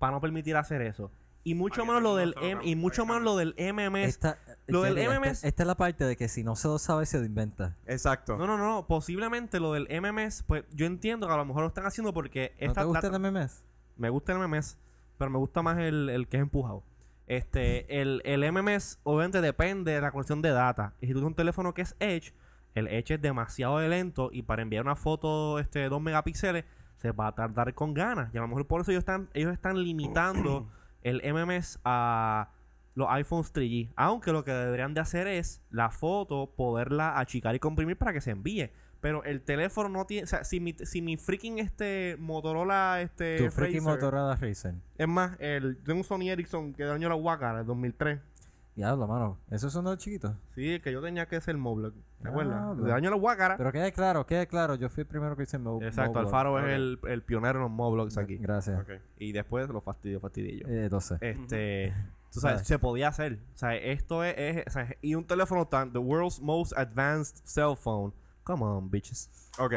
Speaker 1: para no permitir hacer eso. Y mucho
Speaker 4: Para que
Speaker 1: menos lo
Speaker 4: todo el
Speaker 1: del
Speaker 4: mundo
Speaker 1: M-
Speaker 4: se lo
Speaker 1: y
Speaker 4: cambie,
Speaker 1: mucho
Speaker 4: para
Speaker 1: más
Speaker 4: que
Speaker 1: lo del MMS.
Speaker 3: Esta,
Speaker 1: Lo del
Speaker 3: Jerry, esta-
Speaker 1: MMS.
Speaker 3: Esta, es la parte de que si no se lo sabe, se lo inventa.
Speaker 2: Exacto.
Speaker 1: No, no, no, no, posiblemente lo del MMS, pues yo entiendo que a lo mejor lo están haciendo porque
Speaker 3: ¿No
Speaker 1: esta
Speaker 3: te
Speaker 1: la-
Speaker 3: gusta el MMS?
Speaker 1: Me gusta el MMS, pero me gusta más el, el que es empujado. Este, el, el MMS obviamente depende de la conexión de data. Y si tú tienes un teléfono que es Edge, el Edge es demasiado de lento y para enviar una foto este, de 2 megapíxeles se va a tardar con ganas. Y a lo mejor por eso ellos están, ellos están limitando el MMS a los iPhones 3G. Aunque lo que deberían de hacer es la foto poderla achicar y comprimir para que se envíe. Pero el teléfono no tiene... O sea, si mi, si mi freaking este Motorola...
Speaker 2: eh,
Speaker 1: Este,
Speaker 3: Tu freaking
Speaker 1: Razer-
Speaker 3: Motorola Razer.
Speaker 1: es más, el, tengo un Sony Ericsson que dañó la Huacara en el 2003.
Speaker 3: Diablo, mano. Esos son los chiquitos.
Speaker 1: Sí, el que yo tenía que ser Moblog. ¿Te
Speaker 3: Ah,
Speaker 1: acuerdas?
Speaker 3: bro.
Speaker 1: Le dañó la
Speaker 2: Ah.
Speaker 1: Huacara.
Speaker 3: Pero quede claro, quede claro. Yo fui el primero que hice el
Speaker 1: Exacto, Alfaro es el, el pionero en los Moblogs aquí.
Speaker 3: Gracias.
Speaker 1: Y después lo fastidio, fastidié yo.
Speaker 3: Eh, 12.
Speaker 1: Este. Tú sabes,
Speaker 3: Vale.
Speaker 1: se podía hacer. O sea, esto es. es- o sea, y un teléfono tan. The world's most advanced cell phone. Come on, bitches.
Speaker 2: Ok.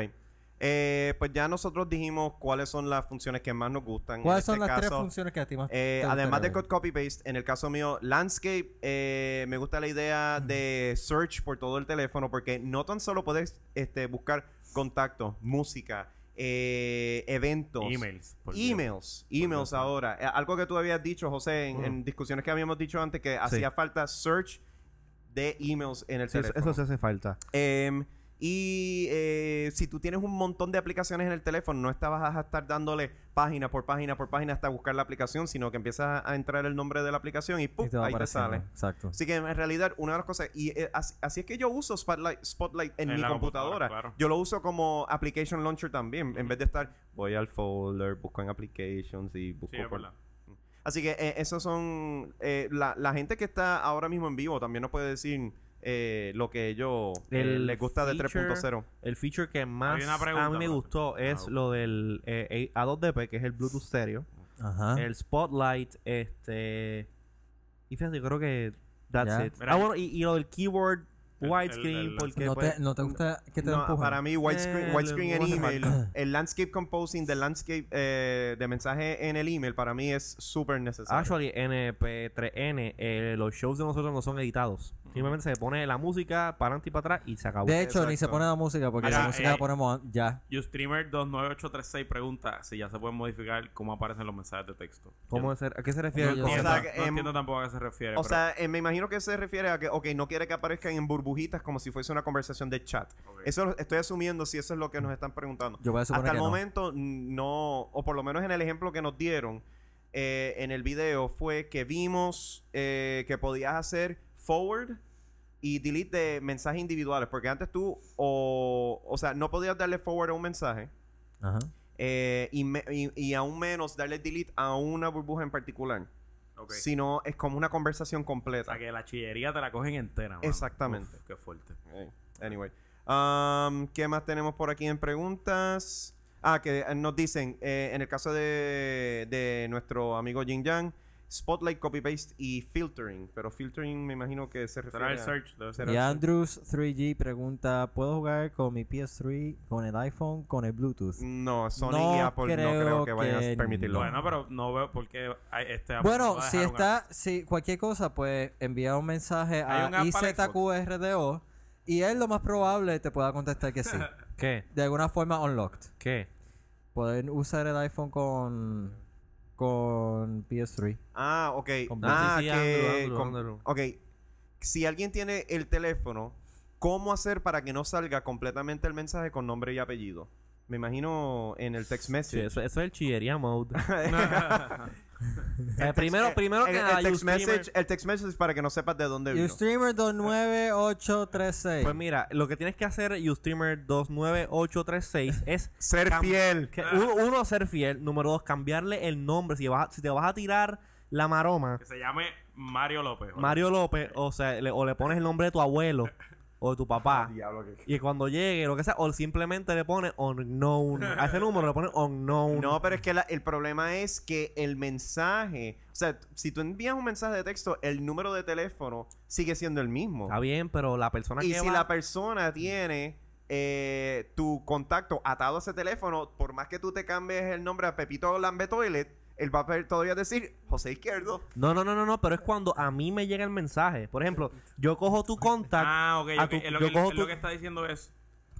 Speaker 2: Eh, pues ya nosotros dijimos cuáles son las funciones que más nos gustan. En
Speaker 3: ¿Cuáles son
Speaker 2: este
Speaker 3: las tres
Speaker 2: caso,
Speaker 3: funciones que a ti más
Speaker 2: eh,
Speaker 3: te
Speaker 2: además de
Speaker 3: gustaron?
Speaker 2: cut copy paste, en el caso mío, landscape, eh, me gusta la idea de search por todo el teléfono porque no tan solo puedes este, buscar contactos, música, eh, eventos,
Speaker 4: Emails. por Dios. Mm.
Speaker 2: emails, emails ahora. Eh, Algo que tú habías dicho, José, en,
Speaker 1: Ujú.
Speaker 2: en discusiones que habíamos dicho antes que hacía falta search de emails en el
Speaker 1: Sí, eso,
Speaker 2: teléfono.
Speaker 1: eso se hace falta.
Speaker 2: Em, y eh, si tú tienes un montón de aplicaciones en el teléfono, no estabas a estar dándole página por página por página hasta buscar la aplicación, sino que empiezas a entrar el nombre de la aplicación y ¡pum!
Speaker 3: Y te va
Speaker 2: Uh, ahí te
Speaker 3: apareciendo.
Speaker 2: sale.
Speaker 3: Exacto.
Speaker 2: Así que en realidad, una de las cosas, y eh, así, así es que yo uso Spotlight, Spotlight en,
Speaker 4: En
Speaker 2: mi
Speaker 4: la
Speaker 2: computadora.
Speaker 4: computadora, claro.
Speaker 2: Yo lo uso como application launcher también, en vez de estar, voy al folder, busco en applications y busco
Speaker 4: Sí, es
Speaker 2: por
Speaker 4: verdad.
Speaker 2: Así que eh, esos son. eh, la, la gente que está ahora mismo en vivo también nos puede decir eh, lo que ellos eh,
Speaker 1: El
Speaker 2: les gusta de
Speaker 1: feature-
Speaker 2: 3.0
Speaker 1: El feature que más
Speaker 4: una pregunta,
Speaker 1: a mí me
Speaker 4: espérate.
Speaker 1: gustó es
Speaker 4: ok.
Speaker 1: lo del eh, A2DP, que es el Bluetooth Stereo.
Speaker 3: Ajá.
Speaker 1: El Spotlight, este... Y fíjate, yo creo que that's
Speaker 3: Ya.
Speaker 1: it.
Speaker 4: Mira,
Speaker 1: ah, bueno, y, y lo del keyboard
Speaker 4: el-
Speaker 1: widescreen,
Speaker 4: el- el-
Speaker 1: porque...
Speaker 3: ¿No,
Speaker 1: pues,
Speaker 3: te, ¿No te gusta que te
Speaker 2: No,
Speaker 3: empujan?
Speaker 2: para mí, widescreen,
Speaker 1: Eh,
Speaker 2: widescreen en
Speaker 1: no hace
Speaker 2: email, el landscape composing de landscape eh, de mensaje en el email, para mí es súper necesario.
Speaker 1: Actually, en eh, P3N, eh, los shows de nosotros no son editados. Simplemente se pone la música, para adelante y para atrás y se acabó.
Speaker 3: De hecho, ni se
Speaker 2: Exacto.
Speaker 3: pone la música porque
Speaker 4: Mira,
Speaker 3: la música
Speaker 4: eh,
Speaker 3: la ponemos ya.
Speaker 4: Ustreamer 29836 pregunta si ya se pueden modificar cómo aparecen los mensajes de texto.
Speaker 1: ¿Cómo es, ¿A qué se refiere?
Speaker 3: No,
Speaker 1: el
Speaker 3: yo-
Speaker 2: O
Speaker 1: concepto?
Speaker 4: Entiendo,
Speaker 2: sea, que,
Speaker 4: no
Speaker 2: em,
Speaker 4: entiendo tampoco a qué se refiere.
Speaker 2: O
Speaker 4: pero-
Speaker 2: sea, eh, me imagino que se refiere a que, ok, no quiere que aparezcan en burbujitas como si fuese una conversación de chat.
Speaker 4: Ok.
Speaker 2: Eso lo- estoy asumiendo si eso es lo que nos están preguntando.
Speaker 3: Yo voy a suponer
Speaker 2: Hasta el
Speaker 3: que no.
Speaker 2: momento no. o por lo menos en el ejemplo que nos dieron eh, en el video fue que vimos eh, que podías hacer forward y delete de mensajes individuales, porque antes tú o, o sea, no podías darle forward a un mensaje
Speaker 3: Ajá.
Speaker 2: eh, y, me- y- y aún menos darle delete a una burbuja en particular,
Speaker 4: Ok.
Speaker 2: sino es como una conversación
Speaker 4: O
Speaker 2: completa.
Speaker 4: sea, que la chillería te la cogen entera. mano.
Speaker 2: Exactamente.
Speaker 4: Uf, qué fuerte.
Speaker 2: Eh, Anyway. Um, ¿Qué más tenemos por aquí en preguntas? Ah, que eh, nos dicen, eh, en el caso de, de nuestro amigo Jin Yang, Spotlight, Copy-Paste y Filtering. Pero Filtering me imagino que se refiere
Speaker 4: Será el
Speaker 2: a-
Speaker 4: search. Debe ser
Speaker 2: Será
Speaker 3: Y
Speaker 2: el-
Speaker 3: Andrews 3G pregunta, ¿puedo jugar con mi PS3, con el iPhone, con el Bluetooth?
Speaker 4: Mm,
Speaker 2: No, Sony y
Speaker 3: No
Speaker 2: Apple no creo
Speaker 3: creo
Speaker 2: que vayan
Speaker 3: que
Speaker 2: a permitirlo.
Speaker 4: Bueno, pero no veo por qué hay este Apple no
Speaker 3: Bueno,
Speaker 4: va a
Speaker 3: si
Speaker 4: dejar un
Speaker 3: está, si cualquier cosa, pues envía un mensaje
Speaker 4: Hay un
Speaker 3: a
Speaker 4: app para
Speaker 3: IZQRDO y él lo más probable te pueda contestar que sí.
Speaker 1: ¿Qué?
Speaker 3: De alguna forma unlocked.
Speaker 1: ¿Qué?
Speaker 3: Poder usar el iPhone con con PS3.
Speaker 2: Ah, ok.
Speaker 3: Con
Speaker 2: Ah,
Speaker 1: Bluetooth. Sí, sí,
Speaker 2: que...
Speaker 1: Andrew,
Speaker 2: con-
Speaker 1: Andrew,
Speaker 2: Ok. Si alguien tiene el teléfono, ¿cómo hacer para que no salga completamente el mensaje con nombre y apellido? Me imagino en el text
Speaker 1: Sí,
Speaker 2: message.
Speaker 1: eso, eso es el chillería mode. Eh,
Speaker 2: Eh,
Speaker 1: primero, primero
Speaker 2: el,
Speaker 1: que
Speaker 2: el
Speaker 1: nada,
Speaker 2: text
Speaker 1: Ustreamer-
Speaker 2: message, el text message para que no sepas de dónde vino.
Speaker 3: Ustreamer
Speaker 1: Pues
Speaker 3: 29836.
Speaker 1: mira, lo que tienes que hacer, Ustreamer 29836, es
Speaker 2: Ser
Speaker 1: Cam-
Speaker 2: fiel.
Speaker 4: Ah.
Speaker 1: que- uno, uno, ser fiel. Número dos, cambiarle el nombre. Si, vas a- si te vas a tirar la maroma,
Speaker 4: Que se llame Mario López. ¿vale?
Speaker 1: Mario López, o sea, le, o le pones el nombre de tu abuelo o de tu papá. Y cuando llegue, lo que sea, o simplemente le pones unknown. A ese número le pones unknown.
Speaker 2: No, pero es que la- el problema es que el mensaje, o sea, t- si tú envías un mensaje de texto, el número de teléfono sigue siendo el mismo.
Speaker 1: Está bien, pero la persona
Speaker 2: Y
Speaker 1: que
Speaker 2: si
Speaker 1: va-
Speaker 2: la persona tiene eh, tu contacto atado a ese teléfono, por más que tú te cambies el nombre a Pepito Lambetoilet, él va a poder todavía decir José Izquierdo.
Speaker 1: No, no, no, no, no, pero es cuando a mí me llega el mensaje. Por ejemplo, yo cojo tu contacto.
Speaker 4: Ah, ok.
Speaker 1: a
Speaker 4: ok.
Speaker 1: tu-
Speaker 4: Eh, lo,
Speaker 1: yo
Speaker 4: que,
Speaker 1: cojo
Speaker 4: eh, lo
Speaker 1: tu-
Speaker 4: que está diciendo es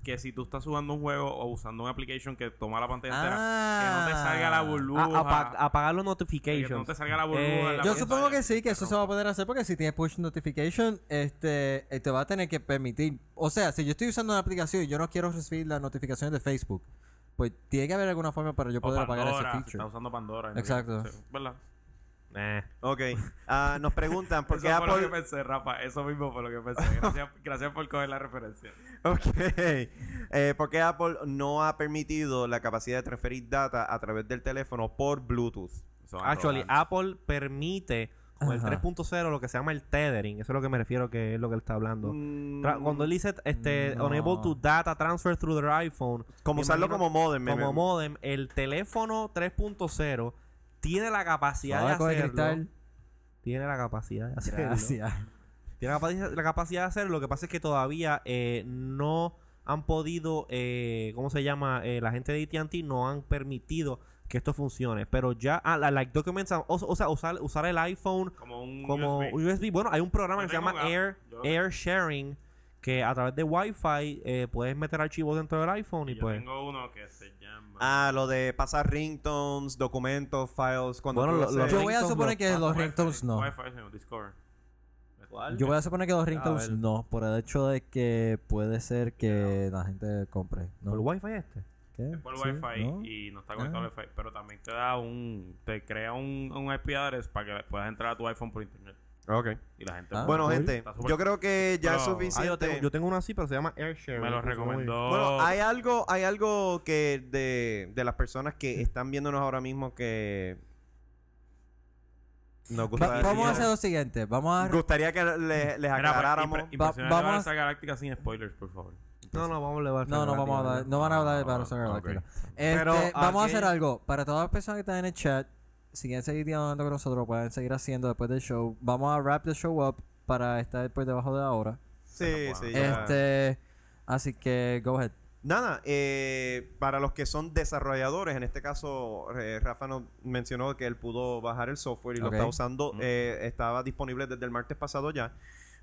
Speaker 4: que si tú estás jugando un juego o usando una application que toma la pantalla
Speaker 3: Ah.
Speaker 4: entera, que no te salga la
Speaker 2: Ah,
Speaker 4: burbuja.
Speaker 1: a- apa- apagar los
Speaker 4: que no
Speaker 1: notifications.
Speaker 4: te salga la burbuja.
Speaker 1: Eh,
Speaker 4: en la
Speaker 1: la
Speaker 3: Yo
Speaker 4: pantalla.
Speaker 3: supongo que sí, que eso se va a poder hacer porque si tienes push notification, este eh, te va a tener que permitir. O sea, si yo estoy usando una aplicación y yo no quiero recibir las notificaciones de Facebook, pues tiene que haber alguna forma para yo
Speaker 4: O
Speaker 3: poder
Speaker 4: Pandora,
Speaker 3: apagar
Speaker 4: si
Speaker 3: ese
Speaker 4: Está
Speaker 3: feature.
Speaker 4: usando Pandora. ¿no?
Speaker 3: Exacto.
Speaker 4: Sí, ¿Verdad?
Speaker 1: Eh.
Speaker 2: Ok. Ah, nos preguntan por qué
Speaker 4: eso fue
Speaker 2: Apple...
Speaker 4: lo que pensé, Rafa. Eso mismo fue lo que pensé. Gracias, gracias por coger la referencia.
Speaker 2: Ok. Eh, ¿Por qué Apple no ha permitido la capacidad de transferir data a través del teléfono por Bluetooth?
Speaker 4: Eso va a
Speaker 1: Actually,
Speaker 4: robar.
Speaker 1: Apple permite con el
Speaker 3: Ajá.
Speaker 1: 3.0 lo que se llama el tethering. Eso es lo que me refiero, que es lo que él está hablando.
Speaker 2: Mm,
Speaker 1: Tra- Cuando él dice este,
Speaker 3: No.
Speaker 1: unable to data transfer through their iPhone,
Speaker 2: como
Speaker 1: me
Speaker 2: usarlo
Speaker 1: imagino-
Speaker 2: como modem. me-
Speaker 1: como
Speaker 2: me-
Speaker 1: modem, el teléfono 3.0 tiene la capacidad de
Speaker 3: Ahora coge
Speaker 1: hacerlo.
Speaker 3: cristal.
Speaker 1: Tiene la capacidad de hacerlo.
Speaker 3: Gracias.
Speaker 1: Tiene la, capaci- la capacidad de hacerlo. Lo que pasa es que todavía eh, no han podido, eh, ¿cómo se llama? Eh, la gente de AT&T no han permitido que esto funcione. Pero ya, ah, la, like documents, o, o sea, usar, usar el iPhone
Speaker 4: Como un
Speaker 1: como
Speaker 4: USB.
Speaker 1: USB. Bueno, hay un programa
Speaker 4: Yo
Speaker 1: que se llama
Speaker 4: tengo un
Speaker 1: Air,
Speaker 4: app. Yo-
Speaker 1: Air Sharing que a través de Wi-Fi eh, puedes meter archivos dentro del iPhone y
Speaker 4: Yo
Speaker 1: pues...
Speaker 4: tengo uno que se llama...
Speaker 2: Ah, lo de pasar ringtones, documentos, files, cuando
Speaker 1: Bueno,
Speaker 2: tú
Speaker 1: lo- lo-
Speaker 2: haces-
Speaker 3: Yo voy a
Speaker 1: ringtones
Speaker 3: suponer que
Speaker 4: Ah,
Speaker 3: los
Speaker 4: Wi-Fi,
Speaker 3: ringtones no.
Speaker 4: Wi-Fi, no, Discord.
Speaker 1: ¿Cuál?
Speaker 3: Yo voy a suponer que los
Speaker 1: A
Speaker 3: ringtones
Speaker 1: ver.
Speaker 3: no, por el hecho de que puede ser que la gente compre. ¿no?
Speaker 1: ¿Por Wi-Fi este?
Speaker 3: ¿Qué?
Speaker 4: Por
Speaker 3: Sí,
Speaker 4: Wi-Fi
Speaker 3: ¿no?
Speaker 4: y no está conectado al Wi-Fi. Pero también te da un... Te crea un, un IP address para que puedas entrar a tu iPhone por internet.
Speaker 2: Ok.
Speaker 4: Y la gente... pues,
Speaker 3: Ah,
Speaker 2: bueno,
Speaker 3: cool.
Speaker 2: gente,
Speaker 4: Está súper-
Speaker 2: yo creo que
Speaker 1: Ah,
Speaker 2: ya es
Speaker 4: Pero-
Speaker 1: yo,
Speaker 2: suficiente.
Speaker 1: tengo, yo tengo uno así, pero se llama Air Sharing.
Speaker 4: Me lo
Speaker 1: Funciona muy bien.
Speaker 4: recomendó...
Speaker 2: Bueno, hay algo, hay algo que de, de las personas que están viéndonos ahora mismo que nos
Speaker 3: Va-
Speaker 2: gustaría,
Speaker 3: vamos a hacer lo siguiente. Vamos a
Speaker 2: gustaría que le- les
Speaker 4: Mira, pues,
Speaker 2: aclaráramos.
Speaker 4: impre- impresiona la
Speaker 3: Va- vamos-
Speaker 4: Battlestar Galáctica sin spoilers, por favor.
Speaker 1: No, no, vamos a levar.
Speaker 3: No, no vamos a hablar, no van a hablar de Battlestar
Speaker 4: Ah,
Speaker 3: Galactica. Este,
Speaker 2: Pero,
Speaker 3: vamos a hacer
Speaker 2: aquí-
Speaker 3: algo. Para todas las personas que están en el chat, si quieren seguir dialogando con nosotros, lo pueden seguir haciendo después del show. Vamos a wrap the show up para estar por debajo de la hora.
Speaker 2: sí, sí. ya.
Speaker 3: Este, así que go ahead.
Speaker 2: Nada, eh, para los que son desarrolladores, en este caso eh, Rafa nos mencionó que él pudo bajar el software y
Speaker 3: Ok. Mm.
Speaker 2: lo está usando, eh, estaba disponible desde el martes pasado ya.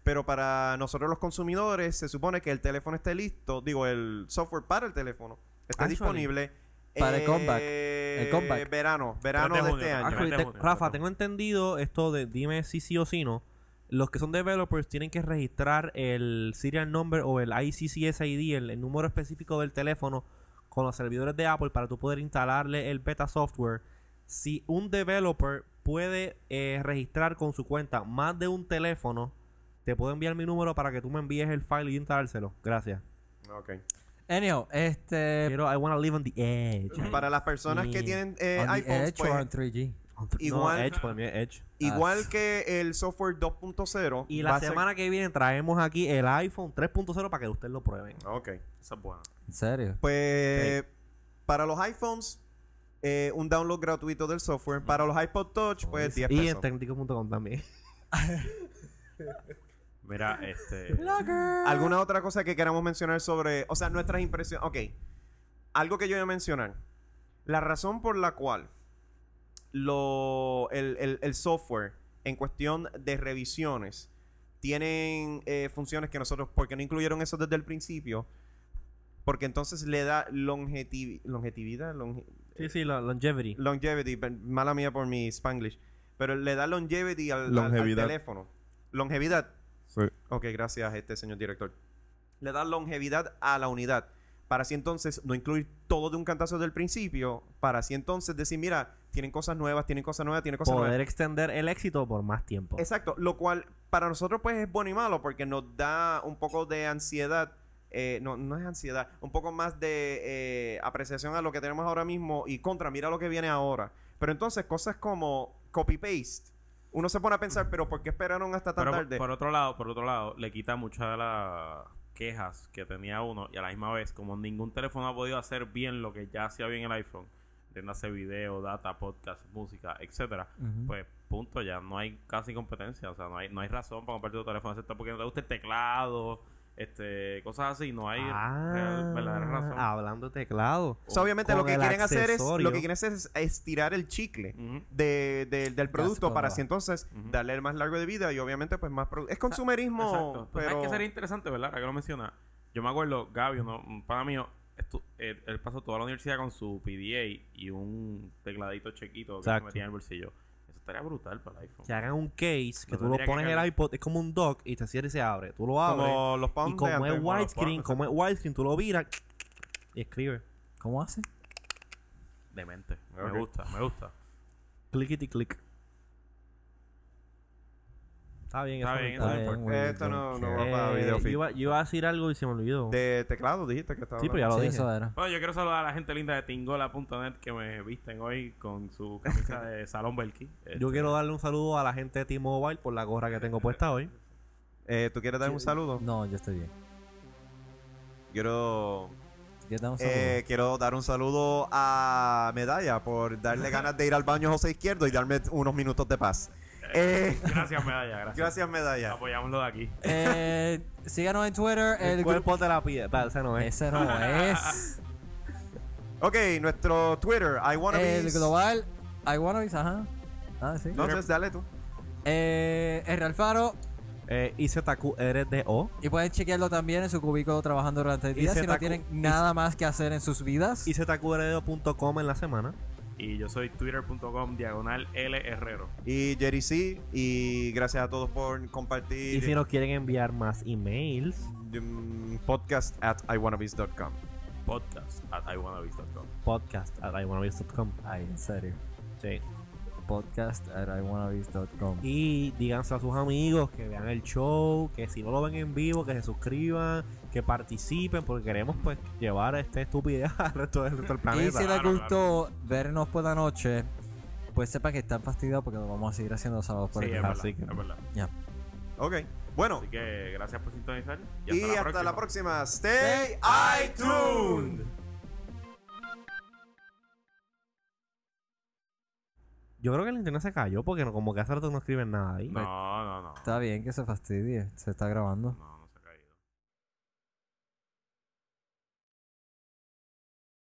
Speaker 2: Pero para nosotros los consumidores se supone que el teléfono esté listo, digo, el software para el teléfono esté
Speaker 1: Actually,
Speaker 2: disponible.
Speaker 3: para el
Speaker 2: eh,
Speaker 3: comeback, el comeback.
Speaker 2: Verano, verano de,
Speaker 4: Tres de
Speaker 2: este
Speaker 4: junio,
Speaker 2: año.
Speaker 4: Actually, te-
Speaker 1: Rafa, tengo entendido esto de dime si sí o si no. Los que son developers tienen que registrar el serial number o el ICCSID, el, el número específico del teléfono, con los servidores de Apple para tú poder instalarle el beta software. Si un developer puede eh, registrar con su cuenta más de un teléfono, te puedo enviar mi número para que tú me envíes el file y instalárselo. Gracias.
Speaker 2: Ok.
Speaker 3: Anyhow, este.
Speaker 1: Quiero, I wanna live on the edge.
Speaker 2: Para las personas que
Speaker 1: Sí.
Speaker 2: tienen eh,
Speaker 3: on the
Speaker 2: iPhones,
Speaker 3: edge
Speaker 2: pues,
Speaker 3: or on 3G.
Speaker 1: Igual.
Speaker 2: Igual-
Speaker 1: Edge, pues, mi Edge.
Speaker 2: igual que el software 2.0.
Speaker 1: Y
Speaker 2: va
Speaker 1: la
Speaker 2: a ser-
Speaker 1: semana que viene traemos aquí el iPhone 3.0 para que ustedes lo prueben.
Speaker 2: Ok.
Speaker 4: Esa es buena.
Speaker 3: En serio.
Speaker 2: Pues para los iPhones, eh, un download gratuito del software. Para los iPod Touch, pues 10
Speaker 1: Y en
Speaker 2: pesos.
Speaker 1: tecnico.com también.
Speaker 4: Mira, este...
Speaker 2: ¿Alguna otra cosa que queramos mencionar sobre, o sea, nuestras impresiones? Ok, algo que yo iba a mencionar. La razón por la cual lo, el, el- el software en cuestión de revisiones tienen eh, funciones que nosotros, porque no incluyeron eso desde el principio, porque entonces le da longevi- longevidad, longe-
Speaker 1: Sí, sí, la longevity.
Speaker 2: Longevity, pe- mala mía por mi Spanglish. Pero le da longevity al, al- al
Speaker 5: Longevidad.
Speaker 2: teléfono. Longevidad.
Speaker 5: Sí.
Speaker 2: Ok, gracias, este señor director. Le da longevidad a la unidad. Para así entonces no incluir todo de un cantazo del principio. Para así entonces decir, mira, tienen cosas nuevas, tienen cosas nuevas, tienen cosas
Speaker 1: Poder
Speaker 2: nuevas.
Speaker 1: extender el éxito por más tiempo.
Speaker 2: Exacto. Lo cual para nosotros pues es bueno y malo porque nos da un poco de ansiedad. eh, no, no es ansiedad, un poco más de eh, apreciación a lo que tenemos ahora mismo y contra, mira lo que viene ahora. Pero entonces cosas como copy-paste. Uno se pone a pensar, pero ¿por qué esperaron hasta tan
Speaker 4: Pero por-
Speaker 2: tarde?
Speaker 4: por otro lado, por otro lado, le quita muchas de las quejas que tenía uno y a la misma vez, como ningún teléfono ha podido hacer bien lo que ya hacía bien el iPhone, entiéndase video, data, podcast, música, etcétera,
Speaker 3: Ujú.
Speaker 4: pues punto, ya no hay casi competencia, o sea, no hay, no hay razón para compartir tu teléfono, excepto porque no te gusta el teclado, este, cosas así, no hay
Speaker 1: Ah,
Speaker 4: real- verdadera razón.
Speaker 1: hablando de teclado.
Speaker 2: O sea, obviamente
Speaker 1: Con
Speaker 2: lo que
Speaker 1: el
Speaker 2: quieren hacer es
Speaker 1: accesorio. Mm.
Speaker 2: lo que quieren hacer es estirar el chicle
Speaker 4: Ujú.
Speaker 2: de- de- del producto
Speaker 3: That's
Speaker 2: para
Speaker 3: what
Speaker 2: así
Speaker 3: I-
Speaker 2: entonces
Speaker 4: Ujú.
Speaker 2: darle el más largo de vida y obviamente pues más produ- es consumerismo
Speaker 4: Exacto.
Speaker 1: pues,
Speaker 4: Pero...
Speaker 2: pero
Speaker 4: que sería interesante, ¿verdad? Ahora que lo menciona. Yo me acuerdo, Gaby, uno- un pana mío, estu- él, él pasó toda la universidad con su PDA y un tecladito chiquito que se
Speaker 1: Exacto.
Speaker 4: metía en el bolsillo. Eso estaría brutal para el iPhone.
Speaker 1: Que hagan un case, que
Speaker 4: No
Speaker 1: tú lo
Speaker 4: tendría que
Speaker 1: pones en el
Speaker 4: cambiar.
Speaker 1: iPod, es como un dock y te cierra y se abre. Tú lo abres.
Speaker 2: como los
Speaker 1: y
Speaker 2: pounds de
Speaker 1: como
Speaker 2: antes,
Speaker 1: es
Speaker 2: como los
Speaker 1: widescreen,
Speaker 2: pounds.
Speaker 1: como es widescreen, tú lo viras y escribes.
Speaker 3: ¿Cómo hace?
Speaker 4: Demente.
Speaker 2: Ok.
Speaker 4: Me gusta, me gusta.
Speaker 1: Clickety click. Está bien,
Speaker 4: Está
Speaker 1: eso
Speaker 4: bien,
Speaker 1: me-
Speaker 4: está
Speaker 1: está
Speaker 4: bien.
Speaker 1: bien.
Speaker 2: Esto no- no va para
Speaker 1: Eh,
Speaker 2: video
Speaker 1: yo,
Speaker 2: feed.
Speaker 1: iba, yo iba a decir algo y se me olvidó.
Speaker 2: de teclado dijiste que estaba
Speaker 1: Sí, pero ya
Speaker 2: hablando.
Speaker 1: lo
Speaker 3: Sí,
Speaker 1: dije.
Speaker 3: eso era.
Speaker 4: Bueno, yo quiero saludar a la gente linda de tingola.net que me visten hoy con su camisa de Salón Este, Belki.
Speaker 1: Yo quiero darle un saludo a la gente de T-Mobile por la gorra que tengo puesta hoy.
Speaker 2: Eh, tú quieres dar un saludo
Speaker 3: No, yo estoy bien.
Speaker 2: quiero
Speaker 3: ¿Qué estamos
Speaker 2: eh, quiero dar un saludo a Medalla por darle ganas de ir al baño a José Izquierdo y darme unos minutos de paz Eh,
Speaker 4: Gracias, medalla, gracias.
Speaker 2: gracias,
Speaker 1: Ah,
Speaker 2: medalla.
Speaker 4: Apoyamos lo de aquí.
Speaker 3: Eh, síganos en Twitter. El,
Speaker 1: El
Speaker 3: grupo.
Speaker 1: cuerpo te la pide. Pa, ese no es.
Speaker 3: Ese no es.
Speaker 2: Ok, nuestro Twitter, I wanna be.
Speaker 3: el global. I wanna be, ajá. Ah, sí.
Speaker 2: Entonces, pues, dale tú.
Speaker 3: Eh, el Real Faro.
Speaker 1: Eh, IZQRDO.
Speaker 3: Y pueden chequearlo también en su cubículo trabajando durante el día si no
Speaker 1: IZQ.
Speaker 3: tienen nada más que hacer en sus vidas.
Speaker 1: IZQRDO.com en la semana.
Speaker 4: Y yo soy twitter.com diagonal L Herrero.
Speaker 2: Y Jerry C. Y gracias a todos por compartir.
Speaker 1: Y si nos quieren enviar más emails,
Speaker 2: mm, podcast at iwannabees.com.
Speaker 4: Podcast at iwannabis.com.
Speaker 1: podcast at iwannabees.com.
Speaker 3: Ay, en serio.
Speaker 1: Sí.
Speaker 3: Podcast at iwannabees.com.
Speaker 1: Y díganse a sus amigos que vean el show, que si no lo ven en vivo, que se suscriban, que participen, porque queremos pues llevar esta estupidez al resto del, resto del
Speaker 3: Y
Speaker 1: planeta.
Speaker 3: si les
Speaker 4: claro,
Speaker 3: gustó vernos por la noche, pues sepa que están fastidiados porque lo vamos a seguir haciendo los sábados por
Speaker 4: Sí,
Speaker 3: aquí.
Speaker 4: es verdad,
Speaker 1: así que-
Speaker 4: es verdad.
Speaker 2: Ok. Bueno,
Speaker 4: Así que gracias por sintonizar.
Speaker 2: y hasta, la próxima. Stay iTunes.
Speaker 1: Yo creo que el internet se cayó porque no- como que hace rato no escriben nada ahí.
Speaker 4: No, no, no.
Speaker 3: Está bien que se fastidie, se está grabando.
Speaker 4: no, no.